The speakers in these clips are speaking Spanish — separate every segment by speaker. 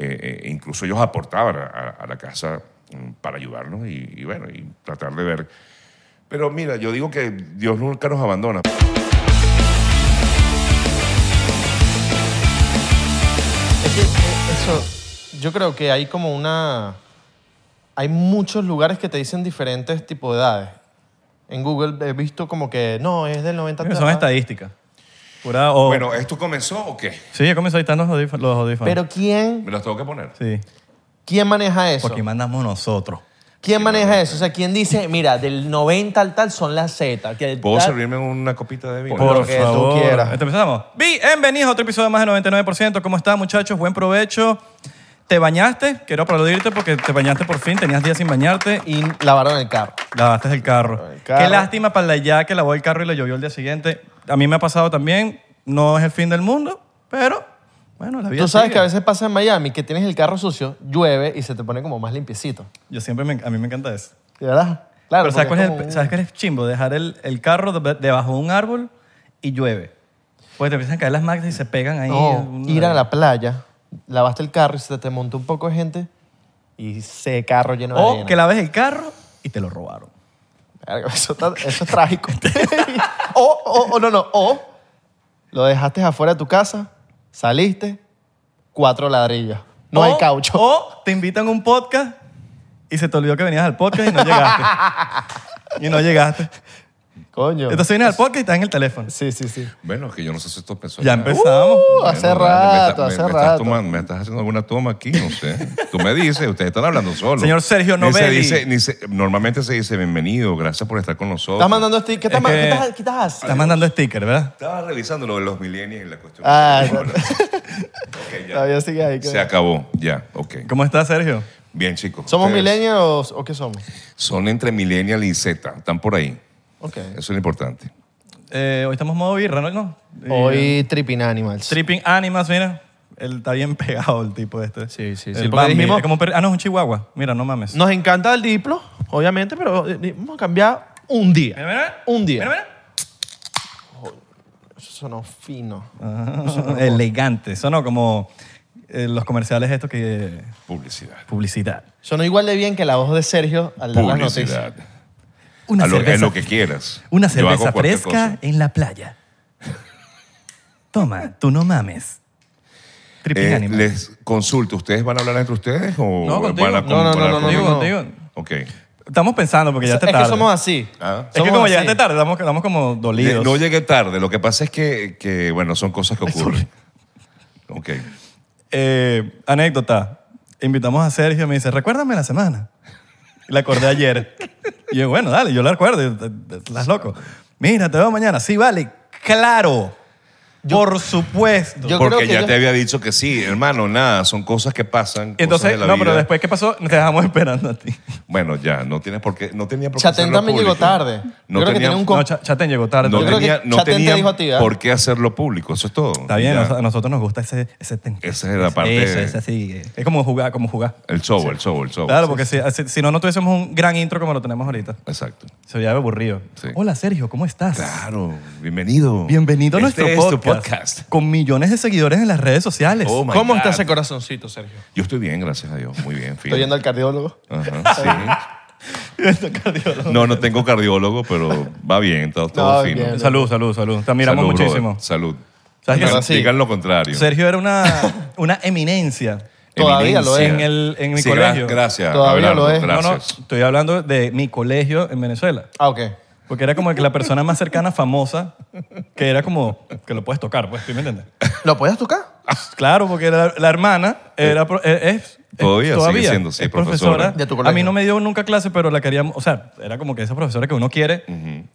Speaker 1: eh, incluso ellos aportaban a, a- a la casa mm, para ayudarnos y, y bueno, y tratar de ver. Pero mira, yo digo que Dios nunca nos abandona.
Speaker 2: Es que, eh, eso, yo creo que hay como una... Hay muchos lugares que te dicen diferentes tipos de edades. En Google he visto como que, no, es del 90...
Speaker 3: Creo que son estadísticas. Pura- o-
Speaker 1: Bueno, ¿esto comenzó o qué?
Speaker 3: sí, ya comenzó ahí están los audíf- los audífonos.
Speaker 2: Pero ¿quién,
Speaker 1: ¿Me los tengo que poner?
Speaker 3: sí,
Speaker 2: quién maneja eso?
Speaker 3: porque mandamos nosotros.
Speaker 2: ¿Quién maneja eso? O sea, ¿quién dice, mira, del 90 al tal son las Z? que el
Speaker 1: ¿Puedo
Speaker 2: tal-
Speaker 1: servirme una copita de vino?
Speaker 2: Por lo que tú quieras.
Speaker 3: Entonces, Este, Empezamos. Bienvenidos a otro episodio más de 99%. ¿Cómo están, muchachos? Buen provecho. ¿Te bañaste? Quiero aplaudirte porque te bañaste por fin. Tenías días sin bañarte y
Speaker 2: Y lavaron el carro.
Speaker 3: lavaste el carro.
Speaker 2: El carro.
Speaker 3: Qué lástima para la ya que lavó el carro y le llovió el día siguiente. A mí me ha pasado también. No es el fin del mundo, pero bueno, la vida
Speaker 2: Tú sabes
Speaker 3: sigue.
Speaker 2: que a veces pasa en Miami que tienes el carro sucio, llueve y se te pone como más limpiecito.
Speaker 3: Yo siempre me- a mí me encanta eso.
Speaker 2: ¿De verdad? Claro.
Speaker 3: pero
Speaker 2: porque
Speaker 3: ¿sabes cuál, es
Speaker 2: como
Speaker 3: el,
Speaker 2: un-
Speaker 3: ¿sabes cuál es chimbo? Dejar el, el carro deb- debajo de un árbol y llueve. Porque te empiezan a caer las máquinas y se pegan ahí.
Speaker 2: No,
Speaker 3: Una-
Speaker 2: ir a la playa, lavaste el carro y se te montó un poco de gente y ese carro lleno de
Speaker 3: O
Speaker 2: arena.
Speaker 3: que laves el carro y te lo robaron.
Speaker 2: Verga, Eso, está- eso es trágico. o, o, o, no, no, o lo dejaste afuera de tu casa, saliste, cuatro ladrillos. No
Speaker 3: O-
Speaker 2: hay caucho.
Speaker 3: O te invitan a un podcast y se te olvidó que venías al podcast y no llegaste. y no llegaste.
Speaker 2: Coño.
Speaker 3: Entonces vienes al podcast y estás en el teléfono.
Speaker 2: sí, sí, sí.
Speaker 1: Bueno, es que yo no sé si esto empezó.
Speaker 3: Ya empezamos.
Speaker 2: Uh, hace
Speaker 1: Bueno, vale, me está- me-
Speaker 2: rato, hace
Speaker 1: me estás
Speaker 2: rato.
Speaker 1: tomando- me estás haciendo alguna toma aquí, no sé. Tú me dices, ustedes están hablando solo.
Speaker 3: Señor Sergio
Speaker 1: Ni se
Speaker 3: Novelli.
Speaker 1: dice- ni se- normalmente se dice bienvenido, gracias por estar con nosotros.
Speaker 2: ¿Estás mandando este- ¿Qué estás,
Speaker 3: Es
Speaker 2: ma-
Speaker 3: que-
Speaker 2: qué estás- qué estás
Speaker 3: Estás
Speaker 2: haciendo?
Speaker 3: mandando sticker, ¿verdad?
Speaker 1: Estaba revisando lo de los millennials y la cuestión.
Speaker 2: Ah,
Speaker 1: Bueno, ok, ya.
Speaker 2: Todavía sigue ahí.
Speaker 1: Se acabó, ya, ok.
Speaker 3: ¿Cómo estás, Sergio?
Speaker 1: Bien, chicos.
Speaker 2: ¿Somos
Speaker 1: ustedes
Speaker 2: millennials o qué somos?
Speaker 1: Son entre millennial y Z, están por ahí.
Speaker 2: Ok.
Speaker 1: Eso es lo importante.
Speaker 3: Eh, hoy estamos modo birra, ¿no? no. Y- eh,
Speaker 2: Hoy Tripping Animals.
Speaker 3: Tripping Animals, mira. Él está bien pegado el tipo este.
Speaker 2: Sí, sí, sí,
Speaker 3: El
Speaker 2: porque
Speaker 3: Bambi.
Speaker 2: dijimos-
Speaker 3: Es como un perro- ah, no, es un chihuahua. Mira, no mames.
Speaker 2: Nos encanta el diplo, obviamente, pero eh, vamos a cambiar un día.
Speaker 3: Mira, mira.
Speaker 2: Un día.
Speaker 3: Mira, mira.
Speaker 2: Eso sonó fino.
Speaker 3: Ah, elegante. Sonó como eh, los comerciales estos que...
Speaker 1: Publicidad.
Speaker 3: Publicidad.
Speaker 2: Sonó igual de bien que la voz de Sergio al dar las noticias.
Speaker 1: Publicidad. A lo, en lo que quieras.
Speaker 3: Una
Speaker 1: Yo hago
Speaker 3: cerveza
Speaker 1: cualquier
Speaker 3: fresca
Speaker 1: cosa.
Speaker 3: en la playa. Toma, tú no mames. Tripping
Speaker 1: Eh,
Speaker 3: Animals.
Speaker 1: les consulto, ¿ustedes van a hablar entre ustedes o
Speaker 3: No, contigo.
Speaker 1: van a
Speaker 2: No, no,
Speaker 1: van a
Speaker 2: no, no,
Speaker 1: hablar
Speaker 3: Contigo,
Speaker 1: conmigo?
Speaker 3: contigo.
Speaker 1: Ok.
Speaker 3: Estamos pensando porque ya
Speaker 2: Es
Speaker 3: está
Speaker 2: que
Speaker 3: tarde.
Speaker 2: somos así.
Speaker 1: Ah.
Speaker 3: es que
Speaker 2: Somos
Speaker 3: como
Speaker 2: así.
Speaker 3: llegaste tarde, estamos, estamos como dolidos.
Speaker 1: No llegué tarde, lo que pasa es que, que, bueno, son cosas que ocurren. Ok.
Speaker 3: Eh, anécdota. Invitamos a Sergio, me dice, recuérdame la semana. Y La acordé ayer. Y yo, bueno, dale, yo la recuerdo. Estás loco. Mira, te veo mañana. Sí, vale. Claro. Por supuesto.
Speaker 2: Yo creo
Speaker 1: Porque
Speaker 2: que
Speaker 1: ya
Speaker 2: yo-
Speaker 1: te había dicho que sí, hermano, nada, son cosas que pasan.
Speaker 3: Y
Speaker 1: cosas
Speaker 3: entonces,
Speaker 1: de la
Speaker 3: no, pero
Speaker 1: vida.
Speaker 3: después, ¿qué pasó? Te dejamos esperando a ti.
Speaker 1: Bueno, ya, no tienes por qué, no tenía por qué
Speaker 2: Chatén
Speaker 1: hacerlo
Speaker 2: también llegó
Speaker 1: público.
Speaker 2: tarde.
Speaker 1: No
Speaker 2: Yo creo que
Speaker 1: tenía,
Speaker 2: tiene un co-
Speaker 3: No, Cha- Chaten llegó tarde.
Speaker 1: no
Speaker 2: Yo creo que
Speaker 1: tenía, no
Speaker 2: Chatén te
Speaker 1: tenía
Speaker 2: dijo a ti, ¿eh?
Speaker 1: por qué hacerlo público, eso es todo.
Speaker 3: Está bien,
Speaker 1: Ya.
Speaker 3: nos- a nosotros nos gusta ese, ese ten-
Speaker 1: Esa es la parte-
Speaker 3: Eso, es así. Es como jugar, como jugar.
Speaker 1: El show, el show, el show.
Speaker 3: Claro, porque si, si- si no, no tuviésemos un gran intro como lo tenemos ahorita.
Speaker 1: Exacto.
Speaker 3: Se veía aburrido.
Speaker 1: Sí.
Speaker 3: Hola, Sergio, ¿cómo estás?
Speaker 1: Claro, bienvenido.
Speaker 3: Bienvenido a
Speaker 1: Este
Speaker 3: nuestro
Speaker 1: es tu
Speaker 3: podcast, Con millones de seguidores en las redes sociales.
Speaker 1: Oh, my
Speaker 2: ¿Cómo
Speaker 1: God.
Speaker 2: está ese corazoncito, Sergio?
Speaker 1: Yo estoy bien, gracias a Dios. Muy bien, fino.
Speaker 2: Estoy yendo al cardiólogo.
Speaker 1: Ajá, sí. No, no tengo cardiólogo, pero va bien, está todo
Speaker 2: No,
Speaker 1: fino.
Speaker 2: bien.
Speaker 3: salud, salud, salud. Te admiramos
Speaker 1: Salud, brother,
Speaker 3: muchísimo.
Speaker 1: salud.
Speaker 3: ¿Sabes
Speaker 2: qué?
Speaker 1: Digan,
Speaker 2: Sí.
Speaker 1: digan lo contrario.
Speaker 3: Sergio era una, una eminencia.
Speaker 2: Todavía lo es.
Speaker 3: En el- en mi
Speaker 1: Sí, gra-
Speaker 3: colegio.
Speaker 1: gracias,
Speaker 2: Todavía
Speaker 1: Abelardo,
Speaker 2: lo es.
Speaker 1: Gracias.
Speaker 3: No, no, estoy hablando de mi colegio en Venezuela.
Speaker 2: Ah, ok.
Speaker 3: Porque era como que la persona más cercana, famosa, que era como que lo puedes tocar, pues, ¿sí me entiendes?
Speaker 2: ¿Lo podías tocar?
Speaker 1: Ah.
Speaker 3: Claro, porque la, la hermana era, pro- eh, es, es-
Speaker 1: Todavía sigue siendo, sí,
Speaker 3: es
Speaker 1: profesora.
Speaker 2: De tu
Speaker 3: A
Speaker 2: colegio.
Speaker 3: mí no me dio nunca clase, pero la queríamos, o sea, era como que esa profesora que uno quiere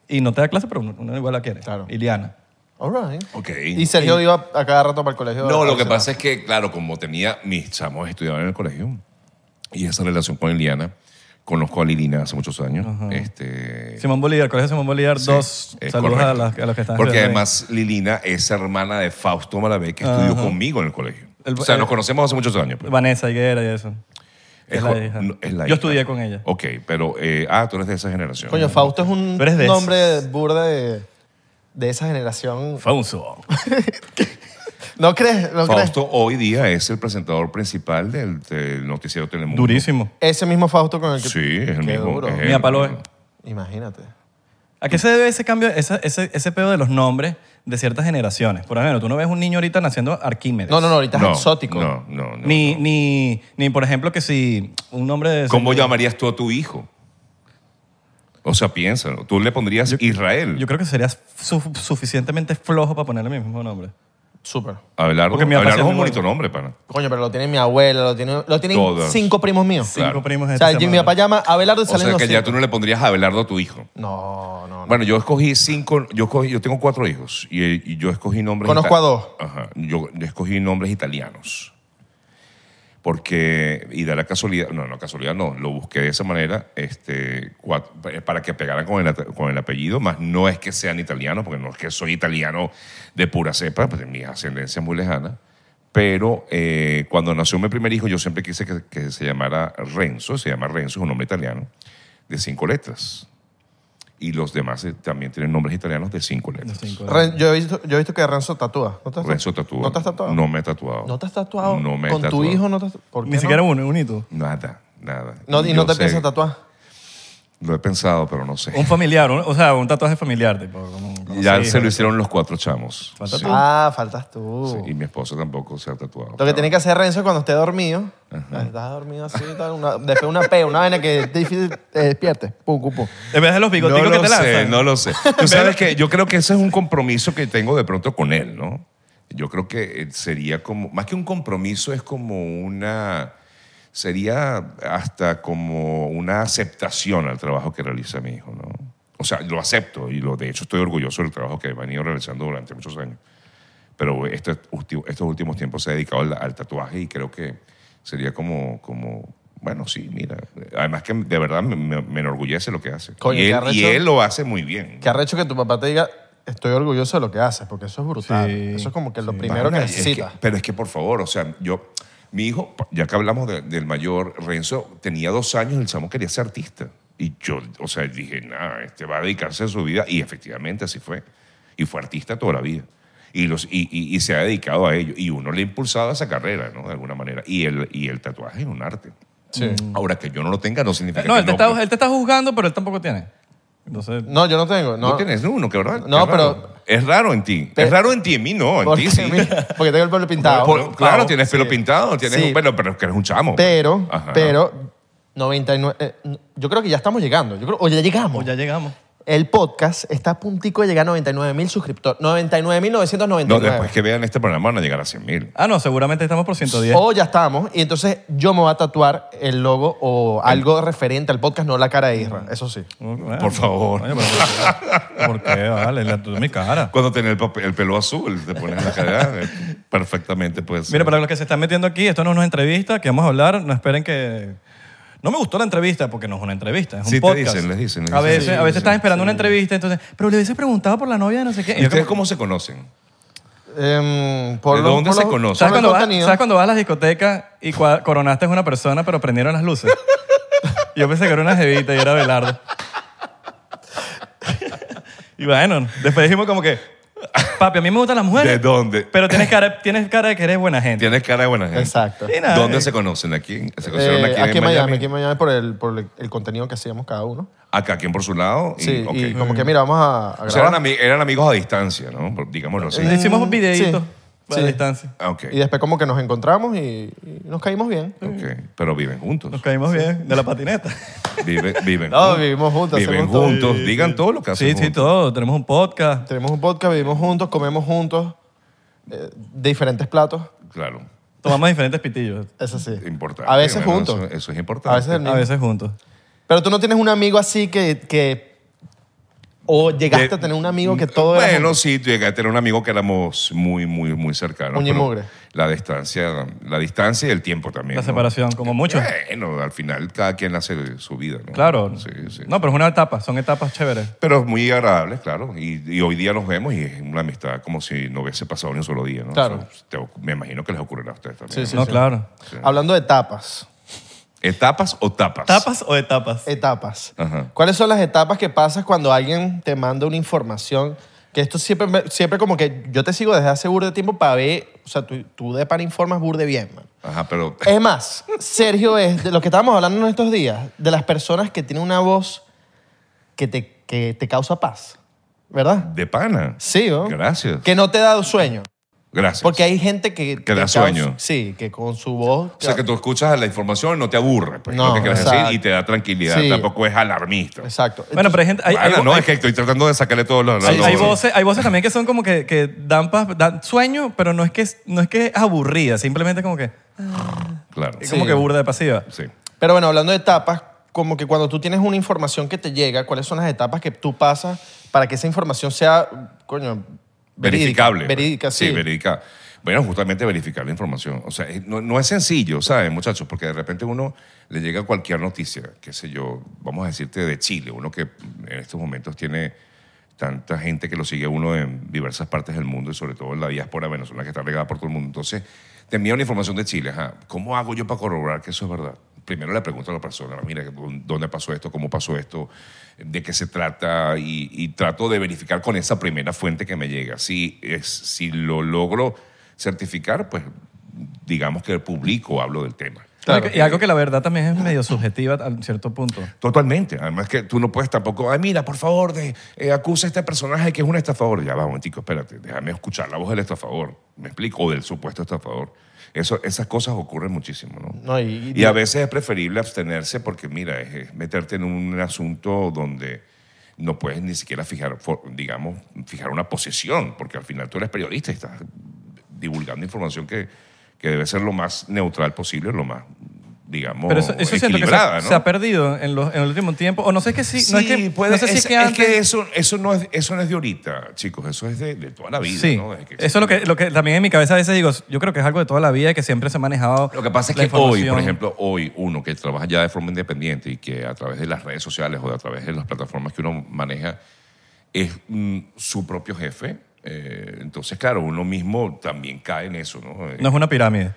Speaker 3: y no te da clase, pero uno, uno igual la quiere.
Speaker 2: Claro.
Speaker 3: Iliana.
Speaker 2: All right.
Speaker 1: Ok.
Speaker 2: Y Sergio iba a cada rato para el colegio.
Speaker 1: No, lo que pasa es que, claro, como tenía mis chamos estudiaban en el colegio y esa relación con Liliana, conozco a Liliana hace muchos años. Este,
Speaker 3: Simón Bolívar, Colegio Simón Bolívar,
Speaker 1: sí,
Speaker 3: dos
Speaker 1: es
Speaker 3: saludos a,
Speaker 1: correcto.
Speaker 3: las- a los que están
Speaker 1: Porque
Speaker 3: estudiando ahí.
Speaker 1: además Lilina es hermana de Fausto Malabé, que estudió conmigo en el colegio.
Speaker 3: El-
Speaker 1: o sea, nos
Speaker 3: eh,
Speaker 1: conocemos hace muchos años. pues.
Speaker 3: Vanessa Higuera y eso. Es,
Speaker 1: co-
Speaker 3: la hija.
Speaker 1: no, es la
Speaker 3: Yo
Speaker 1: hija.
Speaker 3: estudié con ella.
Speaker 1: Ok, pero. eh, ah, tú eres de esa generación.
Speaker 2: Coño, Fausto es un
Speaker 3: Tú eres de
Speaker 2: nombre burda de, de esa generación.
Speaker 3: Fonso.
Speaker 2: ¿No crees? ¿No crees?
Speaker 1: Fausto hoy día es el presentador principal del, del noticiero Telemundo.
Speaker 3: Durísimo.
Speaker 2: Ese mismo Fausto con el que...
Speaker 1: Sí, es el
Speaker 2: Qué
Speaker 1: mismo.
Speaker 2: duro.
Speaker 1: es el-
Speaker 3: Mira, Palo, eh.
Speaker 2: Imagínate.
Speaker 3: ¿A qué se debe ese cambio, esa- ese, ese pedo de los nombres de ciertas generaciones? Por ejemplo, tú no ves un niño ahorita naciendo Arquímedes.
Speaker 2: No, no, no, ahorita
Speaker 1: No,
Speaker 2: es exótico.
Speaker 1: No, no, no.
Speaker 3: Ni, ni, ni, por ejemplo, que si un nombre de...
Speaker 1: ¿Cómo llamarías tú a tu hijo? O sea, piénsalo. Tú le pondrías Israel.
Speaker 3: Yo creo que serías su- suficientemente flojo para ponerle mi mismo nombre.
Speaker 2: Súper.
Speaker 1: Abelardo,
Speaker 3: Porque mi papá
Speaker 1: Abelardo es un
Speaker 3: siempre-
Speaker 1: bonito nombre, pana.
Speaker 2: Coño, pero lo tiene mi abuela, lo, tiene, lo tienen
Speaker 1: Todas.
Speaker 2: cinco primos míos.
Speaker 1: Claro.
Speaker 3: Cinco primos de
Speaker 2: O sea,
Speaker 3: esta
Speaker 2: mi
Speaker 3: semana.
Speaker 2: papá llama a Abelardo y
Speaker 1: O
Speaker 2: salen
Speaker 1: sea,
Speaker 2: los
Speaker 1: que ya tú
Speaker 2: cinco.
Speaker 1: no le pondrías Abelardo a tu hijo.
Speaker 2: No, no, no.
Speaker 1: Bueno, yo escogí cinco, yo, escogí- yo tengo cuatro hijos y, y yo escogí nombres...
Speaker 2: Conozco
Speaker 1: ita-
Speaker 2: a dos.
Speaker 1: Ajá, yo, yo escogí nombres italianos. Porque, y da la casualidad, no, no, casualidad no, lo busqué de esa manera este, cuat- para que pegaran con el, at- con el apellido, más no es que sean italianos, porque no es que soy italiano de pura cepa, pues mi ascendencia es muy lejana, pero eh, cuando nació mi primer hijo yo siempre quise que, que se llamara Renzo, se llama Renzo, es un nombre italiano, de cinco letras. Y los demás eh, también tienen nombres italianos de cinco letras.
Speaker 3: Cinco.
Speaker 2: Ren- yo, he visto, yo he visto que Renzo tatúa. ¿No te has
Speaker 1: Renzo tatuado.
Speaker 2: tatuado? ¿No te has tatuado?
Speaker 1: No me he tatuado.
Speaker 2: ¿No te has tatuado?
Speaker 1: No me he
Speaker 2: ¿Con
Speaker 1: tatuado.
Speaker 2: tu hijo no te has tatuado? ¿Por qué
Speaker 3: Ni
Speaker 2: no?
Speaker 3: siquiera uno, un hito.
Speaker 1: Nada, nada.
Speaker 2: No, ¿Y
Speaker 1: Yo
Speaker 2: no te
Speaker 1: sé-
Speaker 2: piensas tatuar?
Speaker 1: Lo he pensado, pero no sé.
Speaker 2: Oh,
Speaker 3: Un familiar, un- o sea, un tatuaje familiar. Tipo, como- como
Speaker 1: ya
Speaker 3: así,
Speaker 1: se lo
Speaker 3: ¿no?
Speaker 1: hicieron los cuatro chamos.
Speaker 3: Falta
Speaker 1: Sí,
Speaker 3: tú.
Speaker 2: Ah, faltas tú.
Speaker 1: sí, Y mi esposa tampoco se ha tatuado.
Speaker 2: Lo que tiene que hacer Renzo es cuando esté dormido. Estás dormido así, tal, una, después una P, una vaina que te difícil te despierte. Pum, pum, pum.
Speaker 3: En vez de los bigoticos
Speaker 1: no
Speaker 3: que
Speaker 1: lo
Speaker 3: te
Speaker 1: sé,
Speaker 3: lanzan.
Speaker 1: no lo sé. Tú sabes que yo creo que ese es un compromiso que tengo de pronto con él, ¿no? Yo creo que eh, sería como, más que un compromiso, es como una, sería hasta como una aceptación al trabajo que realiza mi hijo, ¿no? O sea, lo acepto y lo, de hecho estoy orgulloso del trabajo que he venido realizando durante muchos años. Pero este ulti- estos últimos tiempos se ha dedicado al, al tatuaje y creo que sería como, como bueno, sí, mira. Además que de verdad me, me- me enorgullece lo que hace.
Speaker 2: Coño,
Speaker 1: y,
Speaker 2: qué
Speaker 1: él,
Speaker 2: arrecho.
Speaker 1: y él lo hace muy bien.
Speaker 2: Que arrecho que tu papá te diga, estoy orgulloso de lo que haces, porque eso es brutal.
Speaker 3: Sí,
Speaker 2: eso es como que lo
Speaker 3: sí.
Speaker 2: primero que
Speaker 1: Pana, es que-
Speaker 2: necesitas.
Speaker 1: pero es que, por favor, o sea, yo, mi hijo, ya que hablamos de- del mayor, Renzo, tenía dos años, el chamo quería ser artista. Y yo, o sea, dije, nada, este va a dedicarse a su vida. Y efectivamente así fue. Y fue artista toda la vida. Y, los, y, y- y se ha dedicado a ello. Y uno le ha impulsado a esa carrera, ¿no? De alguna manera. Y el, y el tatuaje es un arte. Mm.
Speaker 2: Sí.
Speaker 1: Ahora, que yo no lo tenga no significa
Speaker 3: No,
Speaker 1: que
Speaker 3: él te,
Speaker 1: no.
Speaker 3: está,
Speaker 1: pues.
Speaker 3: él te está juzgando, pero él tampoco tiene. Entonces,
Speaker 2: No, yo no tengo. No,
Speaker 1: Tú tienes uno, que verdad.
Speaker 2: No,
Speaker 1: Qué raro. Es raro en ti.
Speaker 2: Pe-
Speaker 1: es raro en ti, en mí no. En
Speaker 2: porque,
Speaker 1: ti sí.
Speaker 2: mira, porque tengo el pelo pintado.
Speaker 1: Por- claro,
Speaker 2: Pavo,
Speaker 1: tienes pelo
Speaker 2: sí.
Speaker 1: pintado, tienes
Speaker 2: Sí.
Speaker 1: un pelo, pero es que eres un chamo. pues.
Speaker 2: Pero,
Speaker 1: Ajá.
Speaker 2: pero, 99. eh, yo creo que ya estamos llegando. Yo creo, o ya
Speaker 3: o
Speaker 2: llegamos.
Speaker 3: ya llegamos.
Speaker 2: El podcast está a puntico de llegar a 99 mil suscriptores. 99.999.
Speaker 1: No, después que vean este programa van a llegar a 100 mil.
Speaker 3: Ah, no, seguramente estamos por 110.
Speaker 2: O ya estamos, y entonces yo me voy a tatuar el logo o algo referente al podcast, no la cara de
Speaker 1: Mm.
Speaker 2: Isra, eso sí.
Speaker 3: Oh, Bueno,
Speaker 1: por favor.
Speaker 3: coño, pero ¿Por qué? ¿Por qué? Vale, la, tú, mi cara.
Speaker 1: Cuando tenés el, papel- el pelo azul, te pones la cara eh, perfectamente, pues.
Speaker 3: Mira, para los que se están metiendo aquí, esto no es una entrevista, que vamos a hablar, no esperen que... No me gustó la entrevista porque no es una entrevista, es un
Speaker 1: Sí, te
Speaker 3: podcast.
Speaker 1: dicen, les dicen, les
Speaker 3: a
Speaker 1: dicen.
Speaker 3: veces,
Speaker 1: Sí,
Speaker 3: a veces
Speaker 1: sí,
Speaker 3: estás esperando una entrevista, entonces, pero le hubiese preguntado por la novia de no sé qué. Y
Speaker 1: ¿Y
Speaker 3: yo
Speaker 1: ustedes
Speaker 3: como-
Speaker 1: cómo se conocen?
Speaker 2: Em, por
Speaker 1: ¿De
Speaker 2: los-
Speaker 1: dónde
Speaker 2: por
Speaker 1: se
Speaker 2: los-
Speaker 1: conocen?
Speaker 2: por los
Speaker 3: ¿Sabes cuando, vas,
Speaker 2: contenidos.
Speaker 3: ¿Sabes cuando vas a las discotecas y cua- coronaste a una persona, pero prendieron las luces? Yo pensé que era una jevita y era Belardo. Y bueno, después dijimos como que, papi, a mí me gustan las mujeres.
Speaker 1: ¿De dónde?
Speaker 3: Pero tienes cara, tienes cara de que eres buena gente.
Speaker 1: Tienes cara de buena gente.
Speaker 2: Exacto.
Speaker 3: Y nada,
Speaker 1: ¿Dónde
Speaker 3: eh,
Speaker 1: se conocen? ¿Aquí? ¿Se
Speaker 2: Eh,
Speaker 1: conocieron aquí, en
Speaker 2: Miami,
Speaker 1: Miami?
Speaker 2: aquí en Miami por el, por el- el contenido que hacíamos cada uno.
Speaker 1: Acá, quien por su lado. Y,
Speaker 2: Sí,
Speaker 1: ok. Mm.
Speaker 2: y como que mira, vamos a, a
Speaker 1: O sea, eran,
Speaker 2: grabar.
Speaker 1: ami- eran amigos a distancia, ¿no? Por- Digámoslo así.
Speaker 3: Le hicimos un videíto
Speaker 2: sí,
Speaker 3: a
Speaker 2: sí.
Speaker 3: distancia.
Speaker 1: Ah, ok.
Speaker 2: Y después como que nos encontramos y, y nos caímos bien.
Speaker 1: ok. Pero viven juntos.
Speaker 3: Nos caímos bien de la patineta.
Speaker 1: Viven, viven
Speaker 2: No, vivimos juntos,
Speaker 1: Viven
Speaker 2: hacemos todo.
Speaker 1: juntos. Digan todo lo que hacen
Speaker 3: Sí, sí,
Speaker 1: juntos.
Speaker 3: todo. Tenemos un podcast.
Speaker 2: Tenemos un podcast, vivimos juntos, comemos juntos, eh, diferentes platos,
Speaker 1: Claro.
Speaker 3: Tomamos diferentes pitillos.
Speaker 2: eso sí.
Speaker 1: Importante.
Speaker 2: A veces
Speaker 1: bueno,
Speaker 2: juntos.
Speaker 1: Eso, eso es importante.
Speaker 2: A veces el
Speaker 3: A
Speaker 2: mismo.
Speaker 3: veces juntos.
Speaker 2: Pero tú no tienes un amigo así que. que- o llegaste a tener un amigo que todo era.
Speaker 1: Mm, Bueno, sí, llegué a tener un amigo que éramos muy, muy, muy cercanos.
Speaker 2: Uña y
Speaker 1: pero
Speaker 2: mugre.
Speaker 1: La distancia, la distancia y el tiempo también.
Speaker 3: La
Speaker 1: ¿no?
Speaker 3: separación, como muchos.
Speaker 1: Bueno, al final cada quien hace su vida, ¿no?
Speaker 3: Claro.
Speaker 1: Sí, sí.
Speaker 3: No, pero es una etapa. Son etapas chéveres.
Speaker 1: Pero es muy agradable, claro. Y, y hoy día nos vemos y es una amistad como si no hubiese pasado ni un solo día, ¿no?
Speaker 2: Claro.
Speaker 1: Eso te ocu- me imagino que les ocurrirá a ustedes también.
Speaker 2: Sí,
Speaker 1: ¿no?
Speaker 2: sí,
Speaker 3: no,
Speaker 2: sí.
Speaker 3: claro.
Speaker 1: Sí.
Speaker 2: Hablando de etapas.
Speaker 1: ¿Etapas o tapas?
Speaker 3: ¿Tapas o etapas?
Speaker 2: Etapas.
Speaker 1: Ajá.
Speaker 2: ¿Cuáles son las etapas que pasas cuando alguien te manda una información Que esto siempre, me- siempre como que yo te sigo desde hace burde tiempo para ver, o sea, tú, tú de pan informas burde bien, man.
Speaker 1: Ajá, pero.
Speaker 2: Es más, Sergio es, de lo que estábamos hablando en estos días, de las personas que tienen una voz que te, que te causa paz, ¿verdad?
Speaker 1: De pana.
Speaker 2: Sí, ¿no?
Speaker 1: Gracias.
Speaker 2: Que no te da sueño.
Speaker 1: Gracias.
Speaker 2: Porque hay gente que...
Speaker 1: Que da
Speaker 2: causa-
Speaker 1: sueño.
Speaker 2: Sí, que con su voz...
Speaker 1: o sea, que tú escuchas la información y no te aburre, pues,
Speaker 2: No,
Speaker 1: lo que quieres
Speaker 2: exacto.
Speaker 1: decir, y te da tranquilidad.
Speaker 2: Sí.
Speaker 1: Tampoco es alarmista.
Speaker 2: Exacto.
Speaker 3: Bueno, pero hay gente. Hay, hay
Speaker 1: Bueno,
Speaker 3: vo-
Speaker 1: no,
Speaker 3: hay-
Speaker 1: es que estoy tratando de sacarle todos los...
Speaker 3: hay-
Speaker 1: los-
Speaker 3: hay voces, hay voces también que son como que, que dan, paz, dan sueño, pero no es que no es que es aburrida, simplemente como que
Speaker 1: Claro,
Speaker 3: es
Speaker 1: sí.
Speaker 3: como que burda de pasiva.
Speaker 2: Pero bueno, hablando de etapas, como que cuando tú tienes una información que te llega, ¿cuáles son las etapas que tú pasas para que esa información sea, coño, verídica?
Speaker 1: Verificable. pues.
Speaker 2: Verídica, sí.
Speaker 1: Sí, verídica. Bueno, justamente verificar la información. O sea, es- no, no es sencillo, ¿sabes, muchachos? Porque de repente uno le llega cualquier noticia, qué sé yo, vamos a decirte de Chile, uno que en estos momentos tiene tanta gente que lo sigue a uno en diversas partes del mundo y sobre todo en la diáspora venezolana que está regada por todo el mundo. Entonces, te envía una información de Chile, ajá, ¿cómo hago yo para corroborar que eso es verdad? Primero le pregunto a la persona, mira, ¿dónde pasó esto? ¿Cómo pasó esto? ¿De qué se trata? Y, y trato de verificar con esa primera fuente que me llega. Si, es, si lo logro certificar, pues digamos que publico, hablo del tema.
Speaker 2: Claro.
Speaker 3: Y algo que la verdad también es medio subjetiva a cierto punto.
Speaker 1: Totalmente. Además que tú no puedes tampoco, ay, mira, por favor, de- eh, acusa a este personaje que es un estafador. Ya va, un momentico, espérate, déjame escuchar la voz del estafador, me explico, o del supuesto estafador. Eso, esas cosas ocurren muchísimo, ¿no?
Speaker 2: No, y,
Speaker 1: Y a veces es preferible abstenerse porque, mira, es, es meterte en un asunto donde no puedes ni siquiera fijar, for- digamos, fijar una posición, porque al final tú eres periodista y estás divulgando información que, que debe ser lo más neutral posible, lo más, digamos,
Speaker 3: Pero eso, eso siento que se,
Speaker 1: equilibrada, ¿no?
Speaker 3: se ha perdido en, los- en el último tiempo. O no sé que sí, no es que,
Speaker 1: puede-
Speaker 3: no sé si
Speaker 1: es,
Speaker 3: es, que
Speaker 1: es
Speaker 3: antes...
Speaker 1: eso, eso, no es, eso no es de ahorita, chicos. Eso es de, de toda la vida.
Speaker 3: sí,
Speaker 1: ¿no? Desde
Speaker 3: eso es lo que, lo que también en mi cabeza a veces digo, yo creo que es algo de toda la vida y que siempre se ha manejado
Speaker 1: Lo que pasa es
Speaker 3: la
Speaker 1: que hoy, por
Speaker 3: información.
Speaker 1: ejemplo, hoy uno que trabaja ya de forma independiente y que a través de las redes sociales o de a través de las plataformas que uno maneja es mm, su propio jefe. eh, entonces, claro, uno mismo también cae en eso, ¿no? Eh,
Speaker 3: No es una pirámide.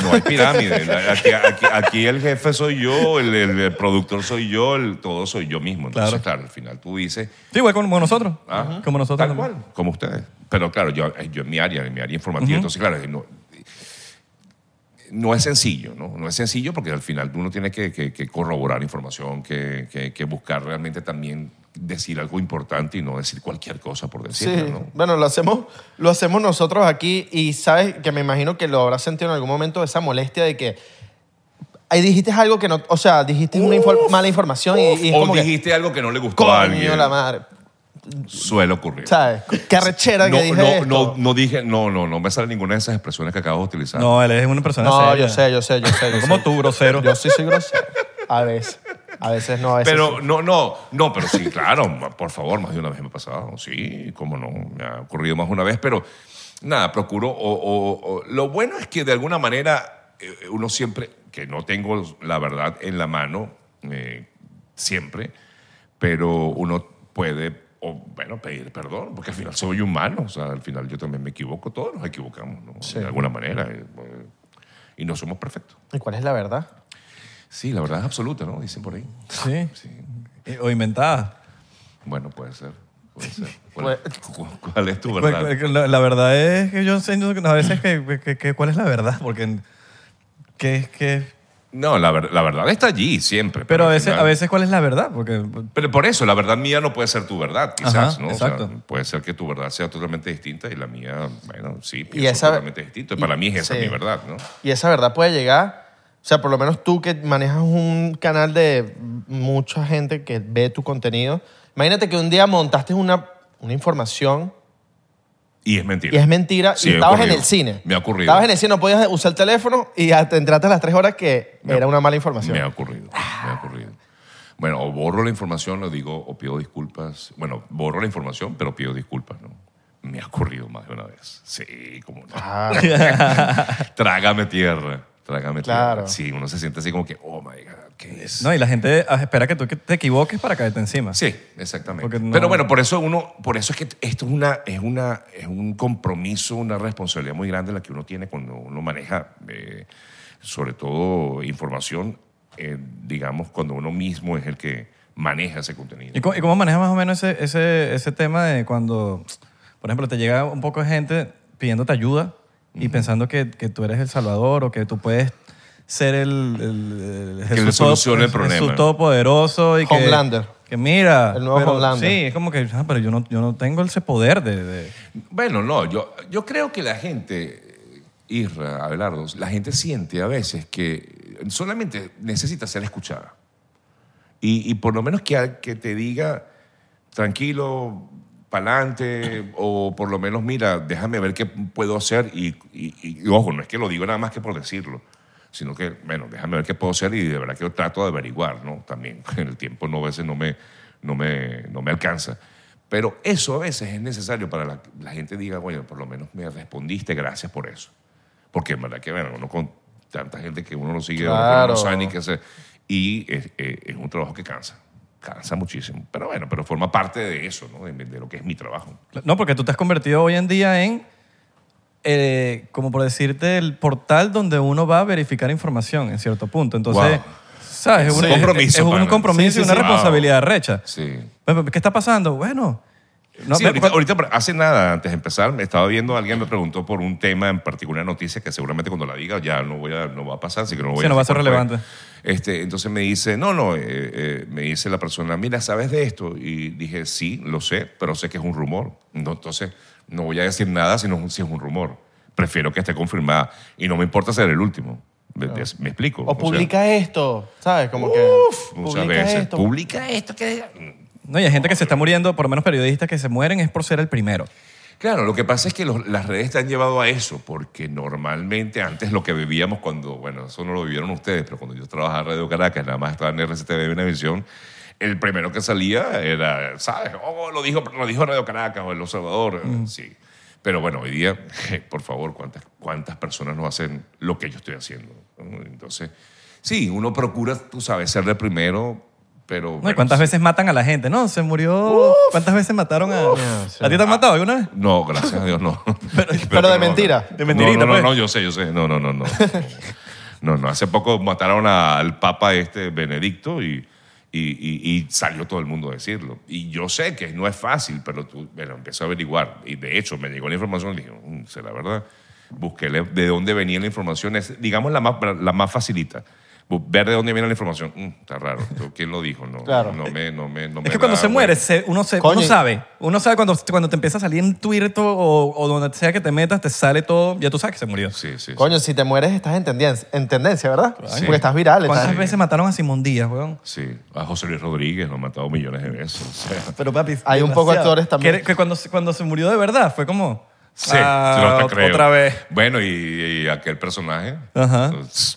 Speaker 1: No hay pirámide. La- Aquí, aquí- aquí el jefe soy yo, el, el- el productor soy yo, el, todo soy yo mismo. Entonces,
Speaker 3: Claro.
Speaker 1: claro, al final tú dices,
Speaker 3: Sí, igual como, como nosotros. Como nosotros.
Speaker 1: Ah. Tal
Speaker 3: también.
Speaker 1: cual. Como ustedes. Pero claro, yo, eh, yo en mi área, en mi área informativa, entonces claro, eh, no, no es sencillo, ¿no? No es sencillo porque al final uno tiene que, que- que corroborar información, que, que- que buscar realmente también decir algo importante y no decir cualquier cosa por
Speaker 2: Sí,
Speaker 1: decirlo, ¿no?
Speaker 2: bueno, lo hacemos, lo hacemos nosotros aquí y sabes que me imagino que lo habrás sentido en algún momento esa molestia de que ahí dijiste algo que no, o sea, dijiste una infor-
Speaker 1: Uf,
Speaker 2: mala información y, y es
Speaker 1: o
Speaker 2: como que,
Speaker 1: dijiste algo que no le gustó a
Speaker 2: coño
Speaker 1: alguien.
Speaker 2: la madre,
Speaker 1: Suele ocurrir.
Speaker 2: ¿sabes? Qué arrechera
Speaker 1: no,
Speaker 2: que dije
Speaker 1: no,
Speaker 2: esto.
Speaker 1: no, no dije, no, no, no me sale ninguna de esas expresiones que acabas de utilizar.
Speaker 3: No, él es una persona
Speaker 2: No,
Speaker 3: seria.
Speaker 2: yo sé, yo sé, yo sé. yo
Speaker 3: No como
Speaker 2: sé.
Speaker 3: tú, grosero.
Speaker 2: Yo sí soy grosero. A veces. A veces no, a veces
Speaker 1: Pero
Speaker 2: sí.
Speaker 1: no, no, no, pero sí, claro, ma- por favor, más de una vez me ha pasado, sí, cómo no, me ha ocurrido más de una vez, pero nada, procuro, o, o- o- lo bueno es que de alguna manera eh, uno siempre, que no tengo la verdad en la mano, eh, siempre, pero uno puede, o, bueno, pedir perdón, porque al final soy humano, o sea, al final yo también me equivoco, todos nos equivocamos, ¿no?
Speaker 2: Sí.
Speaker 1: De alguna manera, eh, eh, y no somos perfectos.
Speaker 2: ¿Y cuál es la verdad?
Speaker 1: Sí, la verdad es absoluta, ¿no? Dicen por ahí.
Speaker 3: Sí.
Speaker 1: Sí.
Speaker 3: Eh, O inventada.
Speaker 1: Bueno, puede ser. Puede ser. ¿Cuál, cu- cuál es tu
Speaker 3: Pues,
Speaker 1: verdad?
Speaker 3: pues, La, la verdad es que yo siento a veces que, que- que- cuál es la verdad, porque que es que...
Speaker 1: No, la, ver- la verdad está allí siempre.
Speaker 3: Pero a
Speaker 1: al
Speaker 3: veces,
Speaker 1: final-
Speaker 3: a veces cuál es la verdad, porque...
Speaker 1: Pero por eso, la verdad mía no puede ser tu verdad, quizás,
Speaker 3: Ajá,
Speaker 1: ¿no? O
Speaker 3: exacto.
Speaker 1: sea, puede ser que tu verdad sea totalmente distinta y la mía, bueno, sí,
Speaker 2: Y
Speaker 1: pienso
Speaker 2: esa-
Speaker 1: totalmente distinto. Y para mí es esa
Speaker 2: sí.
Speaker 1: mi verdad, ¿no?
Speaker 2: Y esa verdad puede llegar. O sea, por lo menos tú que manejas un canal de mucha gente que ve tu contenido. Imagínate que un día montaste una, una información
Speaker 1: Y es
Speaker 2: y
Speaker 1: mentira.
Speaker 2: es mentira
Speaker 1: Sí,
Speaker 2: y
Speaker 1: ha
Speaker 2: estabas en
Speaker 1: ocurrido.
Speaker 2: el cine.
Speaker 1: Me ha ocurrido.
Speaker 2: Estabas en el cine, no podías usar el teléfono y ya te entraste a las tres horas que
Speaker 1: Me ha-
Speaker 2: era una mala información.
Speaker 1: Me ha ocurrido, me ha ocurrido. Bueno, o borro la información, lo digo, o pido disculpas. Bueno, borro la información, pero pido disculpas, ¿no? Me ha ocurrido más de una vez. Sí, como no.
Speaker 2: Ah,
Speaker 1: Trágame tierra. Trágame
Speaker 2: Claro.
Speaker 1: tierra. Sí, uno se siente así como que, oh my God, ¿qué es?
Speaker 3: No, y la gente ah, espera que tú que te equivoques para caerte encima.
Speaker 1: Sí, exactamente.
Speaker 3: Porque no-
Speaker 1: Pero bueno, por eso uno, por eso es que esto es una, es una, es un compromiso, una responsabilidad muy grande la que uno tiene cuando uno maneja, eh, sobre todo información, eh, digamos, cuando uno mismo es el que maneja ese contenido.
Speaker 3: ¿Y cómo, y cómo manejas más o menos ese, ese, ese tema de cuando por ejemplo, te llega un poco de gente pidiéndote ayuda y pensando que, que tú eres el salvador o que tú puedes ser el, el- el
Speaker 1: Que le
Speaker 3: todo-
Speaker 1: solucione el problema.
Speaker 3: Jesús todopoderoso y que...
Speaker 2: Homelander.
Speaker 3: Que mira...
Speaker 2: El nuevo
Speaker 3: pero
Speaker 2: Homelander.
Speaker 3: Sí, es como que, ah, pero yo no, yo no tengo ese poder de... de-
Speaker 1: Bueno, no, yo, yo creo que la gente, eh, Isra, Abelardo, la gente siente a veces que solamente necesita ser escuchada. Y, y por lo menos que, al- que te diga, tranquilo, pa'lante, o por lo menos, mira, déjame ver qué puedo hacer. Y, y- y- y ojo, no es que lo digo nada más que por decirlo, sino que, bueno, déjame ver qué puedo hacer y de verdad que yo trato de averiguar, ¿no? También el tiempo no, a veces no me, no me, no me alcanza. Pero eso a veces es necesario para la, la gente diga, bueno, por lo menos me respondiste, gracias por eso. Porque en verdad que, bueno, uno con tanta gente que uno no sigue, uno que uno
Speaker 2: Claro.
Speaker 1: no sabe ni qué hacer. Y es, es- es un trabajo que cansa, cansa muchísimo. Pero bueno, pero forma parte de eso, ¿no? De, de lo que es mi trabajo.
Speaker 3: No, porque tú te has convertido hoy en día en, eh, como por decirte, el portal donde uno va a verificar información en cierto punto. Entonces,
Speaker 1: Wow.
Speaker 3: ¿sabes? Es
Speaker 1: Sí.
Speaker 3: un
Speaker 1: Compromiso,
Speaker 3: Es un
Speaker 1: pana.
Speaker 3: compromiso
Speaker 1: Sí, sí,
Speaker 3: y una
Speaker 1: sí.
Speaker 3: responsabilidad recha.
Speaker 1: Sí.
Speaker 3: Bueno, ¿Qué está pasando? Bueno... no,
Speaker 1: Sí,
Speaker 3: ve-
Speaker 1: ahorita, ahorita, hace nada, antes de empezar, me estaba viendo, alguien me preguntó por un tema en particular, noticia, que seguramente cuando la diga ya no, voy a, no va a pasar, así que no voy
Speaker 3: Sí, no va a ser
Speaker 1: decir cuál fue.
Speaker 3: relevante.
Speaker 1: Este, entonces me dice, no, no, eh, eh, me dice la persona, mira, ¿sabes de esto? Y dije, sí, lo sé, pero sé que es un rumor. No, entonces no voy a decir nada si, no- si es un rumor. Prefiero que esté confirmada y no me importa ser el último. Me, me explico.
Speaker 2: O
Speaker 1: sea,
Speaker 2: publica esto, ¿sabes? Como que.
Speaker 1: uf, muchas
Speaker 2: publica
Speaker 1: veces.
Speaker 2: esto.
Speaker 1: Publica esto que...
Speaker 3: No, y hay gente que se está muriendo, por lo menos periodistas que se mueren es por ser el primero.
Speaker 1: Claro, lo que pasa es que los- las redes te han llevado a eso, porque normalmente antes lo que vivíamos cuando, bueno, eso no lo vivieron ustedes, pero cuando yo trabajaba en Radio Caracas, nada más estaba en RCTV Venevisión, el primero que salía era, ¿sabes? Oh, lo dijo, lo dijo Radio Caracas o El Observador, eh,
Speaker 3: Mm.
Speaker 1: sí. Pero bueno, hoy día, por favor, ¿cuántas, ¿cuántas personas no hacen lo que yo estoy haciendo? Entonces, sí, uno procura, tú sabes, ser el primero, pero...
Speaker 3: No, ¿y
Speaker 1: bueno,
Speaker 3: ¿Cuántas
Speaker 1: sí.
Speaker 3: veces matan a la gente? No, se murió. ¿Cuántas veces mataron a.?
Speaker 2: Yeah, sí.
Speaker 3: ¿A
Speaker 1: Ah.
Speaker 3: ti te han matado alguna vez?
Speaker 1: No, gracias a Dios, no. Pero,
Speaker 2: pero
Speaker 1: no, no.
Speaker 2: de mentira.
Speaker 3: De mentirita,
Speaker 1: No, no, no,
Speaker 3: pues.
Speaker 1: no, yo sé, yo sé. No, no, no, no. No, no. Hace poco mataron a- al Papa este Benedicto y, y, y- y salió todo el mundo a decirlo. Y yo sé que no es fácil, pero tú, bueno, empecé a averiguar. Y de hecho, me llegó la información y dije, "Mm, será verdad. Busqué le- de dónde venía la información, es, digamos la más, la más facilita. Bu- Ver de dónde viene la información, "Mm, está raro. Esto, ¿Quién lo dijo? No,
Speaker 2: Claro.
Speaker 1: no me, no me, no me
Speaker 3: Es que cuando
Speaker 1: da,
Speaker 3: se
Speaker 1: bueno.
Speaker 3: muere, se- uno, se,
Speaker 2: Coño,
Speaker 3: uno
Speaker 2: y-
Speaker 3: sabe. Uno sabe cuando, cuando te empieza a salir en Twitter to- o, o donde sea que te metas, te sale todo. Ya tú sabes que se murió.
Speaker 1: Sí, sí, sí.
Speaker 2: Coño, si te mueres estás en tendencia, en tendencia ¿verdad?
Speaker 1: Sí.
Speaker 2: Porque estás viral.
Speaker 3: ¿Cuántas
Speaker 2: estás-
Speaker 3: veces mataron a Simón Díaz, weón?
Speaker 1: Sí, a José Luis Rodríguez lo han matado millones de veces. o sea.
Speaker 3: Pero papi.
Speaker 2: Hay un
Speaker 3: demasiado.
Speaker 2: poco de actores también.
Speaker 3: Que, que cuando, se- cuando se murió de verdad fue como.
Speaker 1: Sí,
Speaker 3: ah,
Speaker 1: no te
Speaker 3: ot-
Speaker 1: creo.
Speaker 3: otra vez.
Speaker 1: Bueno, y, y aquel personaje.
Speaker 3: Ajá.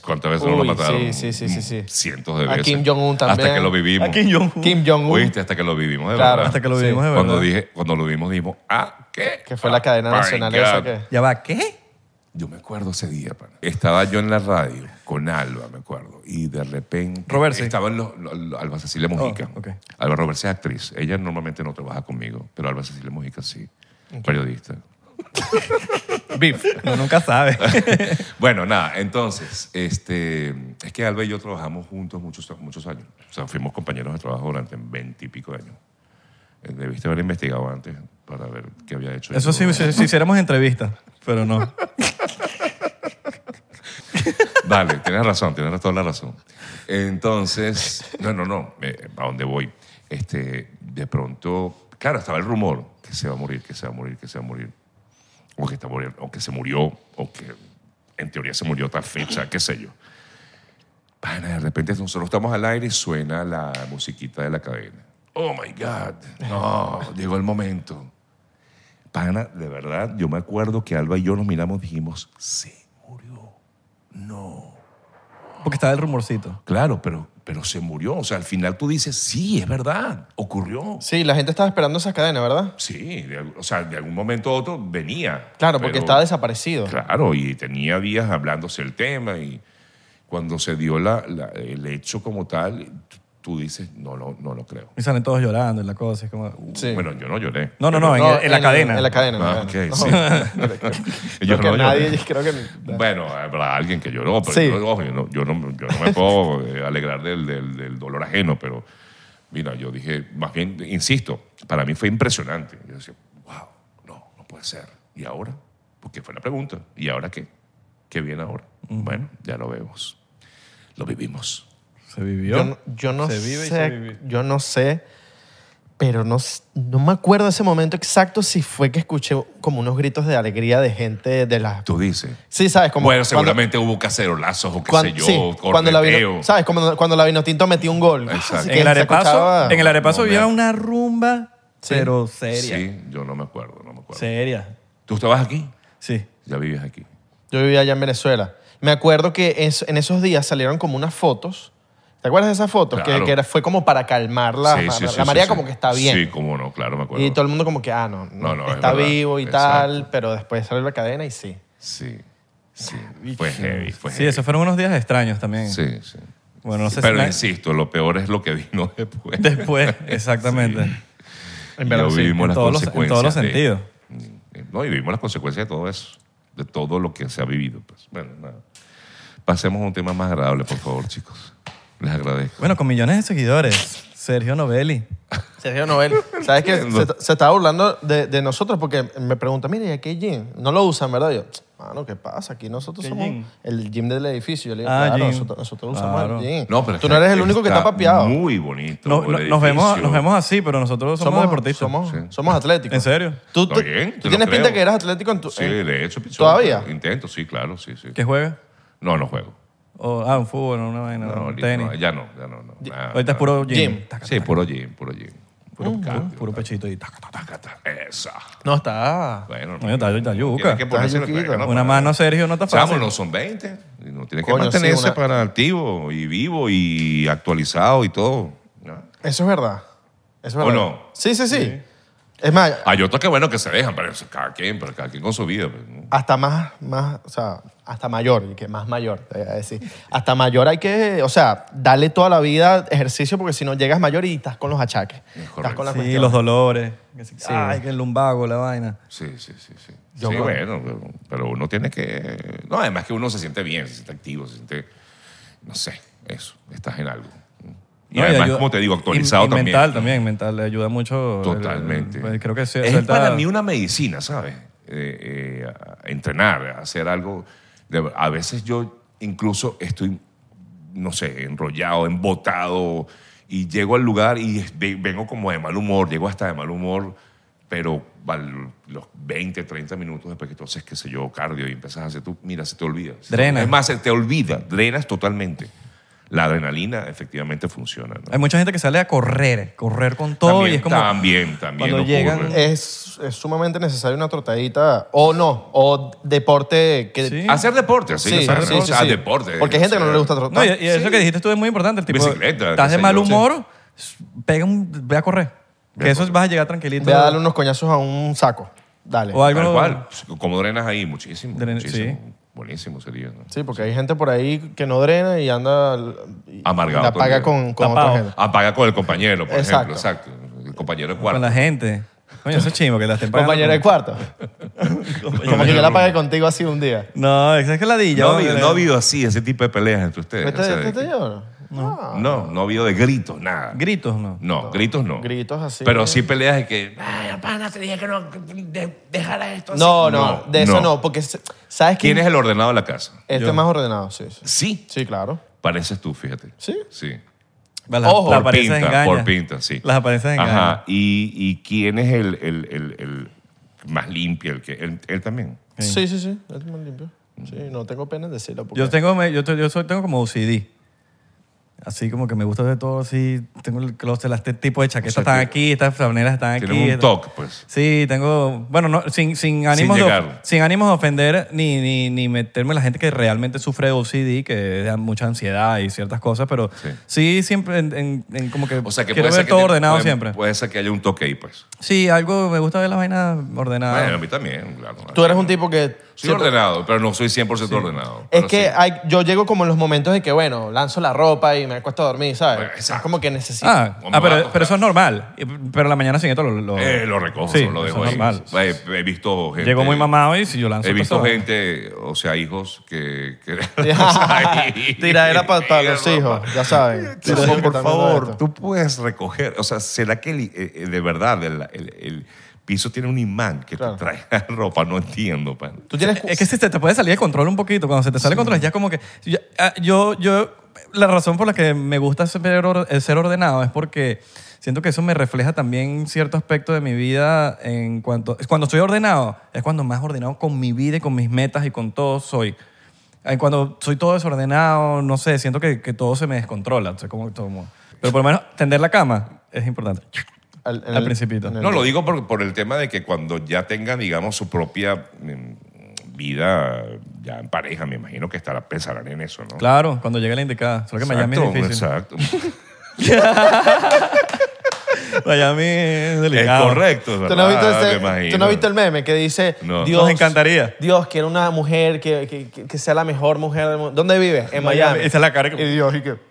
Speaker 1: ¿Cuántas veces no lo
Speaker 2: Uy,
Speaker 1: mataron?
Speaker 2: sí, sí, sí, sí, sí.
Speaker 1: Cientos de
Speaker 2: A
Speaker 1: veces.
Speaker 2: Kim Jong-un también.
Speaker 1: Hasta que lo vivimos.
Speaker 3: A Kim Jong-un.
Speaker 2: Kim Jong-un.
Speaker 1: ¿Oíste? Hasta que lo vivimos, de
Speaker 2: Claro.
Speaker 1: verdad.
Speaker 3: Hasta que lo
Speaker 2: Sí.
Speaker 3: vivimos de verdad.
Speaker 1: Cuando, dije, cuando lo vimos, dijimos, ah, ¿qué?
Speaker 2: Que fue la cadena
Speaker 1: My
Speaker 2: nacional
Speaker 1: God.
Speaker 2: esa que.
Speaker 3: Ya va, ¿qué?
Speaker 1: Yo me acuerdo ese día, pana. Estaba yo en la radio con Alba, me acuerdo, y de repente
Speaker 3: Robert, sí.
Speaker 1: estaba en los, los- los- Alba Cecilia Mujica.
Speaker 3: Oh, ok.
Speaker 1: Alba Roberts es actriz. Ella normalmente no trabaja conmigo, pero Alba Cecilia Mujica sí. Periodista.
Speaker 3: Beef. Uno nunca sabe.
Speaker 1: Bueno, nada, entonces, este, es que Alba y yo trabajamos juntos muchos, muchos años. O sea, fuimos compañeros de trabajo durante veintipico de años. Eh, Debiste haber investigado antes para ver qué había hecho.
Speaker 3: Eso sí,
Speaker 1: yo.
Speaker 3: si, si hiciéramos entrevistas, pero no.
Speaker 1: Vale, tienes razón, tienes toda la razón. Entonces, no, no, no, eh, ¿a dónde voy? Este, de pronto, claro, estaba el rumor que se va a morir, que se va a morir, que se va a morir, o que, está muriendo, o que se murió, o que en teoría se murió tal fecha, qué sé yo. Pana, de repente nosotros estamos al aire y suena la musiquita de la cadena. Oh my God, no, llegó el momento. Pana, de verdad, yo me acuerdo que Alba y yo nos miramos y dijimos, se murió. No.
Speaker 3: Porque estaba el rumorcito.
Speaker 1: Claro, pero, pero se murió. O sea, al final tú dices, sí, es verdad, ocurrió.
Speaker 2: Sí, la gente estaba esperando esa cadena, ¿verdad?
Speaker 1: Sí, de al- o sea, de algún momento a otro venía.
Speaker 2: Claro, porque
Speaker 1: pero-
Speaker 2: estaba desaparecido.
Speaker 1: Claro, y tenía días hablándose el tema y cuando se dio la, la- el hecho como tal, t- tú dices, no, lo- no lo creo.
Speaker 3: Y salen todos llorando en la cosa. Es como,
Speaker 2: Sí.
Speaker 1: Bueno, yo no lloré.
Speaker 3: No, no, no, en, el- en la cadena.
Speaker 2: En la cadena. en la
Speaker 1: Ah, ok,
Speaker 2: cadena.
Speaker 1: sí.
Speaker 2: Creo
Speaker 1: Yo
Speaker 2: que
Speaker 1: no lloré.
Speaker 2: nadie, creo que ni-
Speaker 1: Bueno, habrá alguien que lloró, pero
Speaker 2: Sí.
Speaker 1: yo, ojo, yo no, yo no- yo no me puedo eh, alegrar del, del- del dolor ajeno, pero mira, yo dije, más bien, insisto, para mí fue impresionante. Yo decía, wow, no, no puede ser. ¿Y ahora? Porque fue la pregunta. ¿Y ahora qué? ¿Qué viene ahora? Bueno, ya lo vemos. Lo vivimos.
Speaker 3: Se vivió.
Speaker 2: Yo, no- yo no
Speaker 3: se vive y se
Speaker 2: sé,
Speaker 3: vive.
Speaker 2: yo no sé, pero no, s- no me acuerdo ese momento exacto si fue que escuché como unos gritos de alegría de gente de las...
Speaker 1: Tú dices.
Speaker 2: Sí, sabes, como...
Speaker 1: bueno,
Speaker 2: cuando-
Speaker 1: seguramente hubo cacerolazos o qué
Speaker 2: cuando,
Speaker 1: sé yo,
Speaker 2: sí, cuando la vino,
Speaker 1: corneteo.
Speaker 2: ¿Sabes? Cuando, cuando la Vinotinto metió un gol.
Speaker 1: Exacto.
Speaker 2: Así
Speaker 3: En
Speaker 2: que
Speaker 3: el,
Speaker 2: se
Speaker 3: arepaso,
Speaker 2: escuchaba-
Speaker 3: en el arepaso
Speaker 1: No,
Speaker 3: había
Speaker 1: mira.
Speaker 3: una rumba,
Speaker 2: Sí.
Speaker 3: pero seria.
Speaker 1: Sí, yo no me acuerdo, no me acuerdo.
Speaker 3: Seria.
Speaker 1: ¿Tú estabas aquí?
Speaker 3: Sí.
Speaker 1: Ya vives aquí.
Speaker 2: Yo vivía allá en Venezuela. Me acuerdo que es- en esos días salieron como unas fotos. ¿Te acuerdas de esas fotos? Que-
Speaker 1: Claro.
Speaker 2: Que, era- fue como para calmar la,
Speaker 1: Sí,
Speaker 2: ma-
Speaker 1: sí,
Speaker 2: la
Speaker 1: sí,
Speaker 2: marea
Speaker 1: sí,
Speaker 2: como
Speaker 1: sí.
Speaker 2: que está bien.
Speaker 1: Sí, cómo no, claro, me acuerdo.
Speaker 2: Y todo el mundo como que, ah, no,
Speaker 1: No, no, es
Speaker 2: está
Speaker 1: verdad.
Speaker 2: vivo y
Speaker 1: Exacto.
Speaker 2: tal, pero después sale la cadena y sí.
Speaker 1: Sí, sí. Fue heavy, fue
Speaker 3: Sí,
Speaker 1: heavy.
Speaker 3: esos fueron unos días extraños también.
Speaker 1: Pues, eh, Sí, sí.
Speaker 3: Bueno, no sé
Speaker 1: Pero
Speaker 3: si la-
Speaker 1: insisto, lo peor es lo que vino después.
Speaker 3: después, exactamente.
Speaker 1: Y lo vivimos
Speaker 3: en
Speaker 1: las
Speaker 3: todos los- en
Speaker 1: consecuencias.
Speaker 3: todos los
Speaker 1: de-
Speaker 3: sentidos.
Speaker 1: No, y vivimos las consecuencias de todo eso, de todo lo que se ha vivido. Pues. Bueno, nada. Pasemos a un tema más agradable, por favor, chicos. Les agradezco.
Speaker 3: Bueno, con millones de seguidores, Sergio Novelli.
Speaker 2: Sergio Noel, ¿sabes qué?
Speaker 1: Entiendo.
Speaker 2: Se, se estaba burlando de, de nosotros porque me pregunta, mira, ¿y aquí hay gym? No lo usan, ¿verdad? Y Yo, mano, ¿qué pasa? Aquí nosotros
Speaker 3: ¿Qué
Speaker 2: somos
Speaker 3: gym?
Speaker 2: el gym del edificio. Yo le digo,
Speaker 3: Ah,
Speaker 2: claro,
Speaker 3: gym.
Speaker 2: nosotros, nosotros usamos
Speaker 3: Claro.
Speaker 2: el gym.
Speaker 1: No, pero
Speaker 2: Tú no eres el único que está papeado.
Speaker 1: Muy bonito.
Speaker 3: No-
Speaker 1: el
Speaker 3: no- nos,
Speaker 1: edificio.
Speaker 3: vemos, nos vemos así, pero nosotros somos, deportistas.
Speaker 2: Somos,
Speaker 1: Sí.
Speaker 2: somos atléticos.
Speaker 3: ¿En serio?
Speaker 2: ¿Tú,
Speaker 1: Está
Speaker 2: tú-
Speaker 1: bien, te
Speaker 2: tú
Speaker 1: lo
Speaker 2: tienes pinta
Speaker 1: creo.
Speaker 2: que eres atlético en tu...
Speaker 1: Sí,
Speaker 2: en-
Speaker 1: de hecho, pichón.
Speaker 2: ¿Todavía?
Speaker 1: Intento, sí, claro, sí, sí.
Speaker 3: ¿Qué juega?
Speaker 1: No, no juego.
Speaker 3: O- ah, un fútbol, una vaina,
Speaker 1: No,
Speaker 3: un
Speaker 1: ahorita
Speaker 3: tenis.
Speaker 1: no, ya no, ya no. no. Nada,
Speaker 3: Ahorita es
Speaker 1: nada.
Speaker 3: puro gym.
Speaker 2: Gym.
Speaker 3: Taca,
Speaker 1: Sí, puro gym, puro gym.
Speaker 3: ¿Eh?
Speaker 1: Puro cardio.
Speaker 3: Puro pechito y taca, taca.
Speaker 1: Taca, taca. Esa.
Speaker 2: No, está...
Speaker 1: Bueno,
Speaker 3: Coño, está- está yuca.
Speaker 1: Tienes que
Speaker 2: Está
Speaker 1: ponerse
Speaker 2: yuquita.
Speaker 1: la- no,
Speaker 3: Una mano, Sergio, no está
Speaker 1: Chamo,
Speaker 3: fácil.
Speaker 1: no son 20. y No tiene que
Speaker 2: Coño, sí,
Speaker 1: mantenerse
Speaker 2: una-
Speaker 1: para activo y vivo y actualizado y todo. ¿no?
Speaker 2: Eso es verdad. Eso es
Speaker 1: ¿O
Speaker 2: verdad.
Speaker 1: no?
Speaker 2: Sí, sí, sí. Es más,
Speaker 1: Hay otros que bueno que se dejan, pero eso es cada quien, pero cada quien con su vida. pues, ¿no?
Speaker 2: hasta más, más, o sea, hasta mayor, y que más mayor, te voy a decir. Hasta mayor hay que, o sea, darle toda la vida ejercicio porque si no llegas mayor y estás con los achaques. Estás
Speaker 1: correcto.
Speaker 2: con la
Speaker 3: Sí,
Speaker 2: cuestión.
Speaker 3: los dolores. Que sí, Ay, que el lumbago, la vaina.
Speaker 1: Sí, sí, sí. Sí,
Speaker 2: Yo
Speaker 1: Sí,
Speaker 2: creo.
Speaker 1: bueno, pero, pero uno tiene que... No, además que uno se siente bien, se siente activo, se siente... No sé, eso, estás en algo. Y
Speaker 3: No,
Speaker 1: además,
Speaker 3: ayuda-
Speaker 1: como te digo, actualizado
Speaker 3: y- y
Speaker 1: también.
Speaker 3: mental también, mental. Le ayuda mucho. el-
Speaker 1: Totalmente.
Speaker 3: pues, creo que sí.
Speaker 1: Es
Speaker 3: suelta-
Speaker 1: para mí una medicina, ¿sabes? Eh, eh, a- a entrenar, a hacer algo. De- a veces yo incluso estoy, no sé, enrollado, embotado y llego al lugar y es- ve- vengo como de mal humor, llego hasta de mal humor, pero al- los 20, 30 minutos después que entonces, qué sé yo, cardio y empiezas a hacer tú, mira, se te olvida. Se te-
Speaker 3: Drena.
Speaker 1: Es más, se te olvida, drenas totalmente. La adrenalina efectivamente funciona. ¿no?
Speaker 3: Hay mucha gente que sale a correr, correr con todo
Speaker 1: también,
Speaker 3: y es como.
Speaker 1: también, también
Speaker 3: cuando llegan-
Speaker 1: ocurre.
Speaker 2: Es, es sumamente necesario una trotadita, o no, o deporte que...
Speaker 3: Sí.
Speaker 1: Hacer deporte, así que hacer deporte. Ah, deporte.
Speaker 2: Porque hay gente que no
Speaker 1: o sea,
Speaker 2: le gusta trotar.
Speaker 3: No, y, y eso que dijiste tú es muy importante. El tipo,
Speaker 1: Bicicleta,
Speaker 3: Estás
Speaker 1: qué
Speaker 3: de
Speaker 1: sé
Speaker 3: mal
Speaker 1: yo,
Speaker 3: humor, pega un, ve a correr.
Speaker 1: Ve
Speaker 3: que
Speaker 1: a
Speaker 3: eso
Speaker 1: correr.
Speaker 3: vas a llegar tranquilito.
Speaker 2: Voy a darle unos coñazos a un saco. Dale.
Speaker 3: O
Speaker 1: Tal
Speaker 3: algo.
Speaker 1: cual. pues, Como drenas ahí, muchísimo.
Speaker 3: Dren-
Speaker 1: muchísimo. Buenísimo sería. ¿no?
Speaker 2: Sí, porque hay gente por ahí que no drena y anda... y
Speaker 1: Amargado
Speaker 2: La
Speaker 1: todo el
Speaker 2: paga
Speaker 1: día.
Speaker 2: con, con
Speaker 3: Tapado.
Speaker 2: otra gente.
Speaker 1: Apaga con el compañero, por
Speaker 2: Exacto.
Speaker 1: ejemplo. Exacto. El compañero de
Speaker 3: Con
Speaker 1: cuarto.
Speaker 3: la gente. Coño, eso es chimo, que las estén pagando
Speaker 2: Compañero de
Speaker 3: con-
Speaker 2: cuarto. Como que yo la pagué contigo así un día.
Speaker 3: No, esa es que la dilla.
Speaker 1: No ha
Speaker 3: vale.
Speaker 1: habido, no ha habido así ese tipo de peleas entre ustedes.
Speaker 2: ¿Este,
Speaker 1: o sea,
Speaker 2: este
Speaker 1: de que-
Speaker 2: señor? No.
Speaker 1: no, no ha habido de gritos, nada.
Speaker 3: Gritos, no.
Speaker 1: no, gritos no.
Speaker 2: Gritos así.
Speaker 1: Pero sí peleas de que.
Speaker 4: Ay, pana, te dije que no que de- dejara esto así.
Speaker 2: No,
Speaker 1: No,
Speaker 2: no, de eso
Speaker 1: no.
Speaker 2: no, porque s- sabes
Speaker 1: ¿Quién
Speaker 2: que
Speaker 1: es el ordenado de la casa?
Speaker 2: este es más ordenado, sí, sí.
Speaker 1: Sí.
Speaker 2: Sí, claro.
Speaker 1: Pareces tú, fíjate.
Speaker 2: Sí.
Speaker 1: Sí.
Speaker 3: Las, las
Speaker 2: Ojo. Por
Speaker 3: apariencias
Speaker 1: pinta,
Speaker 3: engañan.
Speaker 1: por pinta, sí.
Speaker 3: Las apariencias engañan.
Speaker 1: Ajá. ¿Y, y quién es el, el- el- el más limpio? El que, él, él también.
Speaker 2: Sí, sí, sí. Este Es más limpio. Sí, no tengo pena en decirlo. Porque...
Speaker 3: Yo tengo, me- yo, te- yo soy- tengo como OCD. Así como que me gusta de todo así. Tengo el closet, las- este tipo de chaquetas
Speaker 1: O sea,
Speaker 3: están
Speaker 1: tú-
Speaker 3: aquí, estas franelas están aquí.
Speaker 1: Tienen un
Speaker 3: esta-
Speaker 1: toque, pues.
Speaker 3: Sí, tengo, bueno, no, sin, sin ánimos de,
Speaker 1: llegar.
Speaker 3: sin ánimos de ofender ni, ni, ni meterme en la gente que realmente sufre de OCD, que da mucha ansiedad y ciertas cosas, pero sí,
Speaker 1: Sí.
Speaker 3: siempre en, en- en como que,
Speaker 1: O sea, que
Speaker 3: quiero
Speaker 1: puede ser
Speaker 3: ver
Speaker 1: que
Speaker 3: todo
Speaker 1: tiene-
Speaker 3: ordenado
Speaker 1: puede-
Speaker 3: siempre.
Speaker 1: Puede ser que haya un toque ahí, pues.
Speaker 3: Sí, algo, me gusta ver las vainas ordenadas.
Speaker 1: Bueno, a mí también, claro.
Speaker 2: Tú eres un tipo que...
Speaker 1: Soy ordenado, pero no soy 100% ordenado.
Speaker 2: Es
Speaker 1: pero
Speaker 2: que
Speaker 1: sí.
Speaker 2: hay- yo llego como en los momentos de que, bueno, lanzo la ropa y me acuesto a dormir, ¿sabes?
Speaker 1: Bueno, exacto.
Speaker 2: Es como que necesito...
Speaker 3: ah,
Speaker 1: o me va
Speaker 3: ah,
Speaker 1: a
Speaker 3: pero,
Speaker 1: tocar.
Speaker 3: pero eso es normal. Y- Pero la mañana siguiente lo... Lo,
Speaker 1: Eh, lo recojo,
Speaker 3: Sí,
Speaker 1: lo dejo
Speaker 3: eso es
Speaker 1: ahí.
Speaker 3: normal.
Speaker 1: Eh, He, visto gente.
Speaker 3: Llegó muy mamado y si yo lanzo...
Speaker 1: He visto
Speaker 3: pasó.
Speaker 1: gente, o sea, hijos que. que o sea, ahí-
Speaker 2: Tiradera pa- para los
Speaker 1: Ropa.
Speaker 2: hijos, ya saben.
Speaker 1: Chamo, por
Speaker 2: Tiradera también de
Speaker 1: favor,
Speaker 2: esto.
Speaker 1: tú puedes recoger, o sea, será que el- eh, eh, de verdad el, el- el- piso tiene un imán que
Speaker 2: Claro.
Speaker 1: te trae la ropa. No entiendo, pan.
Speaker 2: Tú tienes...
Speaker 3: Es que si te, te puede salir de control un poquito, cuando se te sale de control, ya como que. ya- ah, Yo, yo, la razón por la que me gusta ser, or- eh, ser ordenado es porque siento que eso me refleja también cierto aspecto de mi vida en cuanto. Cuando estoy ordenado, es cuando más ordenado con mi vida y con mis metas y con todo soy. Eh, Cuando soy todo desordenado, no sé, siento que, que todo se me descontrola. o sea, como que todo mo- pero por lo menos tender la cama es importante.
Speaker 2: al, en
Speaker 3: al principito.
Speaker 2: en
Speaker 1: No, lo digo por, por el tema de que cuando ya tengan, digamos, su propia mm, vida ya en pareja, me imagino que estará pensarán en eso, ¿no?
Speaker 3: Claro, cuando llega la indicada. Solo que Miami es difícil.
Speaker 1: exacto.
Speaker 3: Miami es
Speaker 1: es
Speaker 3: delicado.
Speaker 1: correcto, ¿verdad?
Speaker 2: ¿Tú no, has visto ese-
Speaker 1: Me imagino.
Speaker 2: tú no has visto el meme que dice
Speaker 1: No.
Speaker 2: Dios,
Speaker 3: Nos encantaría.
Speaker 2: Dios quiere una mujer que, que- que- que sea la mejor mujer del mundo. ¿Dónde vive? En Miami.
Speaker 3: Miami. Esa es la cara que-
Speaker 2: Y Dios, ¿y qué?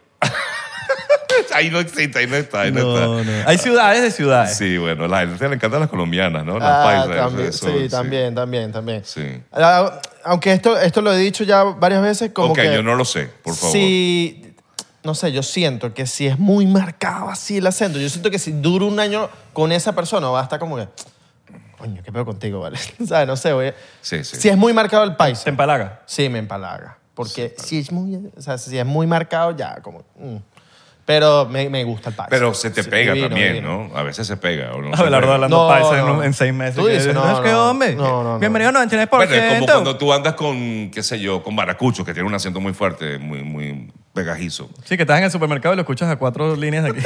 Speaker 1: Ahí no existe, ahí no está, ahí no,
Speaker 3: No,
Speaker 1: está.
Speaker 3: no. Hay ciudades de ciudades.
Speaker 1: Sí, bueno, la gente le encantan las colombianas, ¿no? Las
Speaker 2: Ah,
Speaker 1: paisas.
Speaker 2: también,
Speaker 1: eso,
Speaker 2: sí, también, también, también.
Speaker 1: Sí.
Speaker 2: Ah, Aunque esto, esto lo he dicho ya varias veces, como
Speaker 1: ok,
Speaker 2: que...
Speaker 1: yo no lo sé, por favor.
Speaker 2: Si, no sé, yo siento que si es muy marcado así el acento, yo siento que si duro un año con esa persona, va a estar como que, coño, ¿qué pedo contigo, vale? ¿Sabes? No sé, güey.
Speaker 1: Sí, sí.
Speaker 2: Si es muy marcado el país,
Speaker 3: Se empalaga.
Speaker 2: sí me empalaga. Porque si, es muy, o sea, si es muy marcado, ya, como... mm. Pero me, me gusta el país.
Speaker 1: Pero se te pega también,
Speaker 2: ¿no?
Speaker 1: ¿no? A veces se pega. o no se
Speaker 3: Abelardo
Speaker 1: pega.
Speaker 3: hablando
Speaker 2: No,
Speaker 3: paisa
Speaker 2: no.
Speaker 3: en, en seis meses.
Speaker 2: Tú dices, no,
Speaker 3: es que,
Speaker 2: no.
Speaker 3: hombre,
Speaker 2: No, no, no.
Speaker 3: bienvenido a 99%.
Speaker 1: Bueno, es como cuando tú andas con, qué sé yo, con Baracucho, que tiene un acento muy fuerte, muy, muy pegajizo.
Speaker 3: Sí, que estás en el supermercado y lo escuchas a cuatro líneas de aquí.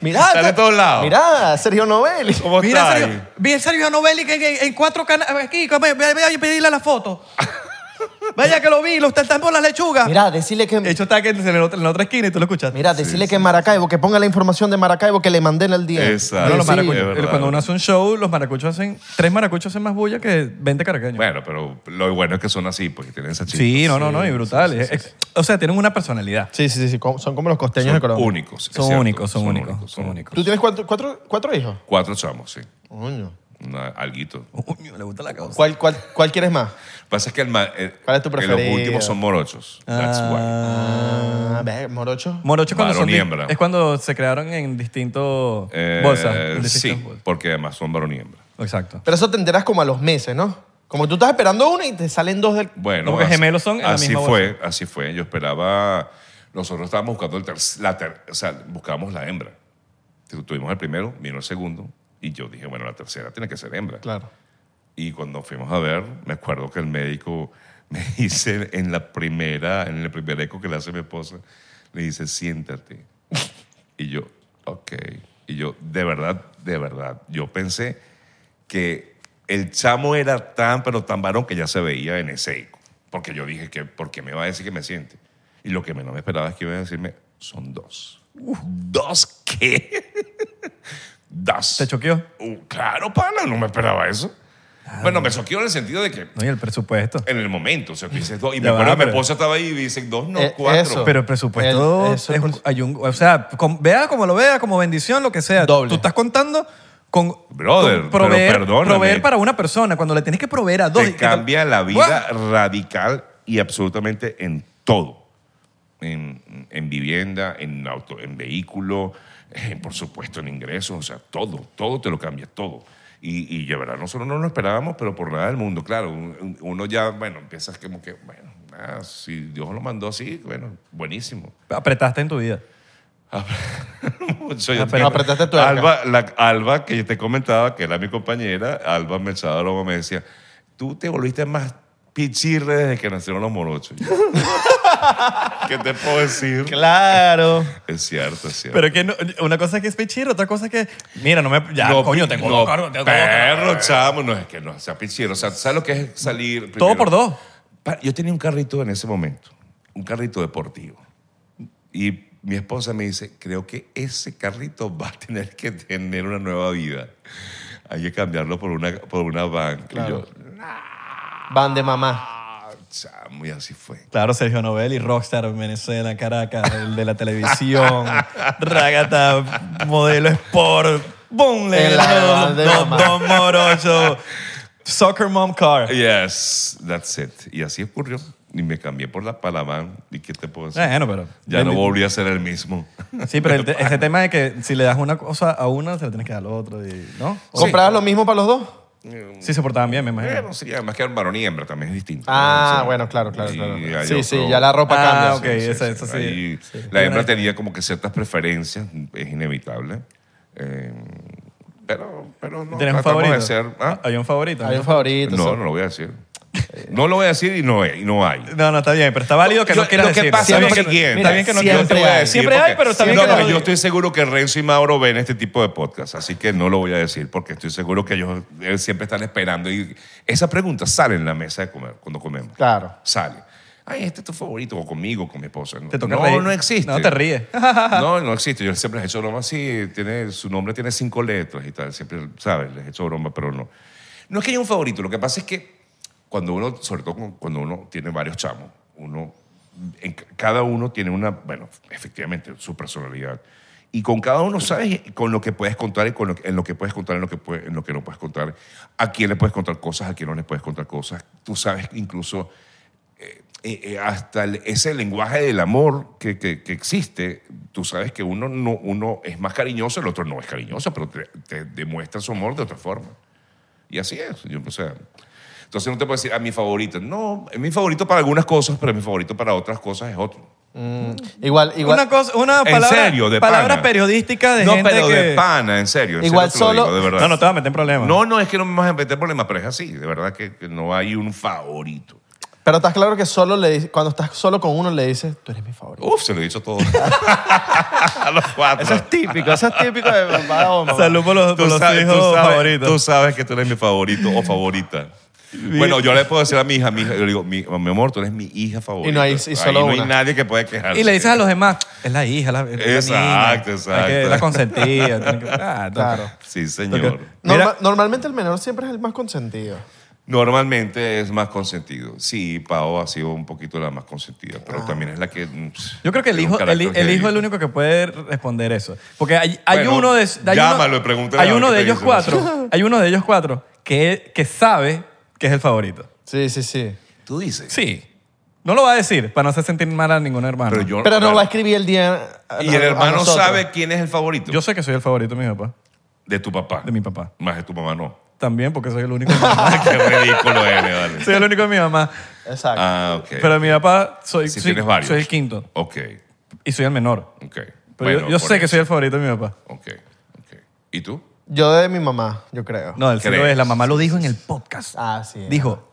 Speaker 2: Mirá,
Speaker 1: Sale de todos lados.
Speaker 2: Mirá, Sergio Novelli.
Speaker 1: ¿Cómo
Speaker 3: Mira,
Speaker 1: estás?
Speaker 3: Sergio, vi el Sergio Novelli que, que- en cuatro canales. Aquí, come, ve, ve a pedirle la foto. Vaya que lo vi, lo están por las lechugas.
Speaker 2: Mirá, decirle que...
Speaker 3: Hecho está que en la otra- en la otra esquina y tú lo escuchas.
Speaker 2: Mira, decirle que en Maracaibo, que ponga la información de Maracaibo que le mandé en el día.
Speaker 1: Exacto.
Speaker 3: Bueno, los
Speaker 1: Sí,
Speaker 3: maracuchos-
Speaker 1: es verdad.
Speaker 3: cuando uno hace un show, los maracuchos hacen. Tres maracuchos hacen más bulla que 20 caraqueños.
Speaker 1: Bueno, pero lo bueno es que son así, porque tienen esa chica.
Speaker 3: sí, no, no, no, y brutal.
Speaker 1: sí, sí,
Speaker 3: Es- O sea, tienen una personalidad.
Speaker 2: Sí, sí, sí, sí, como- son como los costeños
Speaker 1: Son
Speaker 2: de Colombia.
Speaker 1: únicos. es
Speaker 3: Son
Speaker 1: cierto,
Speaker 3: únicos, son, únicos, son únicos.
Speaker 2: ¿Tú tienes cuatro, cuatro, cuatro hijos?
Speaker 1: Cuatro chamos, sí.
Speaker 2: Coño.
Speaker 1: Una- alguito. Lo
Speaker 3: Uy, le gusta la causa.
Speaker 2: ¿Cuál, cuál, cuál quieres más?
Speaker 1: que pasa es que, el ma- el-
Speaker 2: ¿Cuál es tu
Speaker 1: que
Speaker 2: preferido?
Speaker 1: los últimos son morochos. That's why.
Speaker 2: Ah, ver, morocho.
Speaker 3: Ah, Morocho cuando
Speaker 1: Varón
Speaker 3: son
Speaker 1: y
Speaker 3: di-
Speaker 1: hembra.
Speaker 3: es cuando se crearon en distintos
Speaker 1: Eh,
Speaker 3: bolsas. en
Speaker 1: sí,
Speaker 3: distintas bolsas.
Speaker 1: porque además son varón y hembra.
Speaker 3: Exacto.
Speaker 2: Pero eso te enteras como a los meses, ¿no? Como tú estás esperando uno y te salen dos del...
Speaker 1: Bueno,
Speaker 3: Como que gemelos son en la
Speaker 1: así
Speaker 3: misma
Speaker 1: fue, así fue. Yo esperaba. Nosotros estábamos buscando el tercer, la ter- o sea, buscábamos la hembra. Tu- Tuvimos el primero, vino el segundo y yo dije, bueno, la tercera tiene que ser hembra.
Speaker 2: Claro.
Speaker 1: Y cuando fuimos a ver, me acuerdo que el médico me dice en la primera, en el primer eco que le hace mi esposa, le dice, siéntate. Y yo, ok. Y yo, de verdad, de verdad, yo pensé que el chamo era tan, pero tan varón que ya se veía en ese eco. Porque yo dije, que, ¿por qué me va a decir que me siente? Y lo que menos me esperaba es que iba a decirme, son dos. ¿Dos qué? dos.
Speaker 3: ¿Te choqueó?
Speaker 1: Uh, claro, pana, no me esperaba eso. Bueno, me choqueó en el sentido de que
Speaker 3: No, y el presupuesto.
Speaker 1: en el momento, o sea, tú dices dos, y me
Speaker 3: Ya va,
Speaker 1: acuerdo que mi
Speaker 3: pero-
Speaker 1: esposa estaba ahí y dicen dos, no,
Speaker 2: Eh,
Speaker 1: cuatro.
Speaker 2: eso.
Speaker 3: Pero el presupuesto
Speaker 2: El- eso,
Speaker 3: es
Speaker 2: el
Speaker 3: un-
Speaker 2: presu-
Speaker 3: hay un- o sea, con- vea como lo vea, como bendición, lo que sea.
Speaker 2: Doble.
Speaker 3: Tú estás contando con,
Speaker 1: Brother,
Speaker 3: con proveer,
Speaker 1: pero perdóname.
Speaker 3: proveer para una persona cuando le tienes que proveer a dos. y
Speaker 1: Te
Speaker 3: que
Speaker 1: cambia la vida
Speaker 3: ¡Guau!
Speaker 1: radical y absolutamente en todo. En, en vivienda, en auto, en vehículo, eh, por supuesto en ingresos, o sea, todo, todo te lo cambia, todo. Y, y de verdad, nosotros no lo esperábamos, pero por nada del mundo, claro, un- uno ya, bueno, empiezas como que, bueno, nada, si Dios lo mandó así, bueno, buenísimo.
Speaker 3: Apretaste en tu vida.
Speaker 1: Mucho, yo
Speaker 3: Ah, pero
Speaker 1: tengo-
Speaker 2: apretaste tuerca.
Speaker 1: Alba, la- Alba, que yo te comentaba, que era mi compañera, Alba me echaba la broma, me decía, tú te volviste más pichirre desde que nacieron los morochos. Yo, ¿Qué te puedo decir?
Speaker 3: Claro.
Speaker 1: Es cierto, es cierto.
Speaker 3: Pero que no- una cosa es que es pichirro, otra cosa es que. Mira, no me. Ya, coño, tengo
Speaker 1: no,
Speaker 3: dos carros, tengo dos carros.
Speaker 1: Perro, chamo, no es que no sea pichirre. O sea, ¿sabes lo que es salir?
Speaker 3: Todo
Speaker 1: primero?
Speaker 3: por dos.
Speaker 1: Pa- Yo tenía un carrito en ese momento, un carrito deportivo. Y mi esposa me dice, creo que ese carrito va a tener que tener una nueva vida. Hay que cambiarlo por una, por una van.
Speaker 2: Claro.
Speaker 1: Y yo,
Speaker 2: Van de mamá.
Speaker 1: ah, chamo, y así fue.
Speaker 3: Claro, Sergio Novelli, rockstar en Venezuela, Caracas, el de la televisión, Ragata, modelo sport, boom, le-
Speaker 2: El
Speaker 3: Don
Speaker 2: de mamá.
Speaker 3: Don Morocho, soccer mom car.
Speaker 1: Yes, that's it. Y así ocurrió. Y me cambié por la Palamán. ¿Y qué te puedo decir?
Speaker 3: Eh, Bueno, pero...
Speaker 1: ya no
Speaker 3: Bendi-
Speaker 1: volví a ser el mismo.
Speaker 3: Sí, pero el te- ese tema de que si le das una cosa a una, se la tienes que dar al otro, y, ¿no? O-
Speaker 2: ¿Comprabas lo mismo para los dos?
Speaker 3: Sí, se portaban bien, me
Speaker 1: Eh,
Speaker 3: imagino.
Speaker 1: no sé, y además que varón y hembra también es distinto.
Speaker 2: Ah,
Speaker 1: O sea,
Speaker 2: bueno, claro, claro,
Speaker 1: y
Speaker 2: claro.
Speaker 1: hay
Speaker 2: Sí, sí,
Speaker 1: otro-
Speaker 2: ya la ropa
Speaker 3: Ah,
Speaker 2: cambia.
Speaker 3: ok, eso, eso sí.
Speaker 1: Ahí
Speaker 3: Sí.
Speaker 1: La hembra tenía como que ciertas preferencias, es inevitable. Eh, pero, pero no.
Speaker 3: ¿Tenías un
Speaker 1: tratamos de
Speaker 3: favorito?
Speaker 1: ser- ¿ah?
Speaker 3: ¿Había un favorito?
Speaker 2: Hay un favorito.
Speaker 1: No,
Speaker 2: eso.
Speaker 1: no lo voy a decir. No lo voy a decir y no, y no hay.
Speaker 3: No, no, está bien, pero está válido que
Speaker 1: Yo-
Speaker 3: no quieras
Speaker 1: lo que
Speaker 3: decir.
Speaker 1: pasa
Speaker 3: está
Speaker 1: es
Speaker 3: bien
Speaker 1: lo
Speaker 3: que,
Speaker 1: siguiente.
Speaker 3: está bien que no
Speaker 2: Siempre
Speaker 3: yo te voy a
Speaker 2: hay.
Speaker 1: decir
Speaker 3: decir. Siempre hay,
Speaker 1: porque-
Speaker 3: pero está bien
Speaker 1: No,
Speaker 3: que no
Speaker 1: pero
Speaker 3: lo
Speaker 1: yo
Speaker 3: digas.
Speaker 1: estoy seguro que Renzo y Mauro ven este tipo de podcast, así que no lo voy a decir porque estoy seguro que ellos eh, siempre están esperando. Y esa pregunta sale en la mesa de comer, cuando comemos.
Speaker 2: Claro.
Speaker 1: Sale. Ay, este es tu favorito, o conmigo, con mi esposa.
Speaker 3: Te toca
Speaker 1: no,
Speaker 3: reír.
Speaker 1: no existe.
Speaker 3: No te ríes.
Speaker 1: no, no existe. Yo siempre les he hecho broma así. Tiene, su nombre tiene cinco letras y tal. Siempre, ¿sabes? Les he hecho broma, pero no. No es que haya un favorito. Lo que pasa es que cuando uno, sobre todo con- cuando uno tiene varios chamos, uno, en ca- cada uno tiene una, bueno, efectivamente, su personalidad. Y con cada uno sabes con lo que puedes contar y con lo, que- en lo que puedes contar, en lo que, puede- en lo que no puedes contar, a quién le puedes contar cosas, a quién no le puedes contar cosas. Tú sabes incluso eh, eh, hasta el- ese lenguaje del amor que, que- que existe, tú sabes que uno, no, uno es más cariñoso, el otro no es cariñoso, pero te, te demuestra su amor de otra forma. Y así es. Yo, o sea, entonces no te puedo decir, a mi favorito. No, es mi favorito para algunas cosas, pero mi favorito para otras cosas es otro.
Speaker 2: Igual, igual.
Speaker 3: Una cosa, una
Speaker 1: En
Speaker 3: palabra,
Speaker 1: serio, de
Speaker 3: palabra
Speaker 1: pana.
Speaker 3: periodística de
Speaker 1: no,
Speaker 3: gente
Speaker 1: pero
Speaker 3: que...
Speaker 1: de pana, en serio. en
Speaker 2: Igual
Speaker 1: serio te lo
Speaker 2: solo-
Speaker 1: digo, de verdad.
Speaker 3: No, no te vas a meter en problemas.
Speaker 1: No, no, es que no me vas a meter problemas, pero es así. De verdad que, que no hay un favorito.
Speaker 2: Pero estás claro que solo le, dices- cuando estás solo con uno le dices, tú eres mi favorito.
Speaker 1: Uf, se lo he dicho todo. a los cuatro.
Speaker 2: Eso es típico, eso es típico de papá o mamá.
Speaker 3: Salud por los, por los hijos
Speaker 1: tú sabes-
Speaker 3: favoritos.
Speaker 1: tú sabes que tú eres mi favorito o favorita. Bueno, yo le puedo decir a mi hija, mi hija yo le digo, mi, mi amor, tú eres mi hija favorita.
Speaker 2: Y no hay- y
Speaker 1: Ahí
Speaker 2: solo
Speaker 1: no hay
Speaker 2: una.
Speaker 1: nadie que pueda quejarse.
Speaker 3: Y le dices a los demás, es la hija, la, la niña.
Speaker 1: Exacto, exacto.
Speaker 3: Hay que la consentía. tiene que- ah,
Speaker 2: Claro.
Speaker 1: Sí, señor.
Speaker 2: Norma-
Speaker 3: Mira.
Speaker 2: normalmente el menor siempre es el más consentido.
Speaker 1: Normalmente es más consentido. Sí, Pao ha sido un poquito la más consentida,
Speaker 2: Ah.
Speaker 1: pero también es la que... mm,
Speaker 3: Yo creo que el
Speaker 1: tiene un
Speaker 3: hijo, el,
Speaker 1: carácter
Speaker 3: el hijo es el
Speaker 1: heavy.
Speaker 3: único que puede responder eso. Porque hay, hay
Speaker 1: Bueno,
Speaker 3: uno de... Hay
Speaker 1: llámalo
Speaker 3: uno,
Speaker 1: y pregúntale
Speaker 3: Hay
Speaker 1: a ver
Speaker 3: uno
Speaker 1: qué
Speaker 3: de
Speaker 1: te
Speaker 3: ellos
Speaker 1: dice.
Speaker 3: cuatro. Hay uno de ellos cuatro que, que sabe que es el favorito.
Speaker 2: Sí, sí, sí.
Speaker 1: Tú dices.
Speaker 3: Sí. No lo va a decir para no hacer sentir mal a ningún hermano.
Speaker 1: Pero yo...
Speaker 2: Pero nos va a escribir el día. a-
Speaker 1: Y el
Speaker 2: a
Speaker 1: hermano
Speaker 2: nosotros.
Speaker 1: sabe quién es el favorito.
Speaker 3: Yo sé que soy el favorito de mi papá.
Speaker 1: de tu papá.
Speaker 3: De mi papá.
Speaker 1: Más de tu mamá, no.
Speaker 3: También porque soy el único de mi mamá.
Speaker 1: Qué ridículo eres, vale.
Speaker 3: soy el único de mi mamá.
Speaker 2: Exacto.
Speaker 1: Ah, ok.
Speaker 3: Pero de mi papá soy,
Speaker 1: si
Speaker 3: soy,
Speaker 1: tienes varios.
Speaker 3: soy el quinto
Speaker 1: Ok,
Speaker 3: y soy el menor.
Speaker 1: ok.
Speaker 3: Pero yo- yo, sé que soy el favorito de mi papá.
Speaker 1: Ok, ok. ¿Y tú?
Speaker 2: Yo de mi mamá, yo creo.
Speaker 3: No, el sí lo
Speaker 1: ¿Crees?
Speaker 3: es. La mamá lo dijo en el podcast.
Speaker 2: Ah, sí.
Speaker 3: Dijo,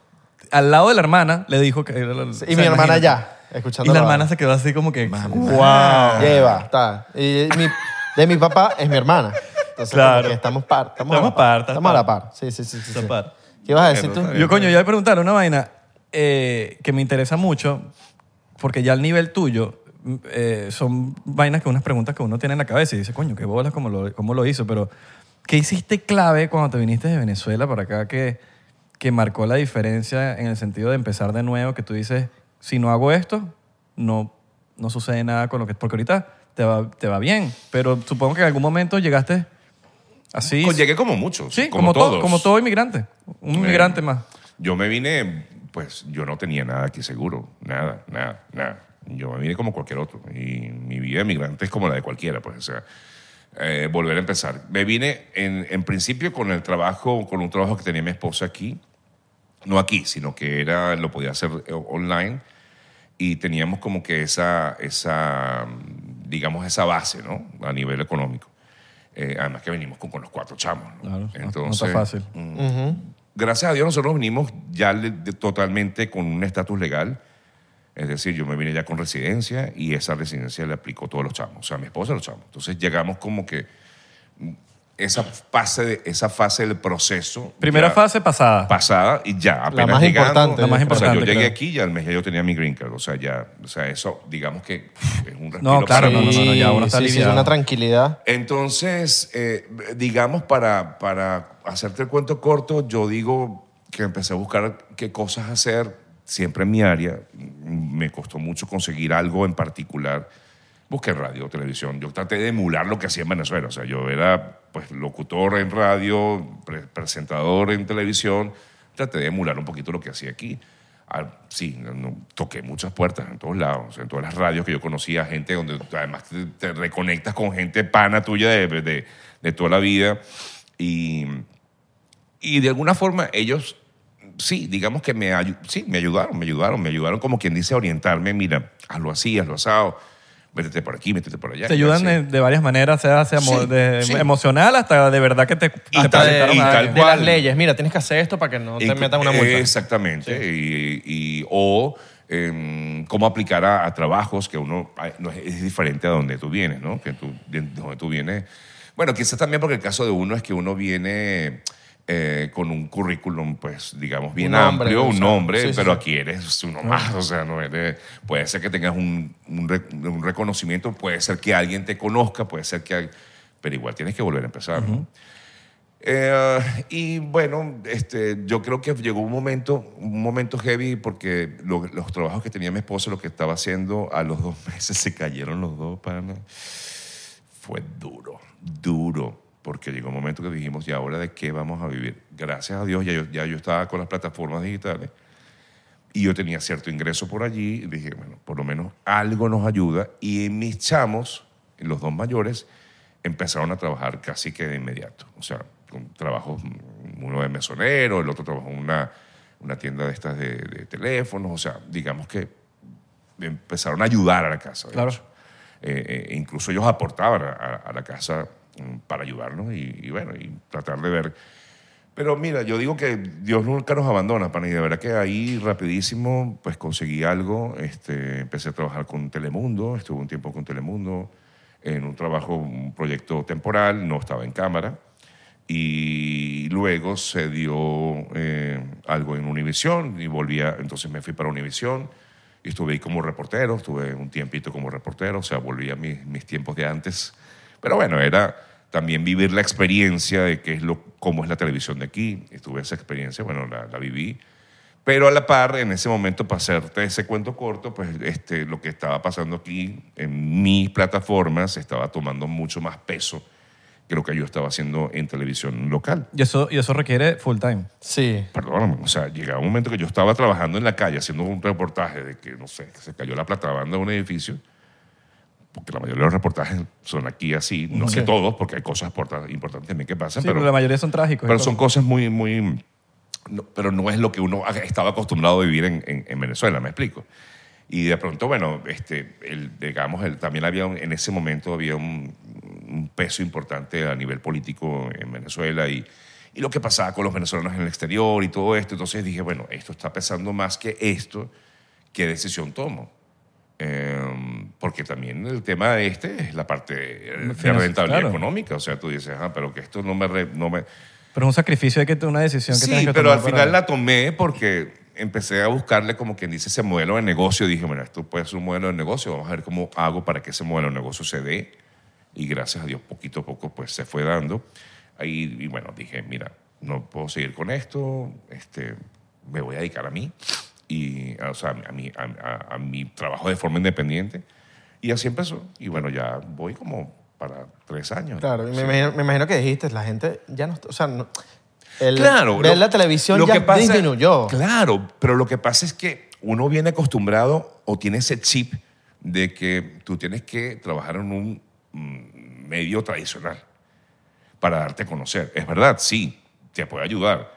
Speaker 3: al lado de la hermana, le dijo que era la- o
Speaker 2: Sí,
Speaker 3: sea,
Speaker 2: Y mi hermana
Speaker 3: imagínate.
Speaker 2: allá, escuchando.
Speaker 3: Y la hermana se quedó así como que.
Speaker 2: ¡Wow! Lleva, está. Y mi- de mi papá es mi hermana. Entonces,
Speaker 3: Claro.
Speaker 2: como que estamos par. Estamos,
Speaker 3: Estamos
Speaker 2: a la par.
Speaker 3: par,
Speaker 2: Estamos a la
Speaker 3: par.
Speaker 2: par. Sí, sí, sí. sí,
Speaker 3: Estamos
Speaker 2: sí.
Speaker 3: par.
Speaker 2: ¿Qué ibas a decir tú?
Speaker 1: Bueno,
Speaker 3: Yo, coño, yo le preguntaron una vaina eh, que me interesa mucho, porque ya al nivel tuyo mm, eh, son vainas que unas preguntas que uno tiene en la cabeza y dice, coño, qué bolas, cómo lo, cómo lo hizo, pero ¿qué hiciste clave cuando te viniste de Venezuela para acá que, que marcó la diferencia en el sentido de empezar de nuevo, que tú dices, si no hago esto, no, no sucede nada con lo que... Porque ahorita te va, te va bien, pero supongo que en algún momento llegaste así...
Speaker 1: Con- Llegué como muchos.
Speaker 3: Sí,
Speaker 1: como,
Speaker 3: todo-
Speaker 1: todos.
Speaker 3: como todo inmigrante. Un
Speaker 1: Eh,
Speaker 3: inmigrante más.
Speaker 1: Yo me vine, pues yo no tenía nada aquí seguro. Nada, nada, nada. Yo me vine como cualquier otro. Y mi vida de migrante es como la de cualquiera, pues, o sea. eh, volver a empezar. Me vine en, en principio con el trabajo, con un trabajo que tenía mi esposa aquí, no aquí, sino que era, lo podía hacer eh, online y teníamos como que esa, esa digamos, esa base, ¿no? A nivel económico. Eh, además que venimos con, con los cuatro chamos, ¿no?
Speaker 3: Claro, no- no está fácil.
Speaker 1: mm, gracias a Dios nosotros venimos ya le- de- totalmente con un estatus legal. Es decir, yo me vine ya con residencia y esa residencia le aplicó todos los chamos, o sea, a mi esposa los chamos. Entonces llegamos como que mm, esa fase, de, esa fase del proceso.
Speaker 3: Primera
Speaker 1: ya
Speaker 3: fase pasada.
Speaker 1: Pasada y ya, apenas
Speaker 2: más
Speaker 1: llegando.
Speaker 2: importante, La
Speaker 3: más
Speaker 1: O sea,
Speaker 3: importante,
Speaker 1: yo llegué
Speaker 3: claro.
Speaker 1: aquí y al mes ya yo tenía mi green card. O sea, ya, o sea, eso, digamos que es un respiro.
Speaker 3: No,
Speaker 1: para
Speaker 3: claro, no, no,
Speaker 1: mí.
Speaker 3: no, no, ya uno
Speaker 2: Sí,
Speaker 3: está
Speaker 2: sí, sí,
Speaker 3: aliviado.
Speaker 2: una tranquilidad.
Speaker 1: Entonces, eh, digamos, para, para hacerte el cuento corto, yo digo que empecé a buscar qué cosas hacer siempre en mi área. Me costó mucho conseguir algo en particular. Busqué radio, televisión. Yo traté de emular lo que hacía en Venezuela. O sea, yo era pues, locutor en radio, pre- presentador en televisión. Traté de emular un poquito lo que hacía aquí. ah, sí, no- no, toqué muchas puertas en todos lados, en todas las radios que yo conocía, gente donde además te, te reconectas con gente pana tuya de, de- de toda la vida. Y, y de alguna forma ellos, sí, digamos que me, ayu- sí, me ayudaron, me ayudaron, me ayudaron como quien dice a orientarme, mira, hazlo así, hazlo asado, métete por aquí, métete por allá.
Speaker 3: Te ayudan
Speaker 1: Así.
Speaker 3: de, de varias maneras, sea, sea
Speaker 1: Sí,
Speaker 3: de-
Speaker 1: sí.
Speaker 3: emocional hasta de verdad que te,
Speaker 1: Y
Speaker 3: te
Speaker 1: tal-
Speaker 3: presentaron
Speaker 1: y
Speaker 3: a
Speaker 1: tal
Speaker 3: alguien.
Speaker 2: de las
Speaker 1: cual.
Speaker 2: leyes. Mira, tienes que hacer esto para que no te
Speaker 1: Inclu- eh,
Speaker 2: metan una multa.
Speaker 1: Exactamente. Y, y- o em, cómo aplicar a, a trabajos que uno ay, no, es- es diferente a donde tú vienes, ¿no? Que tú, de donde tú vienes. Bueno, quizás también porque el caso de uno es que uno viene eh, con un currículum, pues, digamos, bien
Speaker 2: Un hombre,
Speaker 1: amplio,
Speaker 2: o
Speaker 1: un
Speaker 2: sea,
Speaker 1: hombre,
Speaker 2: sí, Mm. sí,
Speaker 1: pero
Speaker 2: sí.
Speaker 1: aquí eres uno más, o sea, no eres, puede ser que tengas un, un re- un reconocimiento, puede ser que alguien te conozca, puede ser que... al- Pero igual tienes que volver a empezar, ¿no? Eh, y bueno, este, yo creo que llegó un momento, un momento heavy porque lo- los trabajos que tenía mi esposo, lo que estaba haciendo, a los dos meses se cayeron los dos, pana. Fue duro, duro, porque llegó un momento que dijimos, ¿y ahora de qué vamos a vivir? Gracias a Dios, ya yo, ya yo estaba con las plataformas digitales y yo tenía cierto ingreso por allí. Y dije, bueno, por lo menos algo nos ayuda. Y mis chamos, los dos mayores, empezaron a trabajar casi que de inmediato. O sea, con trabajos, mm, uno de mesonero, el otro trabajó en una, una tienda de estas de, de teléfonos. O sea, digamos que empezaron a ayudar a la casa. de
Speaker 3: Claro.
Speaker 1: hecho. Eh, eh, incluso ellos aportaban a, a- a la casa mm, para ayudarnos y, y bueno, y tratar de ver pero mira, yo digo que Dios nunca nos abandona, pana, y de verdad que ahí rapidísimo pues conseguí algo, este, empecé a trabajar con Telemundo, estuve un tiempo con Telemundo en un trabajo, un proyecto temporal, no estaba en cámara, y luego se dio eh, algo en Univisión y volvía, entonces me fui para Univisión y estuve ahí como reportero, estuve un tiempito como reportero, o sea, volví a mis, mis tiempos de antes. Pero bueno, era también vivir la experiencia de qué es lo, cómo es la televisión de aquí. Estuve esa experiencia, bueno, la, la viví. Pero a la par, en ese momento, para hacerte ese cuento corto, pues este, lo que estaba pasando aquí en mis plataformas estaba tomando mucho más peso que lo que yo estaba haciendo en televisión local.
Speaker 3: Y eso, y eso requiere full time.
Speaker 2: Sí.
Speaker 1: Perdóname, o sea, llegaba un momento que yo estaba trabajando en la calle haciendo un reportaje de que, no sé, que se cayó la platabanda de un edificio, porque la mayoría de los reportajes son aquí así, no que
Speaker 2: Sí.
Speaker 1: todos, porque hay cosas porta- importantes también que pasan,
Speaker 3: Sí, pero,
Speaker 1: pero,
Speaker 3: la mayoría son trágicos. y
Speaker 1: pero
Speaker 3: todo.
Speaker 1: son cosas muy, muy... no, pero no es lo que uno estaba acostumbrado a vivir en, en- en Venezuela, me explico. Y de pronto, bueno, este, el, digamos, el, también había, un- en ese momento había un, un peso importante a nivel político en Venezuela y, y lo que pasaba con los venezolanos en el exterior y todo esto. Entonces dije, bueno, esto está pesando más que esto, ¿qué decisión tomo? Eh, porque también el tema este es la parte de, de
Speaker 3: Financi-
Speaker 1: rentabilidad
Speaker 3: claro.
Speaker 1: económica. O sea, tú dices, ah, pero que esto no me... re- no me
Speaker 3: Pero es un sacrificio, hay que una decisión que tienes
Speaker 1: Sí,
Speaker 3: que
Speaker 1: pero al
Speaker 3: tomar para-
Speaker 1: final la tomé porque empecé a buscarle como quien dice ese modelo de negocio. Dije, bueno, esto puede ser un modelo de negocio, vamos a ver cómo hago para que ese modelo de negocio se dé. Y gracias a Dios, poquito a poco, pues se fue dando. Ahí, y bueno, dije, mira, no puedo seguir con esto, este, me voy a dedicar a mí, y, a- o sea, a mi, a- a- a mi trabajo de forma independiente. Y así empezó. Y bueno, ya voy como para tres años.
Speaker 2: Claro, y me,
Speaker 1: Sí.
Speaker 2: imagino, me imagino que dijiste, la gente ya no está, o sea, no- el
Speaker 1: claro.
Speaker 2: ver
Speaker 1: lo-
Speaker 2: la televisión
Speaker 1: lo
Speaker 2: ya
Speaker 1: que pasa-
Speaker 2: disminuyó.
Speaker 1: Claro, pero lo que pasa es que uno viene acostumbrado o tiene ese chip de que tú tienes que trabajar en un mm, medio tradicional para darte a conocer. Es verdad, sí, te puede ayudar,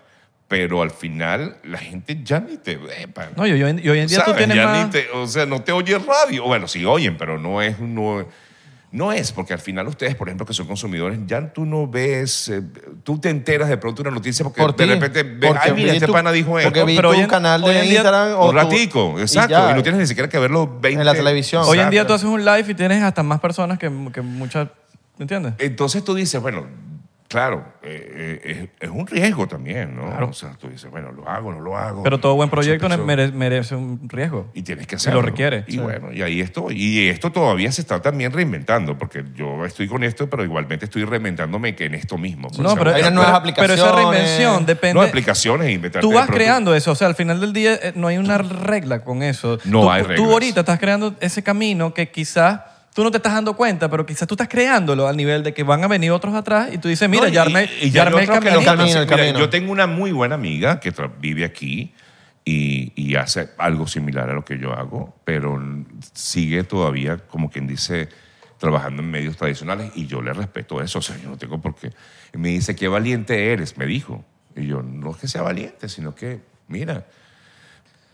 Speaker 1: pero al final la gente ya ni te ve. pana.
Speaker 3: No, y hoy, y hoy en día tú
Speaker 1: ¿Saben?
Speaker 3: tienes
Speaker 1: Ya
Speaker 3: más...
Speaker 1: ni te- o sea, no te oye radio. Bueno, sí oyen, pero no es... No, no es, porque al final ustedes, por ejemplo, que son consumidores, ya tú no ves... eh, tú te enteras de pronto una noticia porque
Speaker 2: Por
Speaker 1: de
Speaker 2: ti,
Speaker 1: repente... ves,
Speaker 2: porque
Speaker 1: Ay, mira,
Speaker 2: vi
Speaker 1: este
Speaker 2: tu-
Speaker 1: pana dijo esto.
Speaker 2: Porque vi
Speaker 3: Pero
Speaker 2: tu
Speaker 3: hoy en-
Speaker 2: canal
Speaker 3: hoy
Speaker 2: de
Speaker 3: en día,
Speaker 2: Instagram o
Speaker 1: un
Speaker 2: tu-
Speaker 1: ratico,
Speaker 2: y
Speaker 1: exacto.
Speaker 2: ya.
Speaker 1: Y, no tienes ni siquiera que verlo 20...
Speaker 2: televisión.
Speaker 3: Hoy en día
Speaker 1: Exacto.
Speaker 3: tú haces un live y tienes hasta más personas que, que muchas... ¿Me entiendes?
Speaker 1: Entonces tú dices, bueno, claro, eh, eh, es, es un riesgo también, ¿no? O sea, tú dices, bueno, lo hago, no lo hago.
Speaker 3: Pero todo buen
Speaker 1: Muchas
Speaker 3: proyecto ne-
Speaker 1: personas-
Speaker 3: mere- merece, un riesgo.
Speaker 1: Y tienes que
Speaker 3: Se lo
Speaker 1: hacerlo.
Speaker 3: requiere.
Speaker 1: Y
Speaker 3: Sí.
Speaker 1: bueno, y ahí estoy. Y esto todavía se está también reinventando, porque yo estoy con esto, pero igualmente estoy reinventándome que en esto mismo. pues, o sea,
Speaker 2: Hay unas
Speaker 1: no,
Speaker 2: nuevas
Speaker 3: Pero esa
Speaker 2: aplicaciones.
Speaker 3: reinvención depende...
Speaker 1: aplicaciones, inventarte
Speaker 3: Tú
Speaker 1: de
Speaker 3: vas
Speaker 1: pronto.
Speaker 3: creando eso, o sea, al final del día eh, no hay una regla con eso.
Speaker 1: No
Speaker 3: tú,
Speaker 1: hay
Speaker 3: tú- Tú
Speaker 1: reglas.
Speaker 3: ahorita estás creando ese camino que quizás tú no te estás dando cuenta, pero quizás tú estás creándolo al nivel de que van a venir otros atrás y tú dices, mira,
Speaker 1: No, y-
Speaker 3: ya armé,
Speaker 1: y- y ya
Speaker 3: ya armé
Speaker 1: hay
Speaker 3: el
Speaker 1: otros que
Speaker 3: camino.
Speaker 1: lo
Speaker 2: camino,
Speaker 1: conocen.
Speaker 2: el
Speaker 1: Mira,
Speaker 2: camino.
Speaker 1: Yo tengo una muy buena amiga que tra- vive aquí y y, y hace algo similar a lo que yo hago, pero sigue todavía, como quien dice, trabajando en medios tradicionales y yo le respeto eso, o sea, yo no tengo por qué. Y me dice, qué valiente eres, me dijo. Y yo, no es que sea valiente, sino que, mira.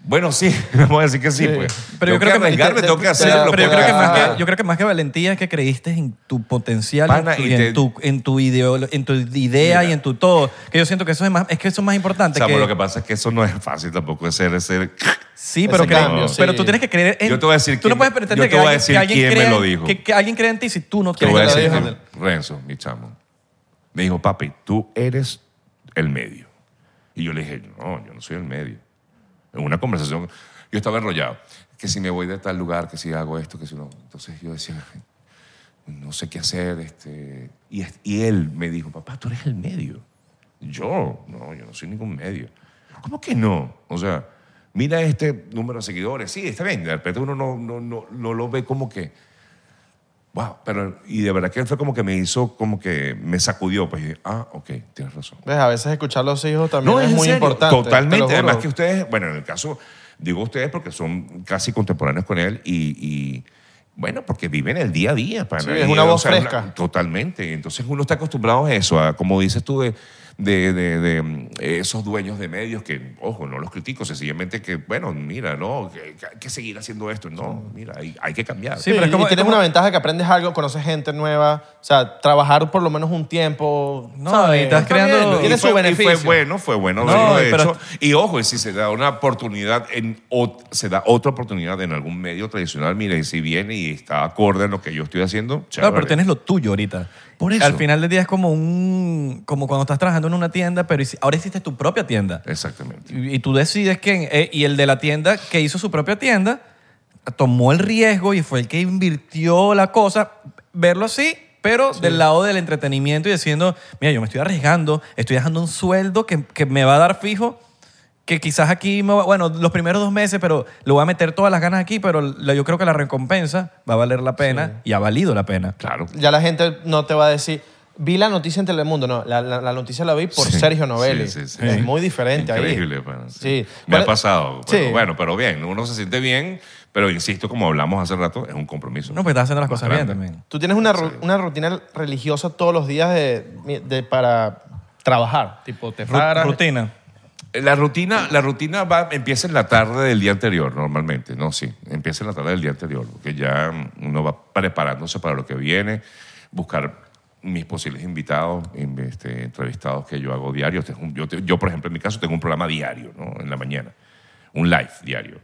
Speaker 1: Bueno, sí, vamos a decir que sí,
Speaker 2: Sí.
Speaker 1: pues.
Speaker 3: Pero yo
Speaker 1: Tengo
Speaker 3: creo que,
Speaker 1: arriesgarme, tengo que
Speaker 2: te- te-
Speaker 1: hacerlo. pues".
Speaker 3: Pero yo
Speaker 1: porque-
Speaker 3: creo que más
Speaker 2: Ah.
Speaker 3: que, yo creo que más que valentía es que creíste en tu potencial,
Speaker 1: Pana,
Speaker 3: en, tu,
Speaker 1: y
Speaker 3: y en
Speaker 1: te-
Speaker 3: tu- en tu ideolo- en tu idea
Speaker 1: Mira.
Speaker 3: y en tu todo. Que yo siento que eso es más, es que eso es más importante.
Speaker 1: O sea,
Speaker 3: que-
Speaker 1: pero lo que pasa es que eso no es fácil tampoco, es ser, es ser
Speaker 3: sí,
Speaker 2: Ese
Speaker 3: pero, creo-
Speaker 2: cambio,
Speaker 3: pero
Speaker 2: sí.
Speaker 3: tú tienes que creer en.
Speaker 1: Yo te voy a decir
Speaker 3: Tú
Speaker 1: quién-
Speaker 3: no puedes pretender
Speaker 1: yo te
Speaker 3: que,
Speaker 1: voy a
Speaker 3: alguien,
Speaker 1: decir
Speaker 3: que alguien
Speaker 1: quién me
Speaker 3: crea-
Speaker 1: lo dijo.
Speaker 3: Que, que alguien cree en ti si tú no
Speaker 1: Te
Speaker 3: crees
Speaker 1: voy a
Speaker 3: en
Speaker 2: que
Speaker 1: decir,
Speaker 2: lo
Speaker 1: que
Speaker 2: dijo?
Speaker 1: Renzo, mi chamo, me dijo, papi, tú eres el medio. Y yo le dije, no, yo no soy el medio. En una conversación, yo estaba enrollado, que si me voy de tal lugar, que si hago esto, que si no. Entonces yo decía, no sé qué hacer. Este. Y, es- y él me dijo, papá, tú eres el medio. Yo, no, yo no soy ningún medio. ¿Cómo que no? O sea, mira este número de seguidores. Sí, está bien, de repente uno no, no, no, no lo ve como que... Wow, pero y de verdad que él fue como que me hizo, como que me sacudió, pues y dije, ah, ok, tienes razón.
Speaker 2: ¿Ves? A veces escuchar a los hijos también es,
Speaker 1: en
Speaker 2: muy
Speaker 1: serio,
Speaker 2: importante. te lo
Speaker 1: Totalmente,
Speaker 2: juro.
Speaker 1: además que ustedes, bueno, en el caso, digo ustedes porque son casi contemporáneos con él y, y, bueno, porque viven el día a día. Para
Speaker 2: Sí, es una voz fresca.
Speaker 1: totalmente, entonces uno está acostumbrado a eso, a, como dices tú, de, de, de- de, mm, esos dueños de medios que, ojo, no los critico, sencillamente que, bueno, mira, no, que, que hay que seguir haciendo esto, no, mira, hay, hay que cambiar.
Speaker 3: Sí, pero es
Speaker 2: y-
Speaker 3: como-
Speaker 2: y
Speaker 3: es
Speaker 2: tienes
Speaker 3: como-
Speaker 2: una ventaja que aprendes algo, conoces gente nueva, o sea, trabajar por lo menos un tiempo.
Speaker 3: No,
Speaker 2: ¿sabes?
Speaker 3: y estás
Speaker 2: Está
Speaker 3: creando-
Speaker 2: bien,
Speaker 1: Y
Speaker 2: Tiene
Speaker 1: fue-
Speaker 2: su beneficio.
Speaker 1: Y fue bueno, fue bueno
Speaker 3: No,
Speaker 1: haberlo
Speaker 3: pero-
Speaker 1: hecho. Y ojo, y si se da una oportunidad, en ot- se da otra oportunidad en algún medio tradicional, mira, y si viene y está acorde a lo que yo estoy haciendo,
Speaker 3: Claro,
Speaker 1: chévere.
Speaker 3: pero tienes lo tuyo ahorita.
Speaker 1: Por eso.
Speaker 3: Al final del día es como un como cuando estás trabajando en una tienda, pero hici- ahora hiciste tu propia tienda.
Speaker 1: Exactamente.
Speaker 3: Y, y tú decides quién. eh, y el de la tienda que hizo su propia tienda tomó el riesgo y fue el que invirtió la cosa. Verlo así, pero del lado del entretenimiento y diciendo, mira, yo me estoy arriesgando, estoy dejando un sueldo que, que me va a dar fijo, que quizás aquí, me va- bueno, los primeros dos meses, pero le voy a meter todas las ganas aquí, pero la- yo creo que la recompensa va a valer la pena y ha valido la pena.
Speaker 1: Claro.
Speaker 2: Ya la gente no te va a decir, vi la noticia en Telemundo. No, la, la- la noticia la vi por
Speaker 1: Sí,
Speaker 2: Sergio Novelli.
Speaker 1: sí, sí, sí,
Speaker 2: es
Speaker 1: sí.
Speaker 2: muy diferente ahí.
Speaker 1: Increíble, pana, sí.
Speaker 2: Sí.
Speaker 1: Me
Speaker 2: Pero-
Speaker 1: ha pasado.
Speaker 2: Sí.
Speaker 1: Pero, Bueno, pero bien, uno se siente bien, pero insisto, como hablamos hace rato, es un compromiso.
Speaker 3: No, pues estás haciendo las
Speaker 1: Más
Speaker 3: cosas
Speaker 1: grande.
Speaker 3: bien también.
Speaker 2: Tú tienes una, ru- una rutina religiosa todos los días de, de- para trabajar. Tipo, te
Speaker 3: Ru-
Speaker 2: paras.
Speaker 3: Rutina.
Speaker 1: La rutina, la rutina va, empieza en la tarde del día anterior, normalmente, ¿no? Sí, empieza en la tarde del día anterior, porque ya mm, uno va preparándose para lo que viene, buscar mis posibles invitados, in- este, entrevistados que yo hago diario. Este es un- Yo, te- yo, por ejemplo, en mi caso, tengo un programa diario, ¿no? En la mañana, un live diario,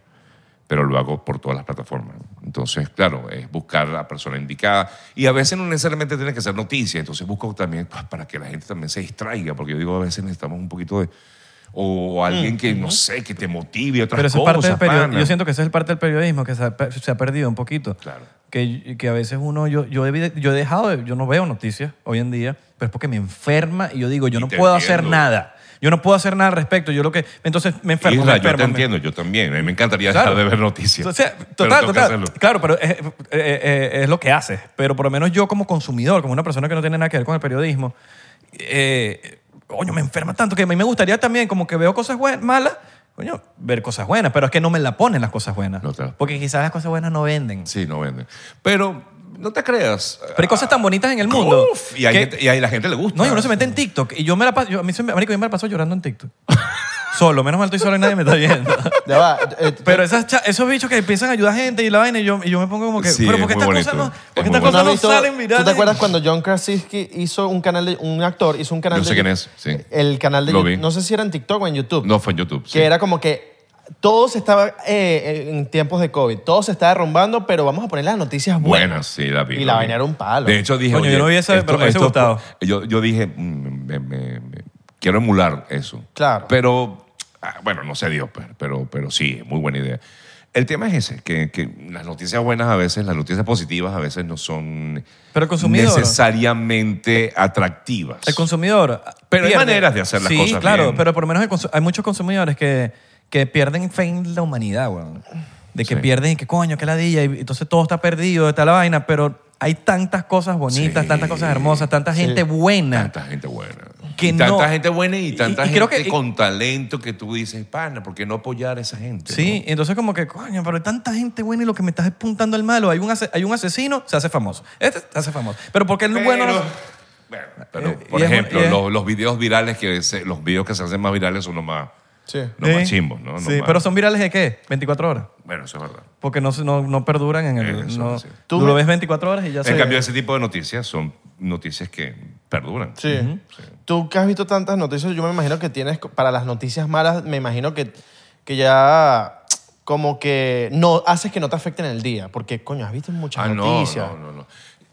Speaker 1: pero lo hago por todas las plataformas. Entonces, claro, es buscar la persona indicada y a veces no necesariamente tiene que ser noticia, entonces busco también pues, para que la gente también se distraiga, porque yo digo, a veces necesitamos un poquito de o alguien que, no sé, que te motive a otras
Speaker 3: Mm, Pero eso es
Speaker 1: cosas.
Speaker 3: parte del periodismo.
Speaker 1: pana.
Speaker 3: Yo siento que eso es parte del periodismo que se ha, per- se ha perdido un poquito.
Speaker 1: Claro.
Speaker 3: Que, que a veces uno, yo, yo, he, vide- yo he dejado, de- yo no veo noticias hoy en día, pero es porque me enferma y yo digo, yo no
Speaker 1: te
Speaker 3: puedo hacer
Speaker 1: entiendo.
Speaker 3: nada. Yo no puedo hacer nada al respecto. Yo lo que, entonces me enfermo.
Speaker 1: Isra,
Speaker 3: me
Speaker 1: yo
Speaker 3: enfermo,
Speaker 1: te
Speaker 3: me-
Speaker 1: entiendo, yo también. A mí me encantaría
Speaker 3: Claro.
Speaker 1: dejar de ver noticias.
Speaker 3: O sea,
Speaker 1: Pero
Speaker 3: total,
Speaker 1: tengo que
Speaker 3: total.
Speaker 1: hacerlo.
Speaker 3: Claro, pero es, eh, eh, es lo que haces. Pero por lo menos yo como consumidor, como una persona que no tiene nada que ver con el periodismo, eh, coño, me enferma tanto que a mí me gustaría también, como que veo cosas buen- malas, coño, ver cosas buenas, pero es que no me la ponen las cosas buenas.
Speaker 1: No te las-
Speaker 3: porque quizás las cosas buenas no venden.
Speaker 1: Sí, no venden. Pero no te creas. Ah,
Speaker 3: Pero hay cosas tan bonitas en el mundo.
Speaker 1: Uf, y, hay
Speaker 3: que-
Speaker 1: gente- y a la gente le gusta.
Speaker 3: no, y uno se mete en TikTok. Y yo me la paso, yo- a mí se me, marico, yo me la paso llorando en TikTok. solo, menos mal estoy solo y nadie me está viendo.
Speaker 2: Ya va. eh,
Speaker 3: Pero esas cha- esos bichos que empiezan a ayudar a gente y la vaina, y yo, y yo me pongo como que.
Speaker 1: Sí,
Speaker 3: pero
Speaker 1: es
Speaker 3: ¿por qué
Speaker 1: muy
Speaker 3: estas cosas
Speaker 1: bonito. Es
Speaker 3: no, por qué
Speaker 1: muy bonito.
Speaker 3: estas cosas
Speaker 2: ¿No
Speaker 3: no
Speaker 2: has visto-
Speaker 3: salen virales?
Speaker 2: ¿Tú te acuerdas cuando John Krasinski hizo un canal, de, un actor hizo un canal
Speaker 1: Yo
Speaker 2: de...
Speaker 1: sé quién es, sí.
Speaker 2: El canal de
Speaker 1: Lo
Speaker 2: Yo-
Speaker 1: vi.
Speaker 2: No sé si era en TikTok o en YouTube.
Speaker 1: No, fue en YouTube.
Speaker 2: Que
Speaker 1: sí.
Speaker 2: era como que todo se estaba, eh, en tiempos de COVID, todo se está derrumbando, pero vamos a poner las noticias buenas.
Speaker 1: Buenas, sí, la vi,
Speaker 2: Y
Speaker 1: la
Speaker 2: la
Speaker 1: vi.
Speaker 2: vaina era un palo.
Speaker 1: De hecho, dije.
Speaker 3: Coño,
Speaker 1: oye,
Speaker 3: yo no vi esa, pero me hubiese gustado.
Speaker 1: Yo, yo dije, mm, me- me- me- quiero emular eso.
Speaker 2: Claro.
Speaker 1: Pero, ah, bueno, no se dio, pero, pero, pero sí, muy buena idea. El tema es ese, que, que las noticias buenas a veces, las noticias positivas a veces no son
Speaker 3: Pero el consumidor. Eh,
Speaker 1: necesariamente atractivas.
Speaker 3: El consumidor. eh,
Speaker 1: Pero hay maneras de hacer las
Speaker 3: sí,
Speaker 1: cosas
Speaker 3: claro,
Speaker 1: bien.
Speaker 3: pero por lo menos el consu- hay muchos consumidores que, que pierden fe en la humanidad, weón. De que
Speaker 1: Sí.
Speaker 3: pierden, que coño, que ladilla, y entonces todo está perdido, está la vaina, pero hay tantas cosas bonitas,
Speaker 1: Sí.
Speaker 3: tantas cosas hermosas, tanta gente buena.
Speaker 1: Tanta gente buena.
Speaker 3: que
Speaker 1: Y
Speaker 3: no.
Speaker 1: tanta gente buena y tanta
Speaker 3: y
Speaker 1: gente
Speaker 3: creo que-
Speaker 1: con talento que tú dices, pana, ¿por qué no apoyar a esa gente?
Speaker 3: Sí, entonces como que, coño, pero hay tanta gente buena y lo que me estás apuntando al malo. Hay un, ase- hay un asesino, se hace famoso. Este se hace famoso. Pero porque el
Speaker 1: no?
Speaker 3: bueno... no-
Speaker 1: Pero- bueno, pero,
Speaker 3: Eh,
Speaker 1: por
Speaker 3: y es bu-
Speaker 1: ejemplo,
Speaker 3: y es-
Speaker 1: los, los videos virales que se- los videos que se hacen más virales son los más,
Speaker 2: Sí.
Speaker 1: los más
Speaker 3: Sí.
Speaker 1: chimbos, ¿no? Los
Speaker 3: Eh, sí,
Speaker 1: más-
Speaker 3: pero son virales de qué? 24 horas.
Speaker 1: Bueno, eso es verdad.
Speaker 3: Porque no, se- no, no perduran en el...
Speaker 1: Eso,
Speaker 3: no-
Speaker 1: sí.
Speaker 3: Tú
Speaker 2: Tú
Speaker 3: lo
Speaker 2: me-
Speaker 3: ves 24 horas y ya se...
Speaker 1: En cambio, ese tipo de noticias son noticias que perduran.
Speaker 2: Sí. Tú que has visto tantas noticias, yo me imagino que tienes, para las noticias malas, me imagino que, que ya como que no haces que no te afecten el día, porque coño, has visto muchas
Speaker 1: Ah, no,
Speaker 2: noticias.
Speaker 1: no, no, no.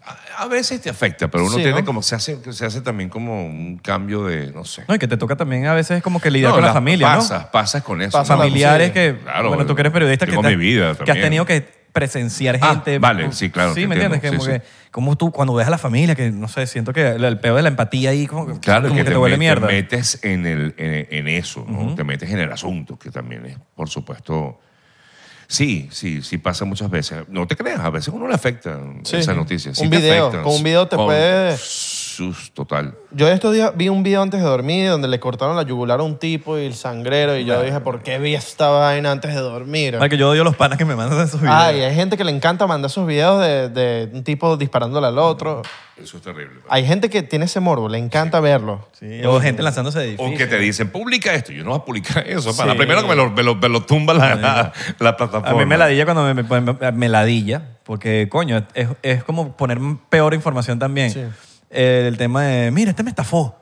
Speaker 1: A, a veces te afecta, pero uno
Speaker 2: Sí,
Speaker 1: tiene
Speaker 2: ¿no?
Speaker 1: como, se hace, se hace también como un cambio de, no sé.
Speaker 3: No, y que te toca también a veces como que lidiar
Speaker 1: No,
Speaker 3: con la
Speaker 1: las-
Speaker 3: familia,
Speaker 1: pasas, pasas con eso.
Speaker 3: ¿no?
Speaker 2: Pasa
Speaker 1: ¿no?
Speaker 2: la-
Speaker 3: Familiares
Speaker 2: sí.
Speaker 3: que...
Speaker 1: Claro,
Speaker 3: bueno, tú que eres periodista
Speaker 1: tengo
Speaker 3: que, te-
Speaker 1: mi vida
Speaker 3: que has
Speaker 1: también.
Speaker 3: tenido que presenciar
Speaker 1: Ah,
Speaker 3: gente.
Speaker 1: vale, sí, claro,
Speaker 3: Sí,
Speaker 1: te
Speaker 3: ¿me entiendes?
Speaker 1: entiendo,
Speaker 3: como
Speaker 1: sí,
Speaker 3: que, como tú cuando ves a la familia, que no sé, siento que el, el peor de la empatía ahí como, que-
Speaker 1: Claro,
Speaker 3: como
Speaker 1: que,
Speaker 3: que,
Speaker 1: te,
Speaker 3: te, huele
Speaker 1: met-
Speaker 3: mierda.
Speaker 1: te metes en, el, en, en eso, ¿no? Te metes en el asunto, que también es, por supuesto. Sí, sí, sí pasa muchas veces. No te creas, a veces uno le afecta
Speaker 2: Sí.
Speaker 1: esas noticias. sí
Speaker 2: Un
Speaker 1: te
Speaker 2: video,
Speaker 1: afectan.
Speaker 2: con un video te
Speaker 1: Con
Speaker 2: puede-
Speaker 1: Sus, total.
Speaker 2: Yo estos días vi un video antes de dormir donde le cortaron la yugular a un tipo y el sangrero y yo dije, ¿por qué vi esta vaina antes de dormir?
Speaker 3: Ay, que yo odio los panas que me mandan esos videos.
Speaker 2: Ay, hay gente que le encanta mandar esos videos de, de un tipo disparándole al otro.
Speaker 1: Eso es terrible.
Speaker 2: Hay gente que tiene ese morbo, le encanta verlo.
Speaker 3: Sí, o gente lanzándose de
Speaker 1: O
Speaker 3: edificios.
Speaker 1: que te dicen, publica esto. Yo no voy a publicar eso. Para
Speaker 3: Sí.
Speaker 1: primero que me lo, me lo- me lo tumba la, la, la plataforma.
Speaker 3: A mí me ladilla cuando me, me, me- me ladilla, porque coño, es, es como poner peor información también.
Speaker 2: Sí.
Speaker 3: Eh, el tema de, mira, este me estafó.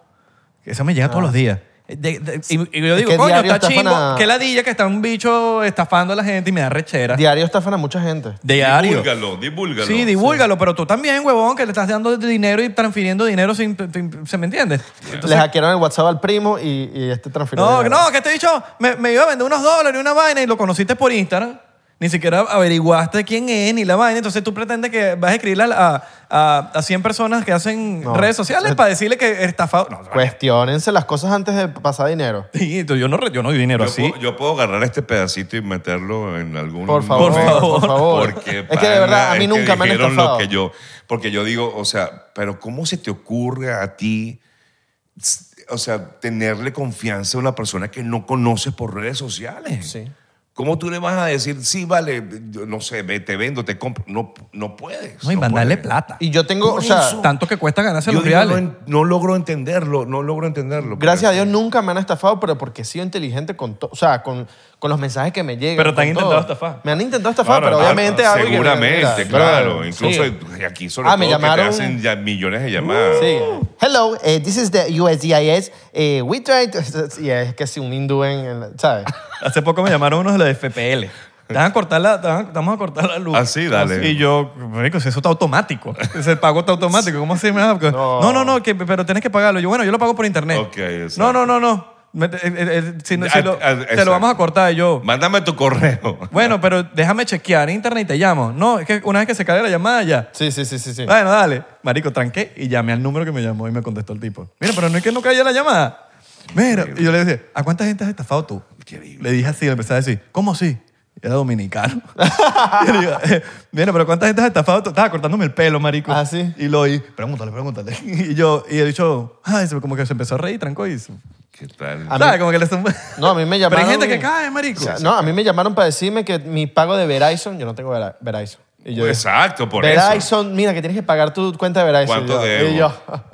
Speaker 3: Eso me llega todos los días. De- de- y, y yo digo,
Speaker 2: Ah. que
Speaker 3: coño,
Speaker 2: diario
Speaker 3: está
Speaker 2: estafan
Speaker 3: chingo.
Speaker 2: a-
Speaker 3: Qué ladilla que está un bicho estafando a la gente y me da rechera.
Speaker 2: Diario estafan a mucha gente.
Speaker 3: Diario.
Speaker 1: Divúlgalo, divúlgalo.
Speaker 3: Sí, divúlgalo, pero tú también, huevón, que le estás dando dinero y transfiriendo dinero sin. sin- ¿Se me entiende?
Speaker 2: le hackearon el WhatsApp al primo y, y este transfirió.
Speaker 3: No,
Speaker 2: dinero.
Speaker 3: no, que te he dicho, me, me iba a vender unos dólares y una vaina y lo conociste por Instagram. Ni siquiera averiguaste quién es ni la vaina. Entonces tú pretendes que vas a escribirle a, a, a 100 personas que hacen
Speaker 2: No.
Speaker 3: redes sociales
Speaker 2: Eh,
Speaker 3: para decirle que eres estafado. No,
Speaker 2: Cuestiónense las cosas antes de pasar dinero.
Speaker 3: sí, tú- yo no, re- yo no doy dinero
Speaker 1: Yo,
Speaker 3: así.
Speaker 1: puedo, yo puedo agarrar este pedacito y meterlo en algún.
Speaker 2: Por favor,
Speaker 3: Por
Speaker 2: por
Speaker 3: favor.
Speaker 2: favor.
Speaker 1: Porque,
Speaker 2: es que de verdad, a
Speaker 1: pana,
Speaker 2: mí
Speaker 1: es que
Speaker 2: nunca me han
Speaker 1: dijeron
Speaker 2: estafado.
Speaker 1: Lo que yo, porque yo digo, o sea, pero ¿cómo se te ocurre a ti, s- o sea, tenerle confianza a una persona que no conoces por redes sociales?
Speaker 2: Sí.
Speaker 1: ¿Cómo tú le vas a decir, sí, vale, yo no sé, ve, te vendo, te compro? No, no puedes.
Speaker 3: No, y mandarle
Speaker 1: puedes.
Speaker 3: plata.
Speaker 2: Y yo tengo, o
Speaker 1: Por
Speaker 2: sea,
Speaker 1: eso.
Speaker 3: Tanto que cuesta ganarse
Speaker 1: Yo
Speaker 3: los
Speaker 1: digo, no,
Speaker 3: reales.
Speaker 1: en- no logro entenderlo, no logro entenderlo. porque-
Speaker 2: gracias a Dios nunca me han estafado, pero porque he sido inteligente con todo, o sea, con, con los mensajes que me llegan.
Speaker 3: Pero te
Speaker 2: con
Speaker 3: han
Speaker 2: todo.
Speaker 3: intentado estafar.
Speaker 2: Me han intentado estafar,
Speaker 1: Claro,
Speaker 2: pero
Speaker 1: claro,
Speaker 2: obviamente algo que-
Speaker 1: Seguramente,
Speaker 2: mira,
Speaker 1: claro.
Speaker 2: brother,
Speaker 1: Incluso
Speaker 2: sí.
Speaker 1: aquí, sobre
Speaker 2: Ah,
Speaker 1: todo,
Speaker 2: me
Speaker 1: que
Speaker 2: llamaron-
Speaker 1: te hacen ya millones de llamadas.
Speaker 2: Sí. Hello, eh, this is the USDIS. eh, we tried to... Y es que si un hindú en... en- ¿Sabes?
Speaker 3: Hace poco me llamaron unos de la FPL. Te van a cortar la, te van a- te vamos a cortar la luz.
Speaker 1: Ah, sí, dale.
Speaker 3: Y yo, marico, si eso está automático. Ese pago está automático. ¿Cómo así me vas a-
Speaker 2: No.
Speaker 3: No, no, no, que, pero tienes que pagarlo. Yo, bueno, yo lo pago por internet.
Speaker 1: Ok, exacto.
Speaker 3: no, no, no, no. Me- eh, eh, eh, si no- si
Speaker 1: Ah,
Speaker 3: lo-
Speaker 1: ah,
Speaker 3: te
Speaker 1: exacto.
Speaker 3: lo vamos a cortar. Y yo,
Speaker 1: Mándame tu correo.
Speaker 3: bueno, pero déjame chequear en internet y te llamo. No, es que una vez que se cae la llamada ya.
Speaker 2: Sí, sí, sí, sí. sí.
Speaker 3: Bueno, dale. Marico, tranqué y llamé al número que me llamó y me contestó el tipo. Mira, pero no es que no caiga la llamada. Mira, y yo le decía, ¿a cuánta gente has estafado tú? Le dije así, le empecé a decir, ¿cómo así? Era dominicano. y le digo, "Eh, mira, pero ¿cuánta gente has estafado tú? Estaba cortándome el pelo, marico.
Speaker 2: Ah, ¿sí?
Speaker 3: Y lo oí, pregúntale, pregúntale. y yo, y el dicho, ay, se- como que se empezó a reír, trancó y... se-
Speaker 1: ¿Qué tal?
Speaker 2: A mí-
Speaker 3: ¿Sabes? Como que le...
Speaker 2: No, a mí me
Speaker 3: Pero hay
Speaker 2: llamaron-
Speaker 3: gente que cae, marico.
Speaker 2: O sea, no, a mí me llamaron para decirme que mi pago de Verizon, yo no tengo Vera- Verizon. Y yo dije,
Speaker 1: Pues, Exacto, por eso.
Speaker 2: Verizon, mira que tienes que pagar tu cuenta de Verizon.
Speaker 1: ¿Cuánto
Speaker 2: Y yo-
Speaker 1: debo?
Speaker 2: Y yo,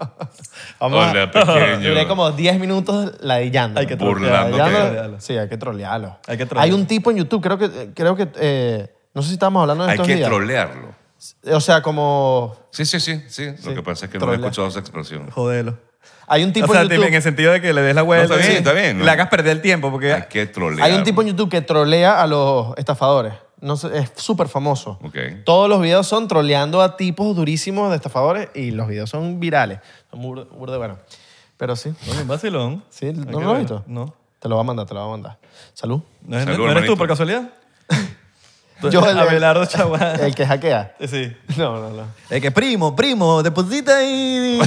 Speaker 2: vamos a-
Speaker 1: Hola, pequeño.
Speaker 2: Duré como 10 minutos ladillando.
Speaker 3: Hay que
Speaker 1: Burlándote.
Speaker 2: Ladillando- Sí, hay que trolearlo.
Speaker 3: Hay que trolearlo.
Speaker 2: Hay un tipo en YouTube, creo que, creo que eh, no sé si estábamos hablando de
Speaker 1: Hay
Speaker 2: estos
Speaker 1: que
Speaker 2: días.
Speaker 1: trolearlo.
Speaker 2: O sea, como...
Speaker 1: Sí, sí, sí, sí. Lo que pasa es que no he
Speaker 2: Trolea.
Speaker 1: escuchado esa expresión.
Speaker 3: Jodelo.
Speaker 2: Hay un tipo
Speaker 3: O sea,
Speaker 2: en YouTube...
Speaker 3: en el sentido de que le des la vuelta.
Speaker 1: No, está bien,
Speaker 3: sí,
Speaker 1: está bien, ¿no?
Speaker 3: Le hagas perder el tiempo porque...
Speaker 1: Hay que trolear.
Speaker 2: Hay un tipo en YouTube que trolea a los estafadores. No sé, es súper famoso.
Speaker 1: Ok.
Speaker 2: Todos los videos son troleando a tipos durísimos de estafadores y los videos son virales. Son burde, burde bueno. Pero sí.
Speaker 3: Coño, un vacilón.
Speaker 2: sí
Speaker 3: Hay
Speaker 2: ¿No
Speaker 3: que
Speaker 2: lo has
Speaker 3: ver.
Speaker 2: visto?
Speaker 3: No.
Speaker 2: Te lo va a mandar, te lo va a mandar. Salud.
Speaker 3: ¿No, es-
Speaker 1: Salud,
Speaker 3: ¿no eres
Speaker 1: hermanito.
Speaker 3: tú por casualidad? Tú-
Speaker 2: Yo, el-
Speaker 3: Abelardo Chaguán. Eh,
Speaker 2: El que hackea.
Speaker 3: Sí.
Speaker 2: No, no, no.
Speaker 3: Es eh, que primo, primo, deposita y...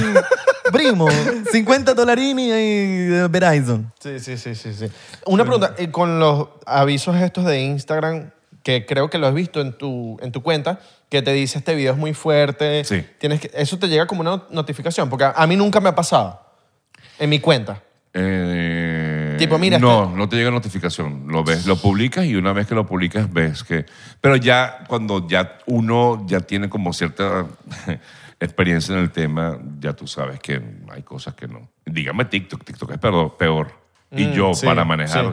Speaker 3: primo, 50 dolarini y eh, Verizon.
Speaker 2: Sí, sí, sí, sí. sí. Una pregunta, eh, con los avisos estos de Instagram, que creo que lo has visto en tu, en tu cuenta, que te dice este video es muy fuerte.
Speaker 1: Sí.
Speaker 2: Tienes que, eso te llega como una notificación, porque a, a mí nunca me ha pasado. en mi cuenta.
Speaker 1: Eh,
Speaker 2: Tipo, mira,
Speaker 1: No, no te llega notificación. Lo ves, lo publicas y una vez que lo publicas ves que... Pero ya cuando ya uno ya tiene como cierta experiencia en el tema, ya tú sabes que hay cosas que no. Dígame TikTok, TikTok es peor. peor. Y yo
Speaker 2: Mm, sí,
Speaker 1: para manejar
Speaker 2: sí.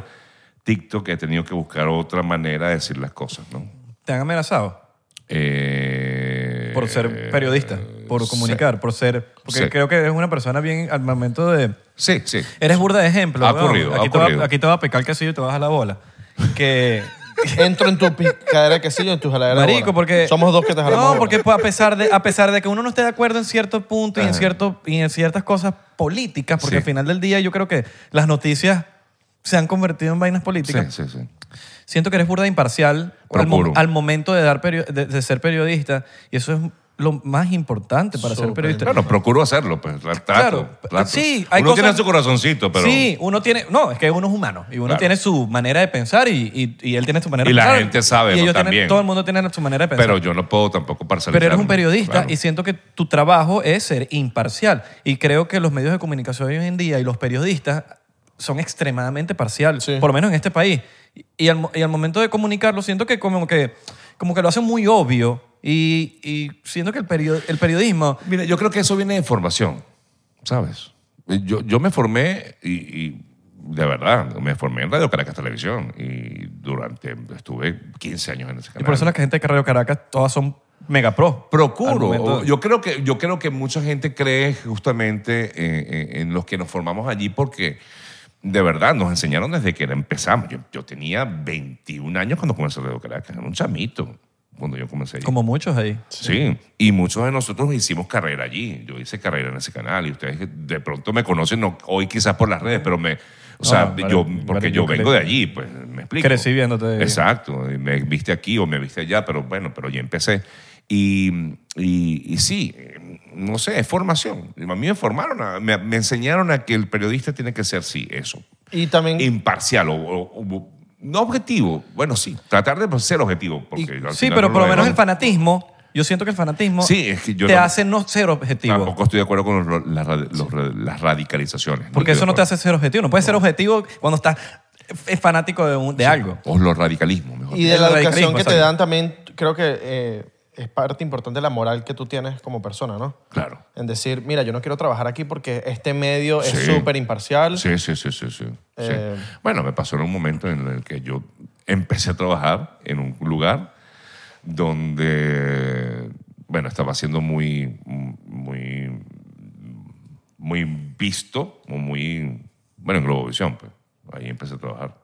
Speaker 1: TikTok he tenido que buscar otra manera de decir las cosas, ¿no?
Speaker 3: ¿Te han amenazado?
Speaker 1: Eh,
Speaker 3: Por ser periodista, por
Speaker 1: sí.
Speaker 3: comunicar, por ser... Porque
Speaker 1: Sí.
Speaker 3: creo que eres una persona bien al momento de...
Speaker 1: Sí, sí.
Speaker 3: Eres burda de ejemplo.
Speaker 1: Ha
Speaker 3: weón.
Speaker 1: ocurrido, ha
Speaker 3: aquí, te va-
Speaker 1: ocurrido.
Speaker 3: aquí te va a picar el quesillo y te vas a la bola. Que...
Speaker 2: Entro en tu picadera de quesillo, en tu jaladera. de
Speaker 3: Marico,
Speaker 2: bola.
Speaker 3: porque...
Speaker 2: Somos dos que te jalamos.
Speaker 3: No,
Speaker 2: bola.
Speaker 3: porque pues, a pesar, de, a pesar de que uno no esté de acuerdo en cierto punto y en,
Speaker 1: Ajá.
Speaker 3: cierto, y en ciertas cosas políticas, porque
Speaker 1: Sí.
Speaker 3: al final del día yo creo que las noticias se han convertido en vainas
Speaker 1: Sí,
Speaker 3: políticas.
Speaker 1: sí, sí.
Speaker 3: Siento que eres burda de imparcial al, mo-
Speaker 1: Procuro.
Speaker 3: al momento de, dar perio- de, de ser periodista y eso es lo más importante para ser
Speaker 2: Súper
Speaker 3: periodista.
Speaker 1: Bueno, procuro hacerlo, pues. la- Trato,
Speaker 3: Este, Claro,
Speaker 1: trato.
Speaker 3: sí, hay
Speaker 1: Uno tiene
Speaker 3: cosas-
Speaker 1: su corazoncito, pero...
Speaker 3: Sí, uno tiene... No, es que uno es humano y uno
Speaker 1: Claro.
Speaker 3: tiene su manera de pensar y, y- y él tiene su manera
Speaker 1: Y
Speaker 3: de
Speaker 1: la
Speaker 3: pensar.
Speaker 1: gente sabe,
Speaker 3: y
Speaker 1: ¿no?
Speaker 3: ellos tienen-
Speaker 1: También.
Speaker 3: Todo el mundo tiene su manera de pensar.
Speaker 1: Pero yo no puedo tampoco parcializar.
Speaker 3: Pero eres un periodista
Speaker 1: Claro.
Speaker 3: y siento que tu trabajo es ser imparcial. Y creo que los medios de comunicación hoy en día y los periodistas son extremadamente parciales,
Speaker 2: Sí.
Speaker 3: por lo menos en este país. Y al, mo- y al momento de comunicarlo, siento que como que, como que lo hacen muy obvio. Y, y siento que el, perio- el periodismo.
Speaker 1: Mira, yo creo que eso viene de formación, ¿sabes? Yo, yo me formé y, y de verdad, me formé en Radio Caracas Televisión y durante, estuve 15 años en ese canal.
Speaker 3: Y por eso la gente de Radio Caracas, todas son mega pro. Al
Speaker 1: Procuro.
Speaker 3: momento-
Speaker 1: O- Yo creo, que, yo creo que mucha gente cree justamente eh, eh, en los que nos formamos allí porque de verdad nos enseñaron desde que era- empezamos. Yo, yo tenía 21 años cuando comencé Radio Caracas, era un chamito cuando yo comencé. allí.
Speaker 3: Como muchos ahí.
Speaker 1: Sí, y muchos de nosotros hicimos carrera allí. Yo hice carrera en ese canal y ustedes que de pronto me conocen, no, hoy quizás por las redes, pero me. O sea,
Speaker 3: vale,
Speaker 1: yo,
Speaker 3: vale,
Speaker 1: porque
Speaker 3: yo
Speaker 1: yo
Speaker 3: cre-
Speaker 1: vengo de allí, pues me explico.
Speaker 3: Crecí viéndote.
Speaker 1: Exacto, y me viste aquí o me viste allá, pero bueno, pero yo empecé. Y, y, y sí, eh, no sé, es formación. A mí me formaron, a- me, me enseñaron a que el periodista tiene que ser, sí, eso,
Speaker 2: Y también...
Speaker 1: imparcial o. o- o- no objetivo, bueno, sí, tratar de pues, ser objetivo. Porque
Speaker 3: Y-
Speaker 1: al
Speaker 3: sí,
Speaker 1: final
Speaker 3: pero
Speaker 1: no
Speaker 3: por lo menos
Speaker 1: demás-
Speaker 3: el fanatismo. Yo siento que el fanatismo
Speaker 1: Sí, es que yo
Speaker 3: te
Speaker 1: no-
Speaker 3: hace no ser objetivo.
Speaker 1: Tampoco estoy de acuerdo con los- las, rad- los ra- las radicalizaciones.
Speaker 3: Porque
Speaker 1: estoy
Speaker 3: eso
Speaker 1: de
Speaker 3: no te
Speaker 1: acuerdo.
Speaker 3: hace ser objetivo. No puedes ser objetivo cuando estás f- fanático de, un- de algo.
Speaker 1: O los radicalismos, mejor.
Speaker 2: Y
Speaker 1: dicho.
Speaker 2: de la
Speaker 3: El
Speaker 2: educación
Speaker 3: radicalismo,
Speaker 2: que te
Speaker 3: exacto.
Speaker 2: dan también, creo que eh, es parte importante de la moral que tú tienes como persona, ¿no?
Speaker 1: Claro.
Speaker 2: En decir, mira, yo no quiero trabajar aquí porque este medio es
Speaker 1: Sí.
Speaker 2: súper imparcial.
Speaker 1: Sí, sí, sí, sí, sí, sí.
Speaker 2: Eh.
Speaker 1: Bueno, me pasó en un momento en el que yo empecé a trabajar en un lugar donde, bueno, estaba siendo muy, muy, muy visto, o muy, bueno, en Globovisión, pues. Ahí empecé a trabajar.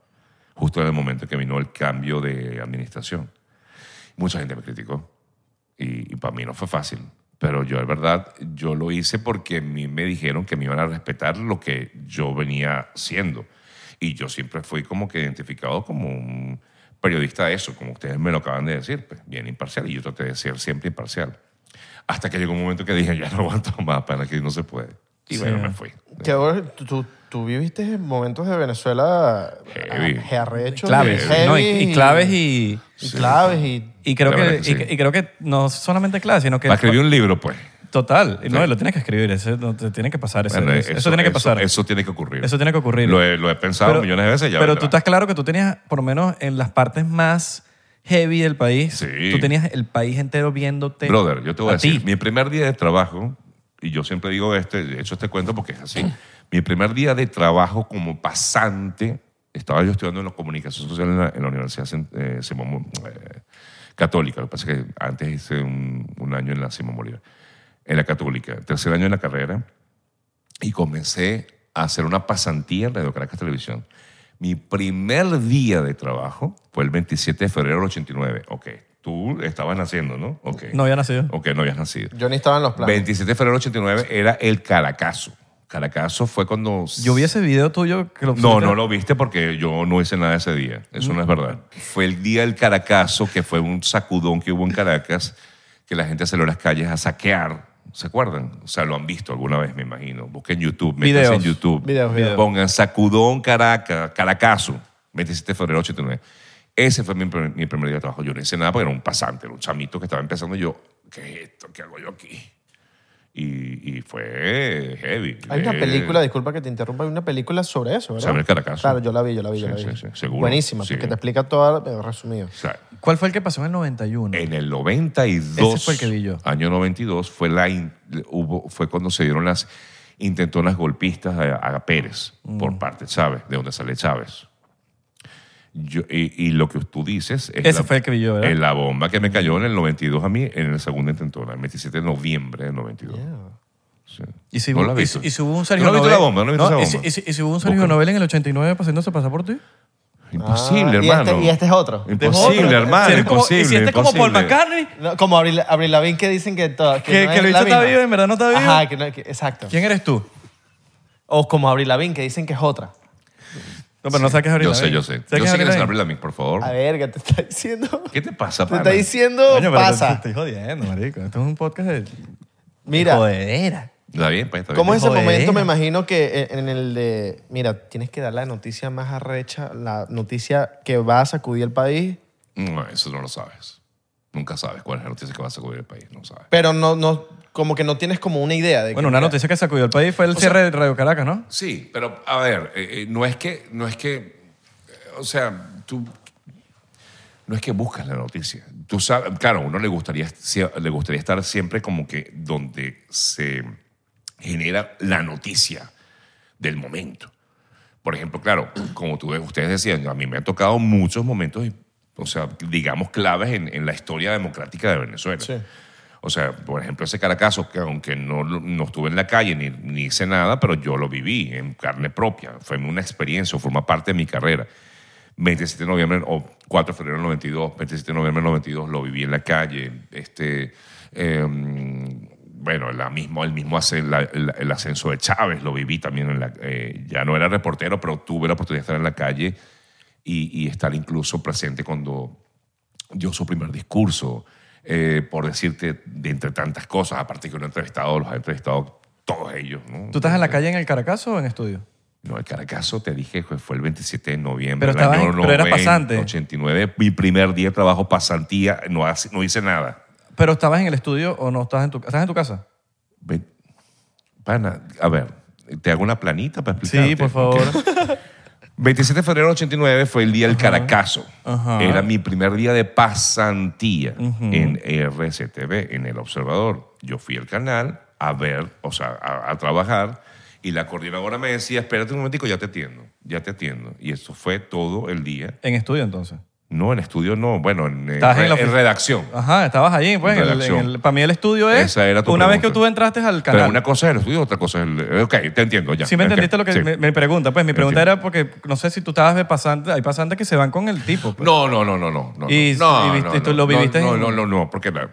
Speaker 1: Justo en el momento que vino el cambio de administración. Mucha gente me criticó. y, para mí no fue fácil. Pero yo, de verdad, yo lo hice porque a mí me dijeron que me iban a respetar lo que yo venía siendo. Y yo siempre fui como que identificado como un periodista de eso, como ustedes me lo acaban de decir, pues, bien imparcial. Y yo traté de ser siempre imparcial. Hasta que llegó un momento que dije, ya no aguanto más, para que no se puede. Y bueno, me fui.
Speaker 2: Que ahora tú, tú- tú viviste momentos de Venezuela
Speaker 1: Heavy.
Speaker 2: ah, arrechos,
Speaker 3: Claves.
Speaker 2: heavy
Speaker 3: ¿no? Y, y claves y,
Speaker 2: y claves y
Speaker 3: y creo
Speaker 1: La
Speaker 3: que,
Speaker 1: verdad que sí.
Speaker 3: y, y creo que no solamente claves, sino que.
Speaker 1: Para escribir un libro, pues.
Speaker 3: Total. Y No,
Speaker 1: Sí.
Speaker 3: lo tienes que escribir. ese no, te tiene que pasar. ese-
Speaker 1: Bueno,
Speaker 3: eso, tiene que pasar. Eso,
Speaker 1: Eso, tiene que ocurrir.
Speaker 3: tiene que ocurrir.
Speaker 1: Lo he, lo he pensado millones de veces. Ya
Speaker 3: pero
Speaker 1: vendrá.
Speaker 3: tú estás claro que tú tenías, por lo menos en las partes más heavy del país,
Speaker 1: Sí.
Speaker 3: tú tenías el país entero viéndote.
Speaker 1: Brother, yo te voy a, decir,
Speaker 3: ti.
Speaker 1: mi primer día de trabajo, y yo siempre digo este, he hecho este cuento porque es así, mi primer día de trabajo como pasante, estaba yo estudiando en la comunicación social en la, en la Universidad Cen- eh, Simón Mo- eh, Católica, lo que pasa es que antes hice un, un año en la Simón Bolívar, en la Católica, tercer año en la carrera, y comencé a hacer una pasantía en Radio Caracas Televisión. Mi primer día de trabajo fue el 27 de febrero del 89. Ok, tú estabas naciendo, ¿no? Ok.
Speaker 3: No había nacido.
Speaker 1: Ok, no habías nacido.
Speaker 2: yo ni estaba en los planes.
Speaker 1: 27 de febrero del 89 era el Caracazo. Caracazo fue cuando...
Speaker 3: Yo vi ese video tuyo que lo
Speaker 1: No,
Speaker 3: subiste.
Speaker 1: no lo viste porque yo no hice nada ese día. Eso no es verdad. Fue el día del Caracazo, que fue un sacudón que hubo en Caracas, que la gente salió a las calles a saquear. ¿Se acuerden? O sea, lo han visto alguna vez, me imagino. Busquen YouTube, métanse en
Speaker 3: Videos.
Speaker 1: YouTube.
Speaker 2: Videos, videos.
Speaker 1: Pongan sacudón Caracas, Caracazo, 27 de febrero 89. Ese fue mi primer, mi primer día de trabajo. Yo no hice nada porque era un pasante, era un chamito que estaba empezando y yo, ¿qué es esto? ¿Qué hago yo aquí? Y, Y, y fue heavy.
Speaker 2: Hay una
Speaker 1: Eh,
Speaker 2: película, disculpa que te interrumpa, hay una película sobre eso, ¿verdad?
Speaker 1: Samuel Caracazo.
Speaker 2: Claro, yo la vi, yo la vi, yo
Speaker 1: Sí,
Speaker 2: la vi.
Speaker 1: sí, sí, seguro.
Speaker 2: Buenísima,
Speaker 1: Sí.
Speaker 2: porque te explica todo eh, resumido.
Speaker 1: o sea,
Speaker 3: ¿Cuál fue el que pasó en el 91?
Speaker 1: En el 92,
Speaker 3: Ese fue el que vi yo.
Speaker 1: año 92, fue, la in- hubo, fue cuando se dieron las intentonas golpistas a, a Pérez
Speaker 3: Mm.
Speaker 1: por parte de Chávez, de donde sale Chávez. Yo- y, y lo que tú dices es,
Speaker 3: Ese fue el que vi yo, ¿verdad? Mm.
Speaker 1: es la bomba que me cayó en el 92 a mí, en la segunda intentona, el 27 de noviembre del 92. Sí.
Speaker 3: ¿Y si,
Speaker 1: ¿No la has
Speaker 3: y
Speaker 1: visto?
Speaker 3: si- y si hubo un Sergio
Speaker 1: ¿No la has visto
Speaker 3: Nobel-
Speaker 1: la bomba? ¿No la has visto
Speaker 3: No, y
Speaker 1: esa
Speaker 3: si-
Speaker 1: bomba?
Speaker 3: y si- y si hubo un Sergio
Speaker 1: Búscalo.
Speaker 3: Nobel en el 89 pasándose pasaporte?
Speaker 1: Imposible,
Speaker 2: Ah, y
Speaker 1: hermano.
Speaker 2: este- y este es otro.
Speaker 1: Imposible,
Speaker 3: Dejó otro.
Speaker 1: hermano.
Speaker 3: Si eres como-
Speaker 1: Imposible.
Speaker 3: Y si este es como Paul
Speaker 1: imposible.
Speaker 3: McCartney,
Speaker 2: No, como Abril, Abril Lavigne que dicen que todo. Que,
Speaker 3: Que-
Speaker 2: no
Speaker 3: que
Speaker 2: es
Speaker 3: lo hizo
Speaker 2: la
Speaker 3: está
Speaker 2: misma.
Speaker 3: vivo, en verdad no está vivo.
Speaker 2: Ajá, que no- que- exacto.
Speaker 3: ¿quién eres tú?
Speaker 2: O como Abril Lavigne que dicen que es otra.
Speaker 3: No, pero no saques ahorita.
Speaker 1: Yo sé, yo sé. Yo sé que eres Abril Lavigne, por favor.
Speaker 2: A ver, ¿qué te está diciendo?
Speaker 1: ¿Qué te pasa,
Speaker 2: Te
Speaker 1: pana?
Speaker 2: está diciendo, pasa.
Speaker 3: Te estoy jodiendo, marico. Esto es un podcast de
Speaker 2: Mira,
Speaker 3: jodedera.
Speaker 1: Está bien, pues, está bien.
Speaker 2: ¿cómo es ese
Speaker 3: Joder.
Speaker 2: momento? Me imagino que en en el de, mira, tienes que dar la noticia más arrecha, la noticia que va a sacudir el país,
Speaker 1: No, eso no lo sabes. Nunca sabes cuál es la noticia que va a sacudir el país. No sabes.
Speaker 2: pero no, no, como que no tienes como una idea de que-
Speaker 3: Bueno, una noticia que sacudió el país fue el cierre de Radio Caracas, ¿no?
Speaker 1: Sí, pero a ver, eh, eh, no es que, no es que, eh, o sea, tú, no es que buscas la noticia. Tú sabes, claro, a uno le gustaría, sie- le gustaría estar siempre como que donde se genera la noticia del momento. Por ejemplo, claro, como tú, ustedes decían, a mí me han tocado muchos momentos, o sea, digamos, claves en, en la historia democrática de Venezuela.
Speaker 2: Sí.
Speaker 1: O sea, por ejemplo, ese Caracazo, que aunque no, lo- no estuve en la calle ni, ni hice nada, pero yo lo viví en carne propia. Fue una experiencia, forma parte de mi carrera. 27 de noviembre, o 4 de febrero del 92, 27 de noviembre del 92, lo viví en la calle. Este, eh, bueno, la mismo, el mismo ascen- la- la- el ascenso de Chávez lo viví también. En la, eh, ya no era reportero, pero tuve la oportunidad de estar en la calle y, y estar incluso presente cuando dio su primer discurso, eh, por decirte, de entre tantas cosas, aparte que uno ha entrevistado, los ha entrevistado todos ellos. ¿no?
Speaker 3: ¿Tú estás en la calle en el Caracas o en estudio?
Speaker 1: No, el Caracazo, te dije, fue fue el 27 de noviembre.
Speaker 3: Pero
Speaker 1: del
Speaker 3: estabas
Speaker 1: año
Speaker 3: en- pero eras
Speaker 1: 90,
Speaker 3: pasante.
Speaker 1: 89, mi primer día de trabajo, pasantía, no, hace- no hice nada.
Speaker 3: ¿Pero estabas en el estudio o no? ¿Estás en tu, ¿estás en tu casa?
Speaker 1: Ve- Pana, a ver, te hago una planita para explicarte.
Speaker 3: Sí, por favor.
Speaker 1: Ok. 27 de febrero del 89 fue el día del Caracazo.
Speaker 3: Ajá.
Speaker 1: Era mi primer día de pasantía en RCTV, en El Observador. Yo fui al canal a ver, o sea, a, a trabajar, y la coordinadora me decía, espérate un momentico, ya te atiendo, ya te atiendo. Y eso fue todo el día.
Speaker 3: En estudio, entonces.
Speaker 1: No, en estudio no, bueno, en, eh,
Speaker 3: Estabas en
Speaker 1: re-
Speaker 3: la
Speaker 1: en
Speaker 3: ofici-
Speaker 1: redacción.
Speaker 3: Ajá, estabas allí, pues. en el- en
Speaker 1: Redacción.
Speaker 3: el- para mí el estudio es
Speaker 1: Esa era tu
Speaker 3: una vez que
Speaker 1: pregunta.
Speaker 3: tú entraste al canal.
Speaker 1: Pero una cosa es el estudio, otra cosa es el... eh, Ok, te entiendo ya.
Speaker 3: Sí me
Speaker 1: Ok,
Speaker 3: entendiste lo que
Speaker 1: sí.
Speaker 3: me, me pregunta. Pues mi pregunta
Speaker 1: Entiendo.
Speaker 3: era porque no sé si tú estabas de pasante, hay pasantes que se van con el tipo. pues.
Speaker 1: No, no, no, no, no. no
Speaker 3: Y-
Speaker 1: no,
Speaker 3: y
Speaker 1: no,
Speaker 3: viste-
Speaker 1: no,
Speaker 3: tú lo
Speaker 1: no,
Speaker 3: viviste
Speaker 1: No,
Speaker 3: en-
Speaker 1: no, no, no, porque la-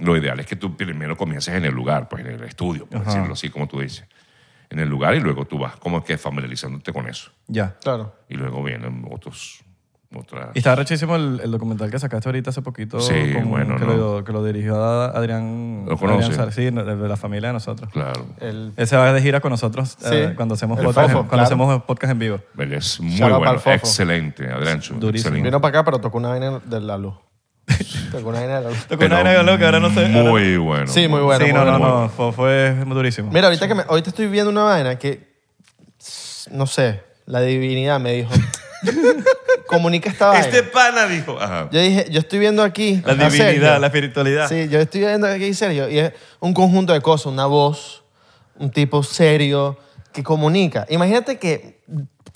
Speaker 1: lo ideal es que tú primero comiences en el lugar, pues en el estudio, por decirlo así como tú dices. En el lugar y luego tú vas como que familiarizándote con eso.
Speaker 3: Ya.
Speaker 2: Claro.
Speaker 1: Y luego vienen otros... Otras...
Speaker 3: Y está rechísimo el, el documental que sacaste ahorita hace poquito.
Speaker 1: Sí, bueno,
Speaker 3: que,
Speaker 1: no.
Speaker 3: lo, que lo dirigió a Adrián.
Speaker 1: ¿Lo conoce?
Speaker 3: Adrián Sar- sí, no, de de la familia de nosotros.
Speaker 1: Claro.
Speaker 2: El,
Speaker 3: Ese va de gira con nosotros eh,
Speaker 2: Sí.
Speaker 3: cuando, hacemos
Speaker 2: El
Speaker 3: podcast,
Speaker 2: Fofo,
Speaker 3: cuando
Speaker 2: claro.
Speaker 3: hacemos podcast en vivo.
Speaker 1: Él es muy
Speaker 2: Shout out
Speaker 1: bueno,
Speaker 2: al Fofo.
Speaker 1: excelente, Adriancho,
Speaker 3: Durísimo.
Speaker 1: excelente.
Speaker 2: vino para acá, pero tocó una vaina de la luz. tocó una vaina de la luz.
Speaker 3: Tocó
Speaker 1: Pero
Speaker 3: una vaina loca, ahora no sé. ahora-
Speaker 1: Muy bueno.
Speaker 2: Sí, muy bueno.
Speaker 3: sí, no, no,
Speaker 1: bueno.
Speaker 3: no. Fue, fue durísimo.
Speaker 2: Mira, ahorita que me, ahorita estoy viendo una vaina que no sé, la divinidad me dijo, comunica esta vaina.
Speaker 1: Este pana dijo... Ajá.
Speaker 2: Yo dije, yo estoy viendo aquí
Speaker 3: la
Speaker 2: a
Speaker 3: divinidad,
Speaker 2: Sergio.
Speaker 3: la espiritualidad.
Speaker 2: Sí, yo estoy viendo aquí Sergio y es un conjunto de cosas, una voz, un tipo serio que comunica. Imagínate que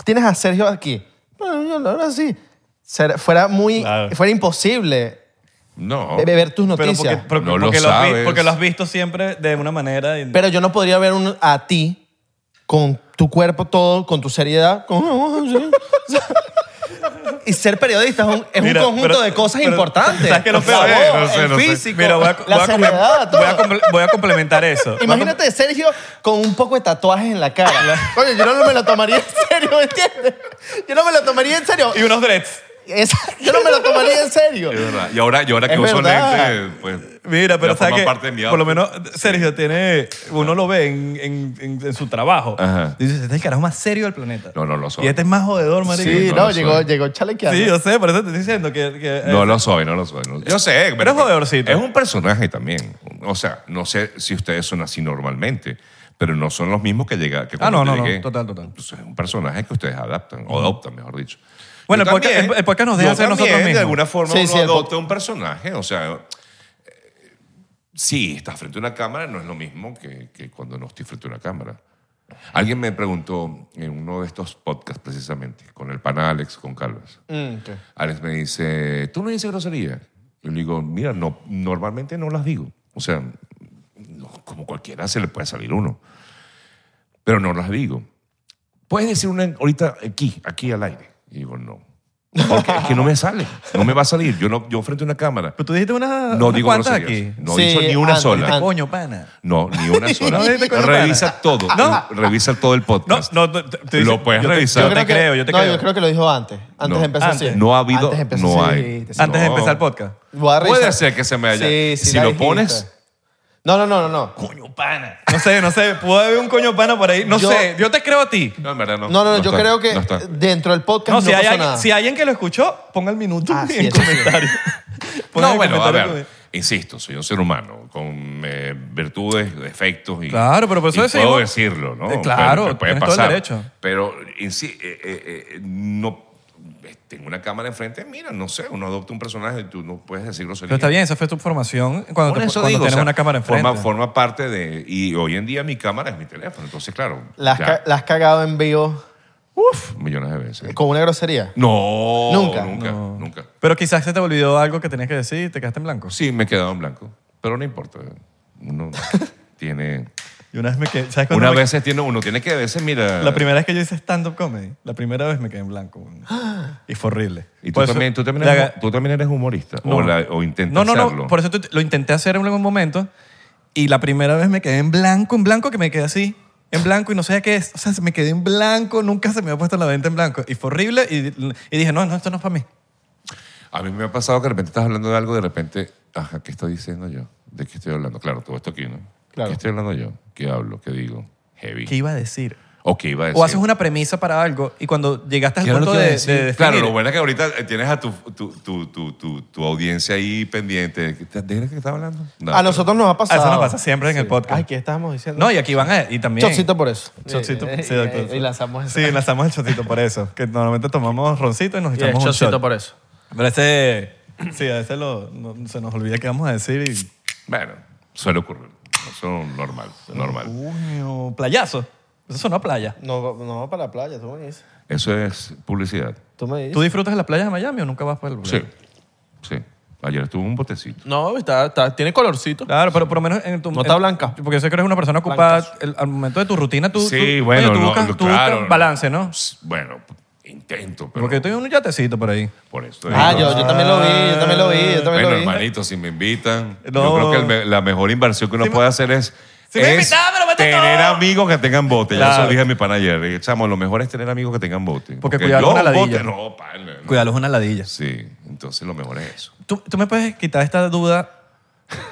Speaker 2: tienes a Sergio aquí. Bueno, yo lo ahora sí. Ser- Fuera muy
Speaker 3: Claro.
Speaker 2: fuera imposible
Speaker 1: No.
Speaker 2: ve- ver tus
Speaker 3: Pero
Speaker 2: noticias. Pero,
Speaker 3: porque, porque-
Speaker 1: No lo
Speaker 3: porque lo has vi-
Speaker 1: sabes.
Speaker 3: porque lo has visto siempre de una manera. y-
Speaker 2: yo no podría ver un- a ti con tu cuerpo todo, con tu seriedad, con- y ser periodista es un, es un
Speaker 3: Mira,
Speaker 2: conjunto
Speaker 3: pero-
Speaker 2: de cosas
Speaker 3: pero,
Speaker 2: importantes.
Speaker 3: ¿sabes qué es lo
Speaker 2: La
Speaker 3: peor?
Speaker 2: voz,
Speaker 1: No sé,
Speaker 2: el
Speaker 1: no sé.
Speaker 2: físico,
Speaker 3: Mira, voy a, voy
Speaker 2: la
Speaker 3: a comple-
Speaker 2: seriedad, todo.
Speaker 3: voy a comple- voy a complementar eso. Voy a com-
Speaker 2: Imagínate Sergio con un poco de tatuajes en la cara. Oye, yo no me lo tomaría en serio, ¿me entiendes? Yo no me lo tomaría en serio.
Speaker 3: Y unos dreads.
Speaker 2: esa- yo no me lo tomaría en serio.
Speaker 1: Es verdad. Y ahora, y ahora que
Speaker 2: Es
Speaker 1: uso
Speaker 2: verdad.
Speaker 1: lentes, pues.
Speaker 3: Mira, pero
Speaker 1: ya
Speaker 3: sabes
Speaker 1: forma
Speaker 3: que
Speaker 1: parte de mi
Speaker 3: por lo
Speaker 1: outfit.
Speaker 3: menos Sergio tiene, uno lo ve en, en- en- en su trabajo.
Speaker 1: Ajá.
Speaker 3: Dice, este es el carajo más serio del planeta.
Speaker 1: No, no lo soy.
Speaker 3: Y este es más jodedor, marico.
Speaker 2: Sí,
Speaker 1: no
Speaker 2: no,
Speaker 1: lo
Speaker 2: llegó,
Speaker 1: soy.
Speaker 2: llegó chalequeando.
Speaker 3: Sí, yo sé, por eso te estoy diciendo que... que- eh,
Speaker 1: No lo soy, no lo soy. no- Yo sé,
Speaker 3: Pero es jodedorcito.
Speaker 1: Es un personaje también. O sea, no sé si ustedes son así normalmente, pero no son los mismos que llega. Que
Speaker 3: Ah,
Speaker 1: cuando
Speaker 3: no,
Speaker 1: yo
Speaker 3: no, no,
Speaker 1: llegué.
Speaker 3: total, total.
Speaker 1: Entonces, es un personaje que ustedes adaptan, o adoptan, mejor dicho.
Speaker 3: Bueno,
Speaker 1: Yo
Speaker 3: el podcast-
Speaker 1: también-
Speaker 3: el- el podcast nos deja
Speaker 1: yo
Speaker 3: ser nosotros
Speaker 1: también,
Speaker 3: mismos.
Speaker 1: De alguna forma
Speaker 2: Sí,
Speaker 1: uno
Speaker 2: sí, el
Speaker 1: adopta un personaje, o sea... eh, Sí, estás frente a una cámara, no es lo mismo que, que cuando no estoy frente a una cámara. Alguien me preguntó en uno de estos podcasts precisamente, con el pana Alex, con Carlos.
Speaker 2: Mm, ok.
Speaker 1: Alex me dice, ¿tú no dices grosería? Yo le digo, mira, no, normalmente no las digo. O sea, no, como cualquiera se le puede salir uno. Pero no las digo. ¿Puedes decir una ahorita aquí, aquí al aire? Y digo, no. Porque es que no me sale. No me va a salir. Yo, no, yo frente a una cámara
Speaker 3: Pero tú dijiste una,
Speaker 1: no
Speaker 3: unas
Speaker 1: digo
Speaker 3: cuantas
Speaker 1: groserías.
Speaker 3: aquí.
Speaker 1: No
Speaker 2: Sí,
Speaker 1: he dicho ni una
Speaker 2: antes,
Speaker 1: sola.
Speaker 2: antes.
Speaker 3: Coño, pana.
Speaker 1: No, ni una sola.
Speaker 3: No dijiste coño,
Speaker 1: revisa
Speaker 3: pana.
Speaker 1: todo.
Speaker 3: No.
Speaker 1: Revisa todo el
Speaker 3: No,
Speaker 1: podcast.
Speaker 3: no, te- te- te
Speaker 1: Lo
Speaker 3: dice-
Speaker 1: puedes
Speaker 3: yo te-
Speaker 1: revisar.
Speaker 3: Yo te creo, yo te
Speaker 2: no,
Speaker 3: creo.
Speaker 2: yo creo que lo dijo antes. Antes
Speaker 1: No.
Speaker 2: empezó
Speaker 3: Antes.
Speaker 2: así.
Speaker 1: No ha habido-
Speaker 2: Antes empezó
Speaker 1: no
Speaker 2: así,
Speaker 1: hay.
Speaker 2: dijiste, sí.
Speaker 3: Antes de
Speaker 1: No.
Speaker 3: empezar el podcast.
Speaker 2: Voy a
Speaker 1: Puede
Speaker 2: revisar.
Speaker 1: ser que se me haya.
Speaker 2: Sí, sí,
Speaker 1: si
Speaker 2: la
Speaker 1: lo
Speaker 2: dijiste.
Speaker 1: pones,
Speaker 2: No, no, no, no, no.
Speaker 4: Coño, pana.
Speaker 3: No sé, no sé. Pudo haber un coño pana por ahí. No
Speaker 2: Yo-
Speaker 3: sé. Yo te creo a ti.
Speaker 1: No, en verdad no.
Speaker 2: No, no, no,
Speaker 1: No
Speaker 2: yo
Speaker 1: está,
Speaker 2: creo que
Speaker 1: no está.
Speaker 2: dentro del podcast
Speaker 3: No,
Speaker 2: no,
Speaker 3: si, hay
Speaker 2: pasó
Speaker 3: alguien,
Speaker 2: nada.
Speaker 3: si hay alguien que lo escuchó, ponga el minuto
Speaker 2: Ah, sí,
Speaker 3: en
Speaker 2: eso sí.
Speaker 3: comentario. Ponga
Speaker 1: No,
Speaker 3: el
Speaker 1: bueno, a
Speaker 3: comentario
Speaker 1: ver, insisto, soy un ser humano con eh, virtudes, defectos y.
Speaker 3: Claro, pero por eso
Speaker 1: y
Speaker 3: decimos-
Speaker 1: puedo decirlo, ¿no?
Speaker 3: Eh, claro,
Speaker 1: Pero- pero puede
Speaker 3: tienes todo el
Speaker 1: pasar.
Speaker 3: derecho.
Speaker 1: Pero en sí, eh, eh, eh, no. eh, Tengo una cámara enfrente, mira, no sé, uno adopta un personaje y tú no puedes decir grosería.
Speaker 3: Pero está bien, esa fue tu formación cuando,
Speaker 1: Por
Speaker 3: te-
Speaker 1: eso
Speaker 3: cuando
Speaker 1: digo,
Speaker 3: tienes
Speaker 1: o sea,
Speaker 3: una cámara enfrente.
Speaker 1: Forma, forma parte de. Y hoy en día mi cámara es mi teléfono, entonces, claro.
Speaker 2: La has,
Speaker 1: ya,
Speaker 2: ca- la has cagado en vivo
Speaker 1: uf, millones de veces.
Speaker 2: con una grosería.
Speaker 1: No,
Speaker 2: Nunca.
Speaker 1: nunca, nunca,
Speaker 3: No.
Speaker 1: nunca.
Speaker 3: Pero quizás se te olvidó algo que tenías que decir y te quedaste en blanco.
Speaker 1: Sí, me he quedado en blanco, pero no importa. Uno tiene.
Speaker 3: Y una vez me quedé... ¿Sabes cuándo
Speaker 1: Una
Speaker 3: me-
Speaker 1: vez eh, tiene uno, tiene que a veces, mira.
Speaker 3: La primera vez que yo hice stand-up comedy, la primera vez me quedé en blanco. güey. Y fue horrible.
Speaker 1: Y tú,
Speaker 3: Por eso-
Speaker 1: también, tú, también
Speaker 3: la-
Speaker 1: eres, tú también eres humorista.
Speaker 3: No.
Speaker 1: O, la- o intentas
Speaker 3: No, no, no.
Speaker 1: serlo.
Speaker 3: Por eso tú- lo intenté hacer en algún momento y la primera vez me quedé en blanco, en blanco, que me quedé así, en blanco y no sé qué es. O sea, me quedé en blanco, nunca se me había puesto la venta en blanco. Y fue horrible y, y dije, no, no, esto no es para mí.
Speaker 1: A mí me ha pasado que de repente estás hablando de algo y de repente, ajá, ¿qué estoy diciendo yo? ¿De qué estoy hablando? Claro, todo esto aquí, ¿no?
Speaker 2: Claro.
Speaker 1: ¿Qué estoy hablando yo? ¿Qué hablo? ¿Qué digo? Heavy.
Speaker 3: ¿Qué iba a decir?
Speaker 1: ¿O qué iba a decir?
Speaker 3: O haces una premisa para algo y cuando llegaste al
Speaker 1: ¿Qué era lo que
Speaker 3: punto
Speaker 1: iba a
Speaker 3: de,
Speaker 1: decir?
Speaker 3: de definir,
Speaker 1: Claro, lo bueno es que ahorita eh, tienes a tu, tu, tu, tu, tu, tu audiencia ahí pendiente. ¿De qué- de qué estás hablando? No,
Speaker 2: a
Speaker 1: pero-
Speaker 2: nosotros nos ha pasado.
Speaker 3: ah, eso nos pasa siempre en el podcast.
Speaker 2: Ay, ¿qué estábamos diciendo?
Speaker 3: No, y aquí van a... Y también...
Speaker 2: Chocito por eso.
Speaker 3: Chocito,
Speaker 2: Eh,
Speaker 3: sí,
Speaker 2: eh,
Speaker 3: doctor.
Speaker 2: Y lanzamos eso.
Speaker 3: Sí, lanzamos el chocito por eso. Que normalmente tomamos roncito y nos
Speaker 2: Y el
Speaker 3: echamos un
Speaker 2: chocito
Speaker 3: shot.
Speaker 2: por eso.
Speaker 3: Pero ese... Sí, a veces lo- no- se nos olvida qué vamos a decir y...
Speaker 1: Bueno, suele ocurrir. Eso es normal,
Speaker 3: Uh.
Speaker 1: normal.
Speaker 3: Coño, playazo. Eso sonó a playa.
Speaker 2: No, no, para la playa, tú me dices.
Speaker 1: Eso es publicidad.
Speaker 2: Tú me dices.
Speaker 3: ¿Tú disfrutas de las playas de Miami o nunca vas para el
Speaker 1: Sí, sí. Ayer estuvo un botecito.
Speaker 2: No, está, está- tiene colorcito.
Speaker 3: Claro, pero por lo menos en tu...
Speaker 2: No está
Speaker 3: en-
Speaker 2: blanca.
Speaker 3: porque yo sé que eres una persona ocupada. el- al momento de tu rutina, tú, tú-
Speaker 1: sí,
Speaker 3: oye,
Speaker 1: bueno,
Speaker 3: tú
Speaker 1: no,
Speaker 3: buscas,
Speaker 1: no,
Speaker 3: tú
Speaker 1: claro,
Speaker 3: buscas balance, ¿no?
Speaker 1: Bueno, intento, pero
Speaker 3: Porque estoy en un yatecito por ahí.
Speaker 1: por esto.
Speaker 2: Ah,
Speaker 1: digo,
Speaker 2: yo, yo también lo vi, yo también lo vi, yo también
Speaker 1: bueno,
Speaker 2: lo vi.
Speaker 1: hermanito, si me invitan,
Speaker 3: No.
Speaker 1: yo creo que el me- la mejor inversión que uno puede hacer es,
Speaker 3: si
Speaker 1: es
Speaker 3: me invitaban, pero vete
Speaker 1: tener
Speaker 3: todo.
Speaker 1: amigos que tengan bote. Yo se
Speaker 3: Claro.
Speaker 1: lo dije a mi pana ayer. eh, Chamo, lo mejor es tener amigos que tengan bote.
Speaker 3: Porque cuidado
Speaker 1: yo
Speaker 3: con la
Speaker 1: un bote,
Speaker 3: ladilla.
Speaker 1: no, pana. no.
Speaker 3: Cuidado, es una ladilla.
Speaker 1: Sí, entonces lo mejor es eso.
Speaker 3: ¿Tú, tú me puedes quitar esta duda,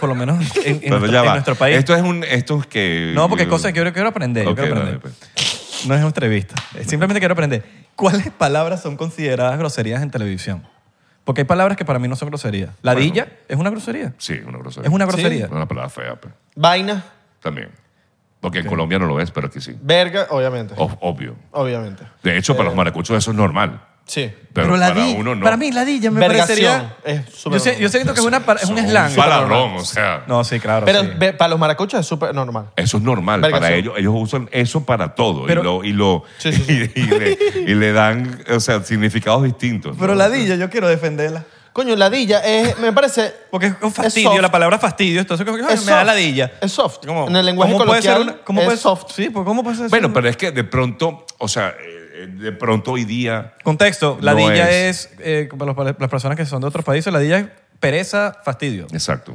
Speaker 3: por lo menos en, en
Speaker 1: Pero
Speaker 3: nuestro,
Speaker 1: ya
Speaker 3: en
Speaker 1: va.
Speaker 3: nuestro país?
Speaker 1: Esto es un, esto es que...
Speaker 3: No, porque hay cosas que yo quiero aprender. yo
Speaker 1: Ok,
Speaker 3: quiero
Speaker 1: dale,
Speaker 3: aprender.
Speaker 1: pues.
Speaker 3: No es una entrevista. Eh, Simplemente quiero aprender cuáles palabras son consideradas groserías en televisión. Porque hay palabras que para mí no son groserías. Ladilla es una grosería.
Speaker 1: Sí, una grosería.
Speaker 3: Es una grosería.
Speaker 1: Una palabra fea, pues.
Speaker 2: Vaina,
Speaker 1: También. Porque en Colombia no lo es, pero aquí sí.
Speaker 2: verga, obviamente.
Speaker 1: Ob- obvio.
Speaker 2: Obviamente.
Speaker 1: De hecho, para los maracuchos eso es normal.
Speaker 2: Sí.
Speaker 1: Pero, para
Speaker 3: ladilla,
Speaker 1: uno no.
Speaker 3: para mí ladilla me
Speaker 2: Vergación.
Speaker 3: parecería...
Speaker 2: Es
Speaker 3: Yo,
Speaker 2: súper
Speaker 3: sé- yo
Speaker 2: normal.
Speaker 3: siento que es, una, pa- es
Speaker 1: Eso
Speaker 3: un
Speaker 1: es
Speaker 3: slang.
Speaker 1: Un palabrón, o sea.
Speaker 3: No, sí, claro.
Speaker 2: Pero
Speaker 3: sí.
Speaker 2: ve- para los maracuchos es súper normal.
Speaker 1: Eso es normal
Speaker 2: Verga,
Speaker 1: para
Speaker 2: sí.
Speaker 1: ellos. Ellos usan eso para todo.
Speaker 3: Pero-
Speaker 1: y lo, y, lo
Speaker 2: Sí, sí, sí.
Speaker 1: Y, y le, y le dan, o sea, significados distintos.
Speaker 3: Pero
Speaker 1: ¿no?
Speaker 3: ladilla yo quiero defenderla.
Speaker 2: Coño, ladilla es, me parece...
Speaker 3: Porque es un
Speaker 2: Es
Speaker 3: fastidio,
Speaker 2: soft.
Speaker 3: la palabra fastidio, entonces como que, "Ay,
Speaker 2: Es
Speaker 3: Ah, me da
Speaker 2: soft.
Speaker 3: ladilla.
Speaker 2: Es soft. En el lenguaje
Speaker 3: ¿cómo puede ser
Speaker 2: coloquial
Speaker 3: una- cómo
Speaker 2: es
Speaker 3: puede-
Speaker 2: soft.
Speaker 3: Sí, pues ¿cómo puede ser
Speaker 1: Bueno,
Speaker 3: una-
Speaker 1: pero es que de pronto, o sea, eh, eh, de pronto hoy día.
Speaker 3: Contexto,
Speaker 1: No
Speaker 3: ladilla es,
Speaker 1: es.
Speaker 3: eh, para, los- para las personas que son de otros países, ladilla es pereza, fastidio.
Speaker 1: Exacto.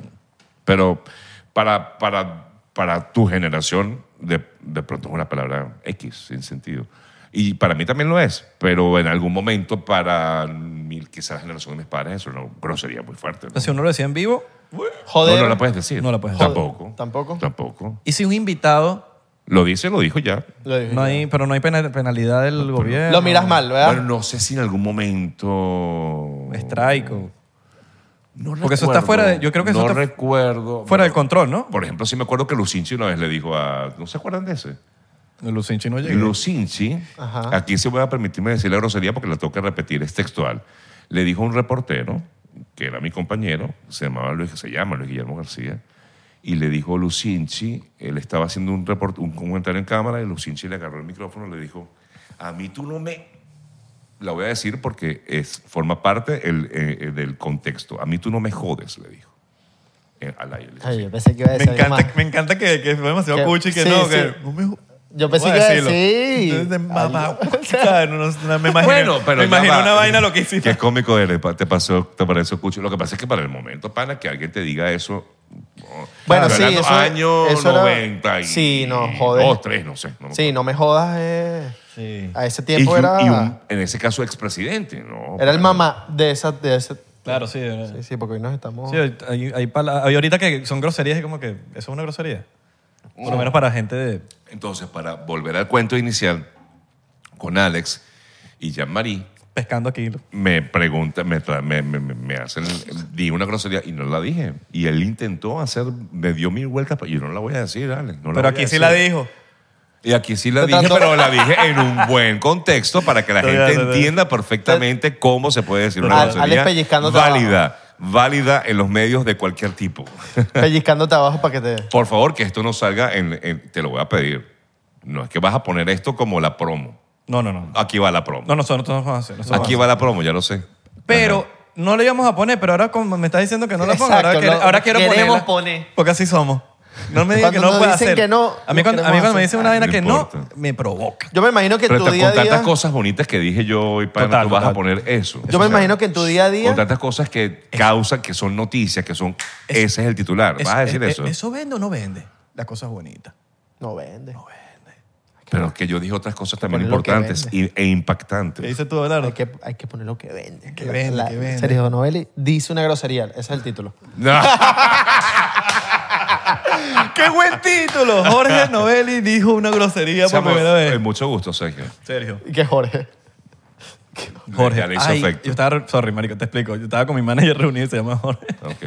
Speaker 1: Pero para, para, para tu generación, de, de pronto es una palabra X, sin sentido. Y para mí también lo es, pero en algún momento para mi, quizás la generación de mis padres eso no grosería muy fuerte. ¿no?
Speaker 3: Pero si uno lo decía en vivo.
Speaker 2: Joder.
Speaker 1: No, no la puedes decir.
Speaker 3: No la puedes
Speaker 2: decir.
Speaker 1: Tampoco.
Speaker 2: Tampoco.
Speaker 1: Tampoco.
Speaker 3: Y si un invitado.
Speaker 1: Lo dice, lo dijo ya.
Speaker 2: Lo dije.
Speaker 3: No hay, pero no hay pena- penalidad del gobierno.
Speaker 2: Lo miras mal, ¿verdad?
Speaker 1: Bueno, no sé si en algún momento...
Speaker 3: Strike. o-
Speaker 1: No
Speaker 3: Porque eso está
Speaker 1: recuerdo.
Speaker 3: fuera de- yo creo que eso
Speaker 1: no
Speaker 3: está
Speaker 1: recuerdo.
Speaker 3: Fuera del
Speaker 1: Bueno,
Speaker 3: control, ¿no?
Speaker 1: Por ejemplo, sí me acuerdo que Lucinchi una vez le dijo a... ¿No se acuerdan de ese?
Speaker 3: Lucinchi no llega.
Speaker 1: Lucinchi,
Speaker 2: Ajá.
Speaker 1: aquí se voy a permitirme decir la grosería porque la tengo que repetir, es textual. Le dijo a un reportero, que era mi compañero, se llamaba Luis, se llama Luis Guillermo García, y le dijo a Lucinchi, él estaba haciendo un, report- un comentario en cámara y Lucinchi le agarró el micrófono y le dijo, a mí tú no me... La voy a decir porque es, forma parte el, eh, eh, del contexto. A mí tú no me jodes, le dijo. Eh, al aire. le dijo
Speaker 2: Ay,
Speaker 1: así.
Speaker 2: yo pensé que iba a
Speaker 3: Me
Speaker 2: decir algo
Speaker 3: encanta,
Speaker 2: más.
Speaker 3: me encanta que, que fue demasiado
Speaker 2: Que-
Speaker 3: cuchi y que
Speaker 2: sí,
Speaker 3: no,
Speaker 2: sí.
Speaker 3: que no me ju-
Speaker 2: Yo
Speaker 3: no
Speaker 2: pensé
Speaker 3: voy
Speaker 2: que iba a
Speaker 3: decirlo.
Speaker 2: decir.
Speaker 3: Entonces, de mamá,
Speaker 2: Ay,
Speaker 3: o sea, no, no, no me imagino,
Speaker 1: Bueno, pero
Speaker 3: me
Speaker 1: ya
Speaker 3: imagino
Speaker 1: va.
Speaker 3: una vaina lo
Speaker 1: Qué
Speaker 3: que hiciste.
Speaker 1: cómico eres, pa- te pasó, te pareció cucho. Lo que pasa es que para el momento, pana, que alguien te diga eso. oh,
Speaker 2: Bueno,
Speaker 1: estoy
Speaker 2: sí,
Speaker 1: hablando
Speaker 2: eso-
Speaker 1: año
Speaker 2: eso era-
Speaker 1: 90 y.
Speaker 2: Sí, no, joder.
Speaker 1: Dos, tres, no sé. no me
Speaker 2: Sí, no me jodas. eh.
Speaker 3: Sí.
Speaker 2: A ese
Speaker 1: acuerdo.
Speaker 2: tiempo
Speaker 1: y,
Speaker 2: era,
Speaker 1: un- y un- en ese caso, expresidente, ¿no?
Speaker 2: era el mamá de esa... De ese,
Speaker 3: Claro, sí. de verdad.
Speaker 2: Sí, sí, porque hoy nos estamos...
Speaker 3: Sí, hay, hay pala- hay ahorita que son groserías y como que eso es una grosería.
Speaker 1: Mm.
Speaker 3: Por lo menos para gente de...
Speaker 1: Entonces, para volver al cuento inicial con Alex y Jean-Marie,
Speaker 3: pescando aquí.
Speaker 1: me pregunta, me, tra- me, me, me- me hacen, di una grosería y no la dije. Y él intentó hacer, me dio mil vueltas, pero yo no la voy a decir, Alex. no la
Speaker 3: Pero
Speaker 1: voy a
Speaker 3: aquí sí
Speaker 1: decir.
Speaker 3: la dijo.
Speaker 1: Y aquí sí la
Speaker 2: Te
Speaker 1: dije,
Speaker 2: trató-
Speaker 1: pero la dije en un buen contexto para que la
Speaker 3: Te- te-
Speaker 1: gente
Speaker 3: te-
Speaker 1: entienda perfectamente cómo se puede decir
Speaker 2: Al-
Speaker 1: una
Speaker 2: Alex
Speaker 1: grosería
Speaker 2: pellizcándote
Speaker 1: válida, válida en los medios de cualquier tipo.
Speaker 2: Pellizcándote abajo para que te...
Speaker 1: Por favor, que esto no salga en, en- te lo voy a pedir. No es que vas a poner esto como la promo.
Speaker 3: No, no, no.
Speaker 1: Aquí va la promo.
Speaker 3: No, nosotros no vamos a hacer. nosotros
Speaker 1: Aquí
Speaker 3: vamos
Speaker 1: va la promo, ya lo sé.
Speaker 3: a hacer. Pero no le íbamos a poner, pero ahora como me estás diciendo que no la pongo, ahora,
Speaker 2: Exacto,
Speaker 3: quiero-
Speaker 2: lo-
Speaker 3: ahora quiero
Speaker 2: queremos
Speaker 3: ponerla.
Speaker 2: poner.
Speaker 3: Porque así somos. No me digan
Speaker 2: Cuando
Speaker 3: que no
Speaker 2: nos
Speaker 3: puedo
Speaker 2: dicen
Speaker 3: hacer.
Speaker 2: que no,
Speaker 3: a
Speaker 2: lo
Speaker 3: mí cuando, a
Speaker 2: queremos
Speaker 3: mí cuando me
Speaker 2: hacer.
Speaker 3: dicen una
Speaker 1: Ah,
Speaker 3: vaina
Speaker 1: no
Speaker 3: que no,
Speaker 1: importa.
Speaker 3: me provoca.
Speaker 2: Yo me imagino que en
Speaker 1: Pero
Speaker 2: tu
Speaker 1: con
Speaker 2: día a
Speaker 1: tantas
Speaker 2: día...
Speaker 1: cosas bonitas que dije yo y para
Speaker 3: Total,
Speaker 1: tú vas
Speaker 3: total.
Speaker 1: a poner eso.
Speaker 2: Yo me imagino que en tu día a día...
Speaker 1: Con tantas cosas que causan, que son noticias, que son. ese es el titular. vas a decir
Speaker 3: Es-
Speaker 1: eso.
Speaker 3: es- ¿Eso vende o no vende? Las cosas bonitas.
Speaker 2: No vende.
Speaker 1: Pero es que yo dije otras cosas también
Speaker 2: poner lo que
Speaker 1: importantes y- e
Speaker 3: ¿Qué
Speaker 1: impactantes.
Speaker 3: dices tú, Abelardo?
Speaker 2: Hay que, hay que poner lo que vende.
Speaker 3: Que vende, que vende.
Speaker 2: Sergio Novelli dice una grosería. Ese es el título.
Speaker 1: No.
Speaker 3: ¡Ah, ¡Qué buen título! Jorge Novelli dijo una grosería
Speaker 2: pues,
Speaker 3: por
Speaker 1: Chamo,
Speaker 3: primera
Speaker 1: eh,
Speaker 3: vez.
Speaker 1: Mucho gusto, Sergio.
Speaker 3: Sergio.
Speaker 2: Y que Jorge.
Speaker 3: Jorge,
Speaker 1: Ya le hizo
Speaker 3: ay,
Speaker 1: efecto.
Speaker 3: yo estaba, re- sorry, marico, te explico. Yo estaba con mi manager reunido y se llama Jorge.
Speaker 1: Ok.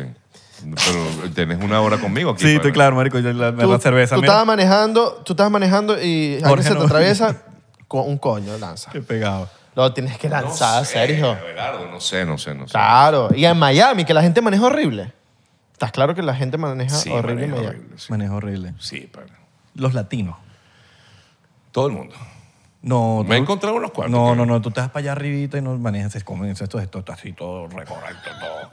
Speaker 1: Pero tenés una hora conmigo aquí.
Speaker 3: Sí,
Speaker 1: para-
Speaker 3: estoy claro, marico, yo la, me la cerveza.
Speaker 2: tú
Speaker 3: mira.
Speaker 2: estabas manejando, tú estabas manejando y
Speaker 3: Jorge
Speaker 2: alguien se te
Speaker 3: Novelli.
Speaker 2: atraviesa con un coño, lanza.
Speaker 3: Qué pegado.
Speaker 2: Lo tienes que
Speaker 1: No
Speaker 2: lanzar,
Speaker 1: sé,
Speaker 2: Sergio.
Speaker 1: Abelardo, no sé, no sé, no sé.
Speaker 2: Claro. Y en Miami, que la gente maneja horrible. ¿Estás claro que la gente maneja
Speaker 1: Sí,
Speaker 2: horrible en
Speaker 1: manejo
Speaker 2: Miami?
Speaker 1: horrible, sí.
Speaker 3: Manejo horrible.
Speaker 1: Sí, pana.
Speaker 3: Los latinos.
Speaker 1: Todo el mundo.
Speaker 3: No,
Speaker 1: Me he
Speaker 3: tú-
Speaker 1: encontrado unos cuantos.
Speaker 3: no,
Speaker 1: creo.
Speaker 3: no, no, tú te vas para allá arribita y no manejas, es como esto, esto está así todo recorrecto, todo.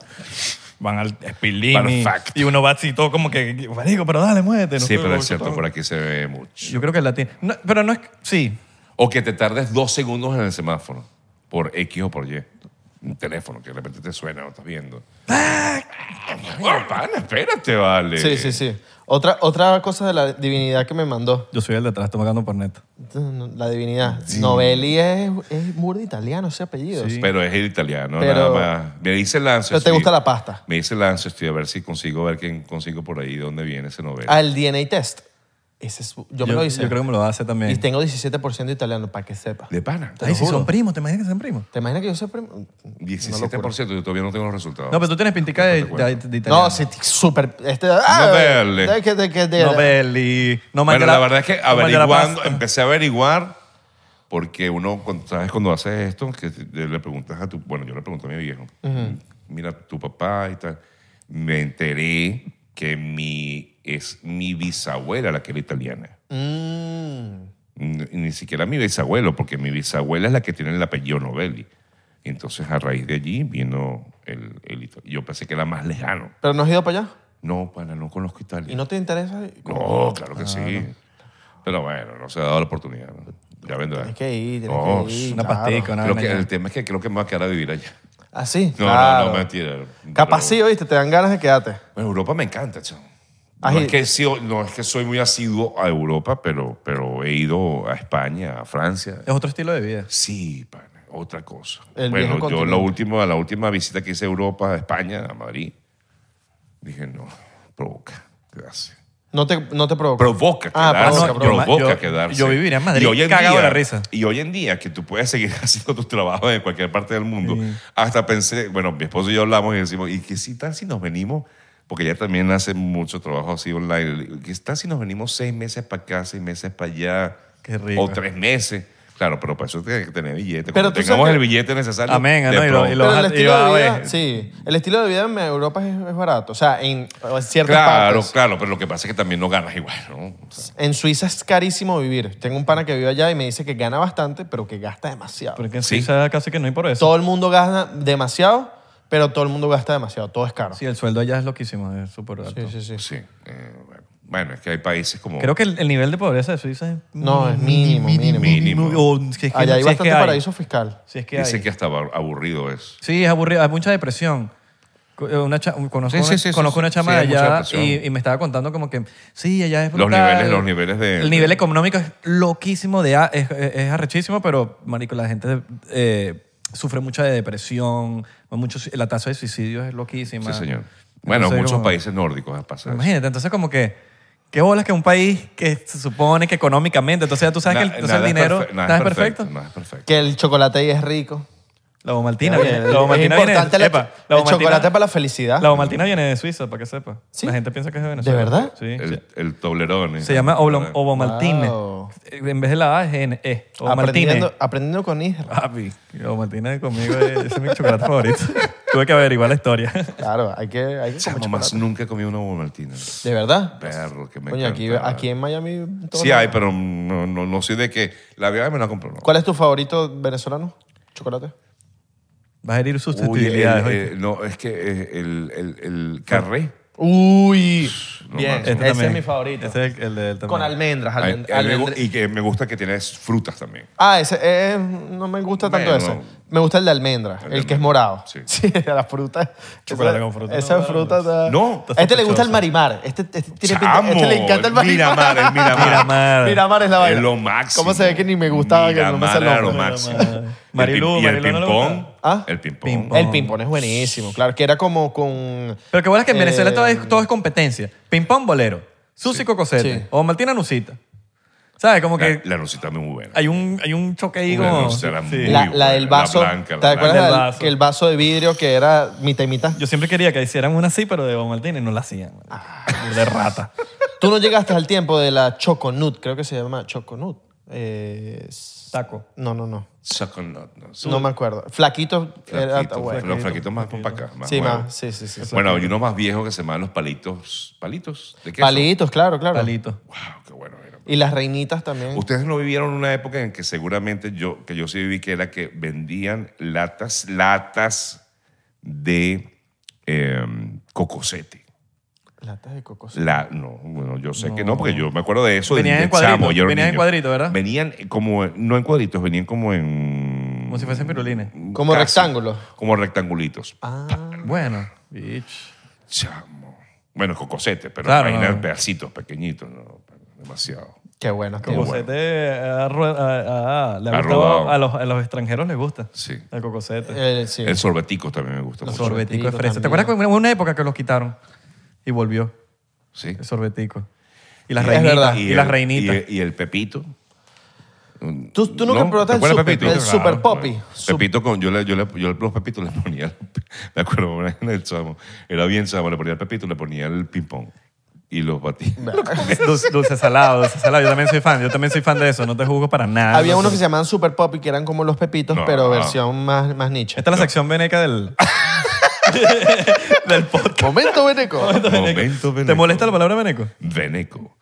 Speaker 3: Van al speed limit
Speaker 1: Perfecto.
Speaker 3: y uno va así todo como que, marico, pero dale, muévete. no
Speaker 1: Sí,
Speaker 3: puedo,
Speaker 1: pero es
Speaker 3: yo
Speaker 1: cierto,
Speaker 3: todo-
Speaker 1: por aquí se ve mucho.
Speaker 3: Yo creo que el latino, no, pero no es, sí,
Speaker 1: O que te tardes dos segundos en el semáforo, por X o por Y. Un teléfono que de repente te suena, no estás viendo. Bueno, pana, espérate, vale.
Speaker 2: Ah. Sí, sí, sí. Otra, otra cosa de la divinidad que me mandó.
Speaker 3: yo soy el de atrás, estoy pagando por neto.
Speaker 2: La divinidad. Novelli es, es burda italiano ese apellido.
Speaker 1: Pero es el italiano,
Speaker 2: Pero-
Speaker 1: nada más. Me dice Lance.
Speaker 2: Pero te
Speaker 1: sí.
Speaker 2: gusta la pasta.
Speaker 1: Me dice Lance, estoy a ver si consigo, a ver quién consigo por ahí, dónde viene ese novela.
Speaker 2: Al DNA test. Ese es, yo, me lo hice.
Speaker 3: Yo creo que me lo hace también.
Speaker 2: Y tengo 17% de italiano, para que sepa.
Speaker 1: De pana.
Speaker 3: Ay, si
Speaker 2: juro.
Speaker 3: son primos, ¿te imaginas que son primos?
Speaker 2: ¿Te imaginas que yo soy primo?
Speaker 1: 17%, yo todavía no tengo los resultados.
Speaker 3: No, pues, pero tú tienes pintica de,
Speaker 1: No te
Speaker 3: de, de italiano.
Speaker 2: No, sí, t- súper. Este, ah,
Speaker 1: Novelli.
Speaker 2: de que- de que- de-
Speaker 3: Novelli. No
Speaker 1: bueno,
Speaker 3: Mandela-
Speaker 1: la verdad es que
Speaker 3: no Mandela
Speaker 1: averiguando,
Speaker 3: Pasta.
Speaker 1: empecé a averiguar, porque uno, cuando, ¿sabes? Cuando haces esto, que te- le preguntas a tu, bueno, yo le pregunto a mi viejo, mira, tu papá y tal. Me enteré que mi, es mi bisabuela la que era italiana.
Speaker 2: Mm.
Speaker 1: Ni ni siquiera mi bisabuelo, porque mi bisabuela es la que tiene el apellido Novelli. Entonces, a raíz de allí vino el, el Ita- Yo pensé que era más lejano.
Speaker 2: Pero no has ido para allá.
Speaker 1: No, pana, no conozco Italia.
Speaker 2: ¿Y no te interesa?
Speaker 1: No, claro
Speaker 2: Ah,
Speaker 1: que sí. Pero bueno, no se ha dado la oportunidad. ¿no? Ya vendrá.
Speaker 2: Tienes que ir, tienes
Speaker 1: No,
Speaker 2: que ir.
Speaker 3: Oh, Una
Speaker 2: claro.
Speaker 3: pastica, una
Speaker 1: creo
Speaker 3: vaina
Speaker 1: que
Speaker 3: ya.
Speaker 1: el tema es que creo que me voy a quedar a vivir allá.
Speaker 2: ¿Ah, sí?
Speaker 1: No,
Speaker 2: Claro.
Speaker 1: no, no, mentira.
Speaker 2: Capaz
Speaker 1: Pero-
Speaker 2: sí, Ah, oíste, te dan ganas de quedarte.
Speaker 1: Bueno, Europa me encanta, chao. No
Speaker 2: Ají.
Speaker 1: es, que sí, no es que soy muy asiduo a Europa, pero, pero he ido a España, a Francia.
Speaker 3: Es otro estilo de vida.
Speaker 1: Sí, pana, otra cosa.
Speaker 2: El
Speaker 1: bueno,
Speaker 2: viejo
Speaker 1: yo
Speaker 2: continente.
Speaker 1: la última, la última visita que hice a Europa, a España, a Madrid, dije, no, provoca, gracias.
Speaker 2: No te, no te provoca.
Speaker 1: Provoca
Speaker 2: Ah,
Speaker 1: quedarse.
Speaker 2: provoca, provoca.
Speaker 1: provoca
Speaker 3: Yo-
Speaker 1: quedarse.
Speaker 3: yo viviría en Madrid
Speaker 1: Y hoy en
Speaker 3: cagado
Speaker 1: día-
Speaker 3: de la risa.
Speaker 1: Y hoy en día que tú puedes seguir haciendo tus trabajos en cualquier parte del mundo. Hasta pensé, bueno, mi esposo y yo hablamos y decimos, ¿y qué si tal si nos venimos? Porque ella también hace mucho trabajo así online. ¿Qué tal si nos venimos seis meses para acá, seis meses para allá?
Speaker 3: Qué rico.
Speaker 1: O tres meses. Claro, pero para eso tienes que tener billete.
Speaker 2: Pero
Speaker 1: Cuando
Speaker 2: tú sabes
Speaker 1: tengamos
Speaker 2: que-
Speaker 1: el billete necesario.
Speaker 3: Amén,
Speaker 1: de
Speaker 3: ¿no? Y lo- y
Speaker 1: pronto-
Speaker 3: lo-
Speaker 2: Pero el
Speaker 3: y
Speaker 2: estilo
Speaker 3: va a
Speaker 2: de vida,
Speaker 3: ver.
Speaker 2: sí. El estilo de vida en Europa es, es barato. O sea, en, en ciertas
Speaker 1: Claro,
Speaker 2: partes.
Speaker 1: claro, pero lo que pasa es que también no ganas igual, ¿no? O sea,
Speaker 2: En Suiza es carísimo vivir. Tengo un pana que vive allá y me dice que gana bastante, pero que gasta demasiado.
Speaker 3: Porque en
Speaker 1: Sí.
Speaker 3: Suiza casi que no hay por eso.
Speaker 2: Todo el mundo gana demasiado, pero todo el mundo gasta demasiado. Todo es caro.
Speaker 3: Sí, el sueldo allá es loquísimo, es súper alto.
Speaker 2: sí, sí. sí.
Speaker 1: sí. eh, bueno. bueno, es que hay países como...
Speaker 3: Creo que el, el nivel de pobreza de Suiza es...
Speaker 2: No, es mínimo, mínimo.
Speaker 1: Mínimo.
Speaker 3: O Oh, si es que-
Speaker 2: Allá hay
Speaker 3: si es que
Speaker 2: bastante paraíso fiscal.
Speaker 3: Si es que
Speaker 1: Dice
Speaker 3: hay.
Speaker 1: que hasta abur- aburrido es.
Speaker 3: Sí, es aburrido. Hay mucha depresión. Co- eh, Una cha- un- conozco
Speaker 1: Sí, sí,
Speaker 3: una,
Speaker 1: sí, sí,
Speaker 3: conozco
Speaker 1: sí.
Speaker 3: una chama
Speaker 1: Sí, hay
Speaker 3: de
Speaker 1: mucha
Speaker 3: allá
Speaker 1: depresión.
Speaker 3: y, y me estaba contando como que sí, allá es
Speaker 1: Los
Speaker 3: brutal.
Speaker 1: niveles- los niveles de-
Speaker 3: El nivel económico es loquísimo, de, a- es, es- es arrechísimo, pero, marico, la gente eh, sufre mucha de depresión, mucho, su- la tasa de suicidios es loquísima.
Speaker 1: Sí, señor. Bueno,
Speaker 3: Entonces,
Speaker 1: muchos
Speaker 3: como-
Speaker 1: países nórdicos pasa eso.
Speaker 3: Imagínate, entonces como que, ¿qué bolas que un país que se supone que económicamente, entonces ya tú sabes
Speaker 1: Na-
Speaker 3: que el, entonces
Speaker 1: nada
Speaker 3: el
Speaker 1: es
Speaker 3: dinero
Speaker 1: perfe- nada
Speaker 3: nada es perfecto?
Speaker 1: Nada es perfecto.
Speaker 2: Que el chocolate ahí es rico.
Speaker 3: La bomaltina
Speaker 2: Es
Speaker 3: viene. La bomaltina viene.
Speaker 2: importante la-
Speaker 3: epa, la
Speaker 2: el
Speaker 3: bomaltina-
Speaker 2: chocolate para la felicidad.
Speaker 3: La bomaltina viene de Suiza, para que sepa.
Speaker 2: Ah. ¿Sí?
Speaker 3: La gente piensa que es de Venezuela.
Speaker 2: ¿De verdad?
Speaker 3: Sí.
Speaker 1: El, el Toblerone.
Speaker 3: Se llama Oblom- obomaltine.
Speaker 2: Wow.
Speaker 3: En vez de la A es N, E. Obomaltine.
Speaker 2: Aprendiendo, aprendiendo con Isra.
Speaker 3: Papi, la obomaltina conmigo es, ese es mi chocolate favorito. Tuve que averiguar la historia.
Speaker 2: Claro, hay que, hay que
Speaker 1: Chamo,
Speaker 2: comer
Speaker 1: más
Speaker 2: chocolate.
Speaker 1: nunca he comido una Martina.
Speaker 2: ¿De verdad?
Speaker 1: Perro, que me
Speaker 2: Coño, aquí,
Speaker 1: encanta.
Speaker 2: aquí en Miami... todo
Speaker 1: Sí
Speaker 2: lo-
Speaker 1: hay, pero no, no, no soy de que... La verdad me la compro. No.
Speaker 2: ¿Cuál es tu favorito venezolano? ¿Chocolate?
Speaker 3: Vas a herir
Speaker 1: Uy, el-
Speaker 3: susceptibilidades.
Speaker 1: eh,
Speaker 3: oye.
Speaker 1: no, es que eh, el, el, el carré.
Speaker 2: Uy,
Speaker 1: No
Speaker 2: bien,
Speaker 1: más. Este
Speaker 2: ese
Speaker 3: Este también.
Speaker 2: es mi favorito.
Speaker 3: Ese es el, el de él también.
Speaker 2: Con almendras.
Speaker 1: Ay,
Speaker 2: almend-
Speaker 1: a mí me gu-
Speaker 2: almendra-
Speaker 1: y que me gusta que tienes frutas también.
Speaker 2: Ah, ese eh, no me gusta tanto
Speaker 1: Bueno.
Speaker 2: ese. Me gusta el de almendra,
Speaker 1: de
Speaker 2: el, que es
Speaker 1: almendra,
Speaker 2: morado.
Speaker 1: sí.
Speaker 2: la fruta.
Speaker 3: Chocolate
Speaker 2: esa-
Speaker 3: con fruta,
Speaker 2: Esa
Speaker 3: no,
Speaker 2: fruta. está-
Speaker 1: No.
Speaker 2: A este le gusta el marimar. Este, este tiene pinta-
Speaker 1: Chamo,
Speaker 2: este le encanta el marimar.
Speaker 1: Miramar, el Miramar.
Speaker 3: Miramar.
Speaker 2: Miramar es la vaina.
Speaker 1: Es lo máximo.
Speaker 2: ¿Cómo se ve que ni me gustaba que no me
Speaker 1: Miramar
Speaker 2: sé el
Speaker 1: era lo
Speaker 2: nombre?
Speaker 1: máximo.
Speaker 3: Miramar. Marilu,
Speaker 1: el, pim- y el
Speaker 3: Marilu no le
Speaker 1: ping-pong.
Speaker 3: gusta.
Speaker 2: ¿Ah?
Speaker 1: El
Speaker 3: Ping-pong.
Speaker 1: ping-pong.
Speaker 2: El ping-pong es buenísimo, claro, que era como con...
Speaker 3: Pero que bueno es que en Venezuela
Speaker 2: Eh,
Speaker 3: todo, es, todo es competencia. Ping-pong bolero, Susi Cocosete,
Speaker 2: Sí.
Speaker 3: o Martina Nucita. ¿Sabes? Como
Speaker 1: La,
Speaker 3: que
Speaker 1: la rosita es muy buena.
Speaker 3: hay, un, hay un choque ahí
Speaker 1: La
Speaker 3: como...
Speaker 1: rosita era muy
Speaker 3: Sí.
Speaker 2: La, la
Speaker 1: buena,
Speaker 2: del
Speaker 1: la
Speaker 2: vaso,
Speaker 1: blanca, la
Speaker 2: ¿te acuerdas
Speaker 3: blanca.
Speaker 2: del-
Speaker 3: Del vaso.
Speaker 2: que el vaso de vidrio que era mitad y mitad?
Speaker 3: Yo siempre quería que hicieran una así, pero de Bob Martínez no la hacían. marico. de rata.
Speaker 2: Tú no llegaste al tiempo de la choconut, creo que se llama choconut. Eh, s-
Speaker 3: Taco.
Speaker 2: no, no, no.
Speaker 1: Chocolate, no. Su-
Speaker 2: No me acuerdo. Flaquito, era
Speaker 1: flaquito,
Speaker 2: bueno.
Speaker 1: Los flaquitos más para acá. Más
Speaker 2: Sí,
Speaker 1: nuevos.
Speaker 2: más, sí, sí, sí.
Speaker 1: Bueno, hay unos más viejos que se llaman los palitos. ¿Palitos? ¿De queso?
Speaker 2: Palitos, claro, claro.
Speaker 3: Palito.
Speaker 1: Wow, qué bueno era.
Speaker 2: Y las reinitas también.
Speaker 1: Ustedes no vivieron una época en que seguramente yo, que yo sí viví, que era que vendían latas, latas de em, cocosete.
Speaker 2: Latas de cocos.
Speaker 1: La, no, bueno, yo sé que no, porque yo me acuerdo de eso. de-
Speaker 3: Venían
Speaker 1: de
Speaker 3: en cuadritos,
Speaker 1: chamo, yo era un
Speaker 3: venían en
Speaker 1: niño.
Speaker 3: cuadritos, ¿verdad?
Speaker 1: Venían como, no en cuadritos, venían como en...
Speaker 3: Como si fuesen pirulines.
Speaker 2: Como rectángulos.
Speaker 1: Como rectangulitos.
Speaker 2: Ah,
Speaker 3: Bueno. Bitch.
Speaker 1: Chamo. Bueno, cocosete, pero
Speaker 3: Claro,
Speaker 1: imagina
Speaker 3: no.
Speaker 1: pedacitos pequeñitos, no, demasiado.
Speaker 2: qué bueno. tío.
Speaker 3: Cocosete eh, ha rue- ah, ah, le ha
Speaker 1: Ha
Speaker 3: gustado-
Speaker 1: rodado.
Speaker 3: a, los, a los extranjeros les gusta.
Speaker 1: Sí.
Speaker 3: El cocosete.
Speaker 2: Eh, sí.
Speaker 1: El sorbetico también me gusta
Speaker 3: el
Speaker 1: mucho.
Speaker 3: sorbetico de
Speaker 2: sorbetico
Speaker 3: fresa. ¿Te
Speaker 2: también.
Speaker 3: acuerdas que hubo una época que los quitaron y volvió?
Speaker 1: Sí.
Speaker 3: El sorbetico. Y las
Speaker 2: Es
Speaker 3: reinitas.
Speaker 2: verdad.
Speaker 3: Y, las reinitas.
Speaker 1: Y el, y el pepito.
Speaker 2: ¿Tú, tú nunca
Speaker 1: ¿No?
Speaker 2: probaste
Speaker 1: ¿Te
Speaker 2: el
Speaker 1: acuerdas
Speaker 2: super,
Speaker 1: de Pepito?
Speaker 2: el
Speaker 1: Claro,
Speaker 2: super
Speaker 1: claro.
Speaker 2: poppy?
Speaker 1: Pepito, con, yo, le, yo, le, yo los pepitos le ponía, me acuerdo, una vez en el chamo, era bien chamo, le ponía el pepito, le ponía el ping-pong y los batía.
Speaker 3: Dulce, dulce salado, dulce salado. Yo también soy fan. Yo también soy fan de eso. No te juzgo para nada.
Speaker 2: Había
Speaker 3: ah, No
Speaker 2: unos que
Speaker 3: sé.
Speaker 2: se llamaban super poppy que eran como los pepitos,
Speaker 1: No.
Speaker 2: pero versión más, más niche.
Speaker 3: Esta es la sección veneca del... del podcast.
Speaker 2: Momento, Beneco.
Speaker 1: Momento
Speaker 3: ¿Te
Speaker 1: veneco.
Speaker 3: molesta la palabra veneco?
Speaker 1: Veneco.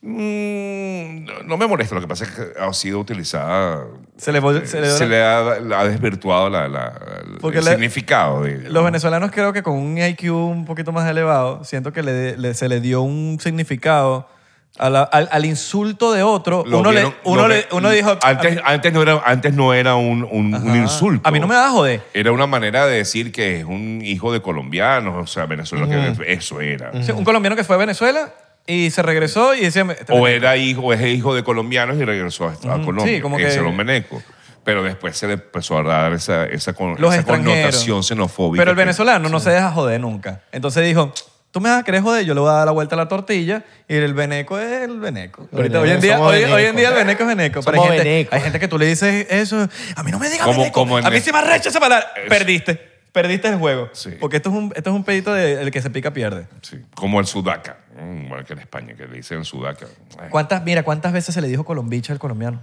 Speaker 1: Mm, no, no me molesta, lo que pasa es que ha sido utilizada.
Speaker 3: Se le vol-
Speaker 1: eh,
Speaker 3: se le-
Speaker 1: ha, la ha desvirtuado la, la- la-
Speaker 3: Porque
Speaker 1: el
Speaker 3: la-
Speaker 1: significado. De,
Speaker 3: Los venezolanos creo que con un IQ un poquito más elevado, siento que le- le- se le dio un significado a la- al, al insulto de otro,
Speaker 1: Lo
Speaker 3: uno,
Speaker 1: vieron-
Speaker 3: le, uno,
Speaker 1: lo
Speaker 3: le-
Speaker 1: ve-
Speaker 3: uno dijo... "Ah,
Speaker 1: Antes, antes no era, antes no era un, un- un insulto.
Speaker 3: A mí no me da joder.
Speaker 1: Era una manera de decir que es un hijo de colombianos, o sea, venezolano, que eso era.
Speaker 3: Sí, un colombiano que fue a Venezuela y se regresó y decía... "Este
Speaker 1: O era hijo, o es hijo de colombianos y regresó a, a Colombia.
Speaker 3: sí, como
Speaker 1: Ese
Speaker 3: que-
Speaker 1: era un meneco. Pero después se le empezó a dar esa, esa, con-
Speaker 3: los
Speaker 1: esa
Speaker 3: extranjeros.
Speaker 1: connotación xenofóbica.
Speaker 3: Pero el
Speaker 1: que-
Speaker 3: venezolano no se deja joder nunca. Entonces dijo, tú me vas a querer joder, yo le voy a dar la vuelta a la tortilla y el veneco es el veneco.
Speaker 2: Los venecos
Speaker 3: Ahorita, hoy, en día,
Speaker 2: somos
Speaker 3: hoy, hoy en
Speaker 2: venecos.
Speaker 3: día el veneco es veneco. Pero hay
Speaker 2: Somos
Speaker 3: gente,
Speaker 2: venecos.
Speaker 3: hay gente que tú le dices eso, a mí no me digas
Speaker 1: Como-
Speaker 3: veneco,
Speaker 1: como en-
Speaker 3: a mí sí me arrecha esa palabra.
Speaker 1: Es-
Speaker 3: Perdiste. Perdiste el juego.
Speaker 1: Sí.
Speaker 3: Porque esto es un, esto es un pedito de el que se pica pierde.
Speaker 1: Sí, como el sudaca. Mm, Igual que en España, que le dicen sudaca. Ay,
Speaker 3: ¿Cuántas, mira, ¿cuántas veces se le dijo colombiche al colombiano?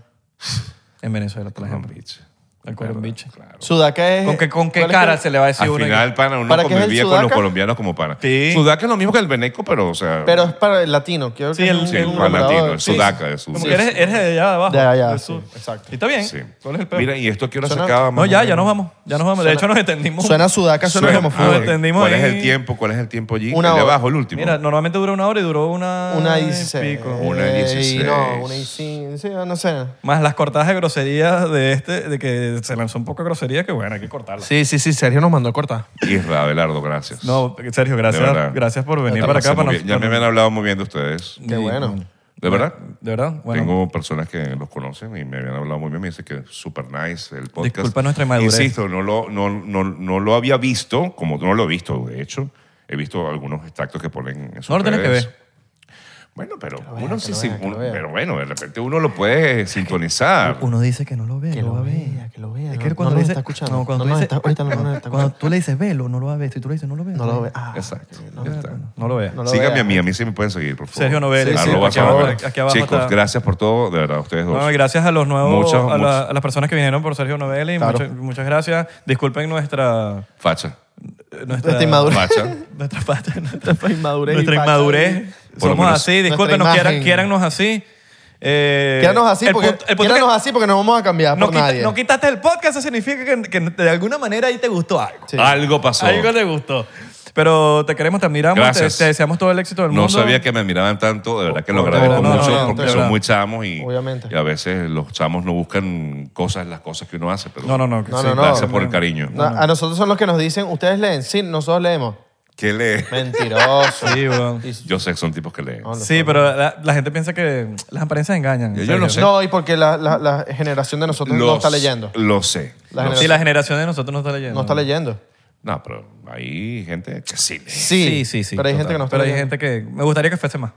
Speaker 3: En Venezuela, por ejemplo.
Speaker 1: colombiche.
Speaker 3: Al colombiche.
Speaker 1: Claro.
Speaker 2: Sudaca es...
Speaker 3: ¿Con qué, con qué
Speaker 2: ¿cuál es
Speaker 3: cara
Speaker 2: el-
Speaker 3: se le va a decir
Speaker 1: Al
Speaker 3: uno? que-
Speaker 1: final, pana, uno
Speaker 2: ¿Para qué es el
Speaker 1: convivía con los
Speaker 2: sudaca?
Speaker 1: colombianos como pana.
Speaker 3: Sí.
Speaker 1: Sudaca es lo mismo que el veneco, pero, o sea...
Speaker 2: Pero es para el latino. Quiero
Speaker 3: Sí,
Speaker 2: que
Speaker 3: el-
Speaker 2: un-
Speaker 1: sí,
Speaker 3: es
Speaker 2: un
Speaker 1: para el latino,
Speaker 2: nombrador.
Speaker 1: el
Speaker 2: Sí, sí.
Speaker 1: sudaca. es un-
Speaker 3: Como que eres, eres de allá abajo.
Speaker 2: De allá,
Speaker 3: del
Speaker 2: sí,
Speaker 3: sur.
Speaker 2: exacto.
Speaker 3: Y está bien.
Speaker 1: Sí.
Speaker 3: ¿Cuál es el peor?
Speaker 1: Mira, y esto que hora se
Speaker 2: Suena-
Speaker 1: acaba.
Speaker 3: no,
Speaker 1: más
Speaker 3: ya,
Speaker 1: o
Speaker 3: ya
Speaker 1: menos?
Speaker 3: nos vamos. Ya nos vamos. de
Speaker 2: Suena-
Speaker 3: hecho, nos entendimos.
Speaker 2: Suena sudaca, suena
Speaker 1: Suena-
Speaker 2: como
Speaker 1: Ah,
Speaker 2: fútbol.
Speaker 1: bueno.
Speaker 3: entendimos
Speaker 1: ¿Cuál
Speaker 3: ahí.
Speaker 1: es el tiempo? ¿Cuál es el tiempo allí?
Speaker 2: Una
Speaker 1: el de
Speaker 2: hora.
Speaker 1: abajo, el último.
Speaker 3: Mira, normalmente dura una hora y duró una.
Speaker 2: Una
Speaker 3: y
Speaker 2: y seis.
Speaker 3: pico.
Speaker 1: Una y dieciséis.
Speaker 2: No, una y cinco. Sí, no sé.
Speaker 3: Más las cortadas de groserías de este, de que se lanzó un poco de grosería, que bueno, hay que cortarlas.
Speaker 2: Sí, sí, sí. Sergio nos mandó a cortar.
Speaker 1: Isra, Abelardo, gracias.
Speaker 3: No, Sergio,
Speaker 1: De
Speaker 3: gracias,
Speaker 1: verdad.
Speaker 3: gracias por venir
Speaker 1: Ya
Speaker 3: para
Speaker 1: pasé
Speaker 3: acá. Para
Speaker 1: muy bien.
Speaker 3: nos-
Speaker 1: Ya me
Speaker 3: para-
Speaker 1: habían hablado muy bien de ustedes.
Speaker 2: Qué
Speaker 3: Y-
Speaker 2: bueno.
Speaker 1: ¿De verdad?
Speaker 3: De verdad, bueno.
Speaker 1: Tengo personas que los conocen y me habían hablado muy bien. Me dicen que es súper nice el podcast.
Speaker 3: Disculpa nuestra inmadurez.
Speaker 1: Insisto, no lo, no, no, no lo había visto, como no lo he visto, de hecho. He visto algunos extractos que ponen en sus
Speaker 3: No lo tenés que
Speaker 1: redes.
Speaker 3: ver.
Speaker 1: Bueno, pero
Speaker 2: vea,
Speaker 1: uno
Speaker 2: que
Speaker 1: sí,
Speaker 2: lo
Speaker 1: sí,
Speaker 2: vea, que
Speaker 1: uno-
Speaker 2: lo vea.
Speaker 1: pero bueno, de repente uno lo puede sintonizar.
Speaker 3: Uno dice que no lo ve,
Speaker 2: Que
Speaker 3: no
Speaker 2: lo
Speaker 3: va a ver.
Speaker 2: vea, que lo vea,
Speaker 3: Es
Speaker 2: no-
Speaker 3: que
Speaker 2: no
Speaker 3: cuando
Speaker 2: nos
Speaker 3: dice-
Speaker 2: está escuchando.
Speaker 3: No, cuando
Speaker 2: No nos
Speaker 3: dice-
Speaker 2: está- ahorita no nos está
Speaker 3: Cuando
Speaker 2: escuchando.
Speaker 3: tú le dices velo, no lo va a ver. Si tú le dices no lo ve,
Speaker 2: No
Speaker 3: pues,
Speaker 2: lo ve. Ah,
Speaker 1: Exacto.
Speaker 2: no
Speaker 1: ya
Speaker 2: lo
Speaker 1: está.
Speaker 2: ve.
Speaker 3: No lo ve.
Speaker 2: No lo
Speaker 1: Síganme
Speaker 2: vea.
Speaker 1: a mí, a mí sí me pueden seguir, por favor.
Speaker 3: Sergio Novelli,
Speaker 2: sí,
Speaker 1: Arroba
Speaker 2: aquí
Speaker 1: Sergio
Speaker 2: abajo,
Speaker 1: Novelli.
Speaker 3: aquí abajo
Speaker 1: Chicos,
Speaker 3: está.
Speaker 1: gracias por todo, de verdad, ustedes dos.
Speaker 3: Bueno, gracias a los nuevos,
Speaker 1: Muchas-
Speaker 3: a, la-
Speaker 1: muchas-
Speaker 3: a las personas que vinieron por Sergio Novelli.
Speaker 2: Claro.
Speaker 3: Muchas, muchas gracias. Disculpen nuestra...
Speaker 1: Facha.
Speaker 3: Nuestra
Speaker 2: Nuestra inmadurez.
Speaker 1: Facha.
Speaker 3: Nuestra falta- nuestra-
Speaker 2: Nuestra inmadurez.
Speaker 3: nuestra
Speaker 2: y falta de-
Speaker 3: inmadurez.
Speaker 1: Por lo
Speaker 3: Somos
Speaker 1: menos-
Speaker 3: así. Disculpen,
Speaker 2: Nuestra
Speaker 3: quieran,
Speaker 2: imagen.
Speaker 3: quiérannos así. Eh,
Speaker 2: Quédanos así,
Speaker 3: el
Speaker 2: porque,
Speaker 3: punto- el punto
Speaker 2: quédanos
Speaker 3: que
Speaker 2: así porque no vamos a cambiar
Speaker 3: no,
Speaker 2: por
Speaker 3: quita-
Speaker 2: nadie.
Speaker 3: no quitaste el podcast, eso significa que, que de alguna manera ahí te gustó algo.
Speaker 2: Sí.
Speaker 1: Algo pasó.
Speaker 3: Algo te gustó. Pero te queremos, te admiramos, te,
Speaker 1: Gracias.
Speaker 3: te deseamos todo el éxito del
Speaker 1: No
Speaker 3: mundo.
Speaker 1: sabía que me admiraban tanto, de verdad que lo
Speaker 3: No,
Speaker 1: agradezco
Speaker 2: no, no,
Speaker 1: mucho
Speaker 2: no,
Speaker 1: porque
Speaker 2: de
Speaker 1: son
Speaker 3: verdad.
Speaker 1: muy chamos y,
Speaker 2: Obviamente.
Speaker 1: y a veces los chamos no buscan cosas, las cosas que uno hace, pero
Speaker 3: No, no, no.
Speaker 2: No,
Speaker 3: sí,
Speaker 2: no, no.
Speaker 1: gracias por el cariño.
Speaker 2: No, A nosotros son los que nos dicen, ustedes leen. Sí, nosotros leemos.
Speaker 1: ¿Qué lee?
Speaker 2: Mentiroso.
Speaker 3: Sí, weón.
Speaker 2: Y-
Speaker 1: Yo sé que son tipos que leen.
Speaker 2: No,
Speaker 3: Sí, pero la, la gente piensa que las apariencias engañan.
Speaker 1: Yo
Speaker 3: en serio.
Speaker 1: no sé.
Speaker 2: No, y porque la, la- la generación de nosotros no
Speaker 1: Lo
Speaker 2: está
Speaker 1: s-
Speaker 2: leyendo.
Speaker 1: Lo sé.
Speaker 2: La
Speaker 1: lo
Speaker 2: generación-
Speaker 1: sé.
Speaker 3: Sí, la generación de nosotros no está leyendo.
Speaker 2: No está leyendo.
Speaker 1: No, pero hay gente que sí lee.
Speaker 2: Sí,
Speaker 3: sí, sí.
Speaker 2: Pero hay
Speaker 3: total.
Speaker 2: gente que no está
Speaker 3: Pero hay
Speaker 2: leyendo.
Speaker 3: gente que... Me gustaría que fuese más.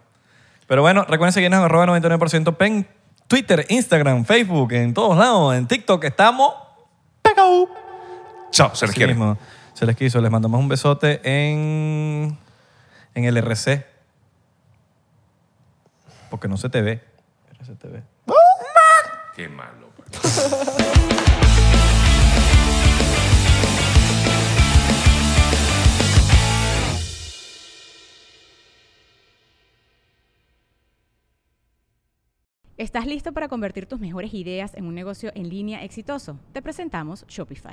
Speaker 3: Pero bueno, recuerden seguirnos en arroba 99% PEN, Twitter, Instagram, Facebook, en todos lados, en TikTok. Estamos... ¡Pegau!
Speaker 1: Chao, se les
Speaker 3: Así
Speaker 1: quiere.
Speaker 3: mismo. Se les quiso. Les mandamos un besote en... En el RC. Porque no se te ve. RC te ve.
Speaker 1: Qué malo. pa.
Speaker 5: ¿Estás listo para convertir tus mejores ideas en un negocio en línea exitoso? Te presentamos Shopify.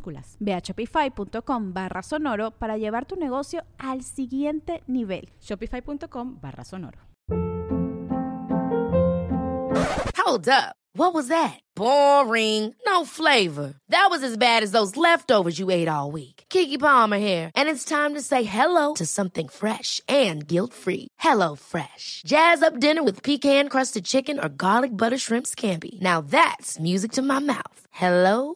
Speaker 6: Ve a shopify.com barra sonoro para llevar tu negocio al siguiente nivel.
Speaker 5: Shopify.com barra sonoro.
Speaker 7: Hold up. What was that? Boring. No flavor. That was as bad as those leftovers you ate all week. Kiki Palmer here, and it's time to say hello to something fresh and guilt-free. Hello Fresh. Jazz up dinner with pecan-crusted chicken or garlic butter shrimp scampi. Now that's music to my mouth. Hello